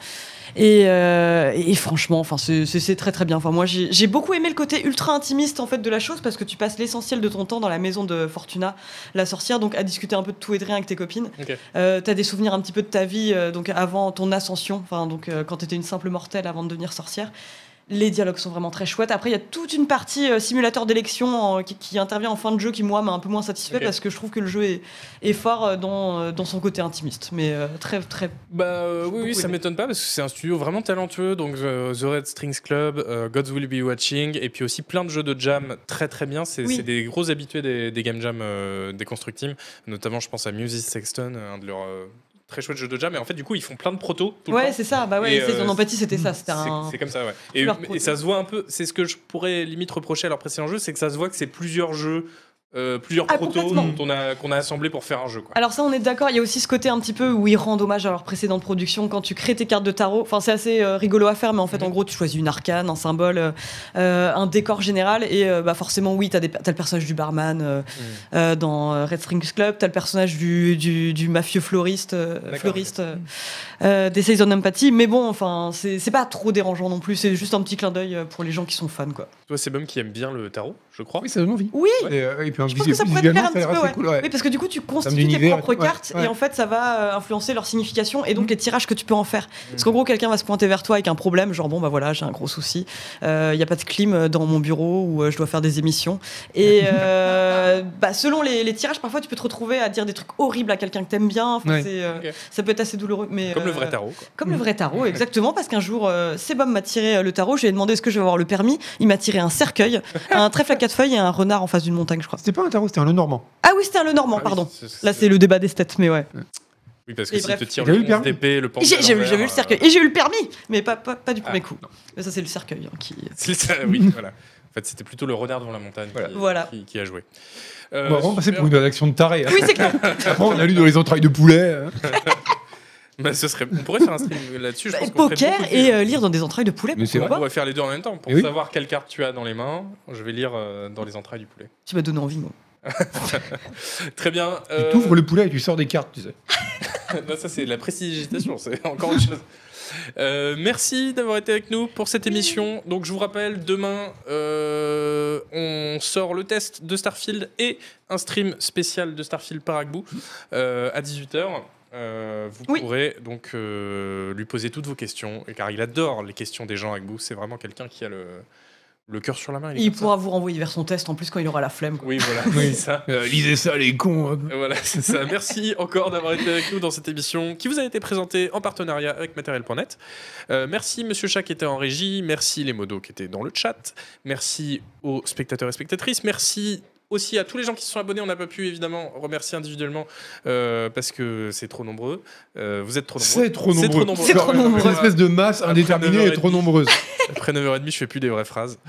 [SPEAKER 2] et, euh, et franchement, enfin c'est- c'est c'est très très bien. Enfin moi j'ai j'ai beaucoup aimé le côté ultra intimiste en fait de la chose parce que tu passes l'essentiel de ton temps dans la maison de Fortuna, la sorcière, donc à discuter un peu de tout et de rien avec tes copines.
[SPEAKER 1] Ok.
[SPEAKER 2] Euh, t'as des souvenirs un petit peu de ta vie, euh, donc avant ton ascension, enfin donc euh, quand t'étais une simple mortelle avant de devenir sorcière. Les dialogues sont vraiment très chouettes. Après, il y a toute une partie euh, simulateur d'élection en- qui, qui intervient en fin de jeu qui, moi, m'a un peu moins satisfait
[SPEAKER 1] Ok.
[SPEAKER 2] parce que je trouve que le jeu est, est fort euh, dans, euh, dans son côté intimiste. Mais euh, très, très.
[SPEAKER 1] Bah euh, oui,
[SPEAKER 2] beaucoup
[SPEAKER 1] oui, ça
[SPEAKER 2] aimé.
[SPEAKER 1] m'étonne pas parce que c'est un studio vraiment talentueux. Donc euh, The Red Strings Club, euh, Gods Will Be Watching, et puis aussi plein de jeux de jam très très bien. C'est
[SPEAKER 2] Oui.
[SPEAKER 1] c'est des gros habitués des, des game jam euh, des Construct Team. Notamment, je pense à Music Sexton, un de leurs euh, très chouettes jeux de jam. Et en fait, du coup, ils font plein de protos. Tout le temps.
[SPEAKER 2] Ouais, c'est ça. Bah ouais,
[SPEAKER 1] Et,
[SPEAKER 2] c'est-
[SPEAKER 1] euh,
[SPEAKER 2] en empathie, c'était ça. C'était
[SPEAKER 1] C'est
[SPEAKER 2] un.
[SPEAKER 1] c'est comme ça, ouais. Et,
[SPEAKER 2] leur
[SPEAKER 1] et
[SPEAKER 2] proto.
[SPEAKER 1] ça se voit un peu, c'est ce que je pourrais limite reprocher à leur précédent jeu, c'est que ça se voit que c'est plusieurs jeux, euh, plusieurs
[SPEAKER 2] Ah,
[SPEAKER 1] protos
[SPEAKER 2] complètement.
[SPEAKER 1] dont on a, qu'on a assemblés pour faire un jeu. Quoi.
[SPEAKER 2] Alors ça, on est d'accord. Il y a aussi ce côté un petit peu où ils rendent hommage à leur précédente production quand tu crées tes cartes de tarot. Enfin, c'est assez euh, rigolo à faire, mais en fait,
[SPEAKER 1] Mhm.
[SPEAKER 2] en gros, tu choisis une arcane, un symbole, euh, euh, un décor général, et euh, bah forcément, oui, t'as, des, t'as le personnage du barman euh,
[SPEAKER 1] Mhm.
[SPEAKER 2] euh, dans euh, Red Strings Club, t'as le personnage du, du, du mafieux fleuriste, euh,
[SPEAKER 1] D'accord, Mhm.
[SPEAKER 2] fleuriste euh, euh, des Season Empathy. Mais bon, enfin, c'est, c'est pas trop dérangeant non plus. C'est juste un petit clin d'œil euh, pour les gens qui sont fans, quoi.
[SPEAKER 1] Toi, c'est même qui aime bien le tarot, je crois.
[SPEAKER 3] Oui, ça donne envie.
[SPEAKER 2] Oui,
[SPEAKER 3] Et, euh, et puis,
[SPEAKER 2] Je pense que ça pourrait te plaire un
[SPEAKER 3] visuellement, ça a l'air
[SPEAKER 2] petit peu,
[SPEAKER 3] assez cool, ouais.
[SPEAKER 2] Oui, parce que du coup, tu
[SPEAKER 3] termes
[SPEAKER 2] constitues tes
[SPEAKER 3] d'univers,
[SPEAKER 2] propres
[SPEAKER 3] ouais,
[SPEAKER 2] cartes
[SPEAKER 3] ouais.
[SPEAKER 2] et en fait, ça va euh, influencer leur signification et
[SPEAKER 1] Mm.
[SPEAKER 2] donc les tirages que tu peux en faire.
[SPEAKER 3] Mm.
[SPEAKER 2] Parce qu'en gros, quelqu'un va se pointer vers toi avec un problème, genre bon, bah voilà, j'ai un gros souci, il n'y a pas de clim euh, dans mon bureau ou euh, je dois faire des émissions. Et euh, bah, selon les, les tirages, parfois, tu peux te retrouver à dire des trucs horribles à quelqu'un que t'aimes bien. Enfin,
[SPEAKER 3] Ouais.
[SPEAKER 2] c'est, euh,
[SPEAKER 1] Ok.
[SPEAKER 2] Ça peut être assez douloureux. Mais,
[SPEAKER 1] Comme le
[SPEAKER 2] euh,
[SPEAKER 1] vrai tarot. quoi.
[SPEAKER 2] comme le vrai tarot, exactement, parce qu'un jour, euh, Sebum m'a tiré euh, le tarot, je lui ai demandé est-ce que je vais avoir le permis, il m'a tiré un cercueil, un trèfle à quatre feuilles et un renard en face d'une montagne, je crois.
[SPEAKER 3] C'était pas un tarot, c'était un normand.
[SPEAKER 2] Ah oui, c'était un Lenormand,
[SPEAKER 1] Ah oui,
[SPEAKER 2] pardon.
[SPEAKER 1] c'est- c'est-
[SPEAKER 2] Là, c'est le débat des stats, mais ouais.
[SPEAKER 1] Oui, parce que
[SPEAKER 2] Et
[SPEAKER 1] s'il
[SPEAKER 2] bref.
[SPEAKER 1] te tire
[SPEAKER 3] T'as
[SPEAKER 1] le
[SPEAKER 3] eu le permis
[SPEAKER 1] 11 d'épée, le
[SPEAKER 2] J'ai
[SPEAKER 1] pantalon.
[SPEAKER 2] j'ai eu, j'ai eu le
[SPEAKER 1] vert,
[SPEAKER 2] cercueil.
[SPEAKER 1] euh,
[SPEAKER 2] Et j'ai eu le permis, mais pas, pas, pas du
[SPEAKER 1] Ah,
[SPEAKER 2] premier coup. Mais ça, c'est le cercueil hein, qui.
[SPEAKER 1] c'est ça, oui, voilà. En fait, c'était plutôt le renard devant la montagne
[SPEAKER 3] Voilà.
[SPEAKER 1] qui,
[SPEAKER 2] Voilà.
[SPEAKER 1] qui- qui a joué. Euh,
[SPEAKER 3] on va vraiment passer
[SPEAKER 1] super.
[SPEAKER 3] pour une rédaction de taré. hein.
[SPEAKER 2] Oui, c'est clair.
[SPEAKER 3] Après, on a lu dans les entrailles de poulet. hein.
[SPEAKER 1] Bah, ce serait... On pourrait faire un stream là-dessus. je pense qu'on ferait
[SPEAKER 2] Bah, Poker
[SPEAKER 1] beaucoup de-
[SPEAKER 2] et euh, lire dans des entrailles de poulet.
[SPEAKER 3] Mais c'est
[SPEAKER 2] pourquoi
[SPEAKER 1] On
[SPEAKER 2] pas
[SPEAKER 1] va faire les deux en même temps pour
[SPEAKER 3] Eh oui.
[SPEAKER 1] savoir quelle carte tu as dans les mains. Je vais lire euh, dans les entrailles du poulet.
[SPEAKER 2] Tu m'as donné envie, moi.
[SPEAKER 1] Très bien.
[SPEAKER 3] Tu
[SPEAKER 1] euh,
[SPEAKER 3] t'ouvres le poulet et tu sors des cartes, tu sais.
[SPEAKER 1] non, ça, c'est de la prestidigitation, c'est encore une chose. Euh, merci d'avoir été avec nous pour cette émission. Donc, je vous rappelle, demain, euh, on sort le test de Starfield et un stream spécial de Starfield par Agbu euh, à 18h. vous
[SPEAKER 2] Oui.
[SPEAKER 1] pourrez donc euh, lui poser toutes vos questions, car il adore les questions des gens, Agbu. C'est vraiment quelqu'un qui a le, le cœur sur la main. est
[SPEAKER 2] Il
[SPEAKER 1] comme ça.
[SPEAKER 2] pourra vous renvoyer vers son test en plus quand il aura la flemme. quoi.
[SPEAKER 1] Oui, voilà, c'est ça.
[SPEAKER 3] Euh, lisez ça, les cons. hein. hop.
[SPEAKER 1] Euh, Voilà, c'est ça. Merci encore d'avoir été avec nous dans cette émission qui vous a été présentée en partenariat avec matériel.net. Euh, merci Monsieur Chat qui était en régie, merci les modos qui étaient dans le chat, merci aux spectateurs et spectatrices, merci aussi à tous les gens qui se sont abonnés. On n'a pas pu évidemment remercier individuellement euh, parce que c'est trop nombreux. Euh, vous êtes trop nombreux.
[SPEAKER 3] C'est trop nombreux.
[SPEAKER 2] C'est trop
[SPEAKER 3] Genre,
[SPEAKER 2] nombreux.
[SPEAKER 3] Cette espèce de masse
[SPEAKER 1] Après
[SPEAKER 3] indéterminée
[SPEAKER 1] 9h30.
[SPEAKER 3] est trop nombreuse.
[SPEAKER 1] Après 9h30, je fais plus des vraies phrases.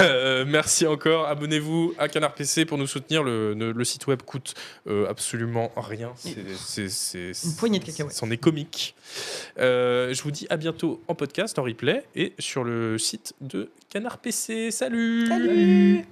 [SPEAKER 1] Euh, merci encore. Abonnez-vous à Canard PC pour nous soutenir. Le, le- le site web coûte euh, absolument rien. C'est- c'est- c'est-
[SPEAKER 2] Une poignée de cacahuètes.
[SPEAKER 1] C'en est comique. Euh, je vous dis à bientôt en podcast, en replay et sur le site de Canard PC. Salut
[SPEAKER 2] Salut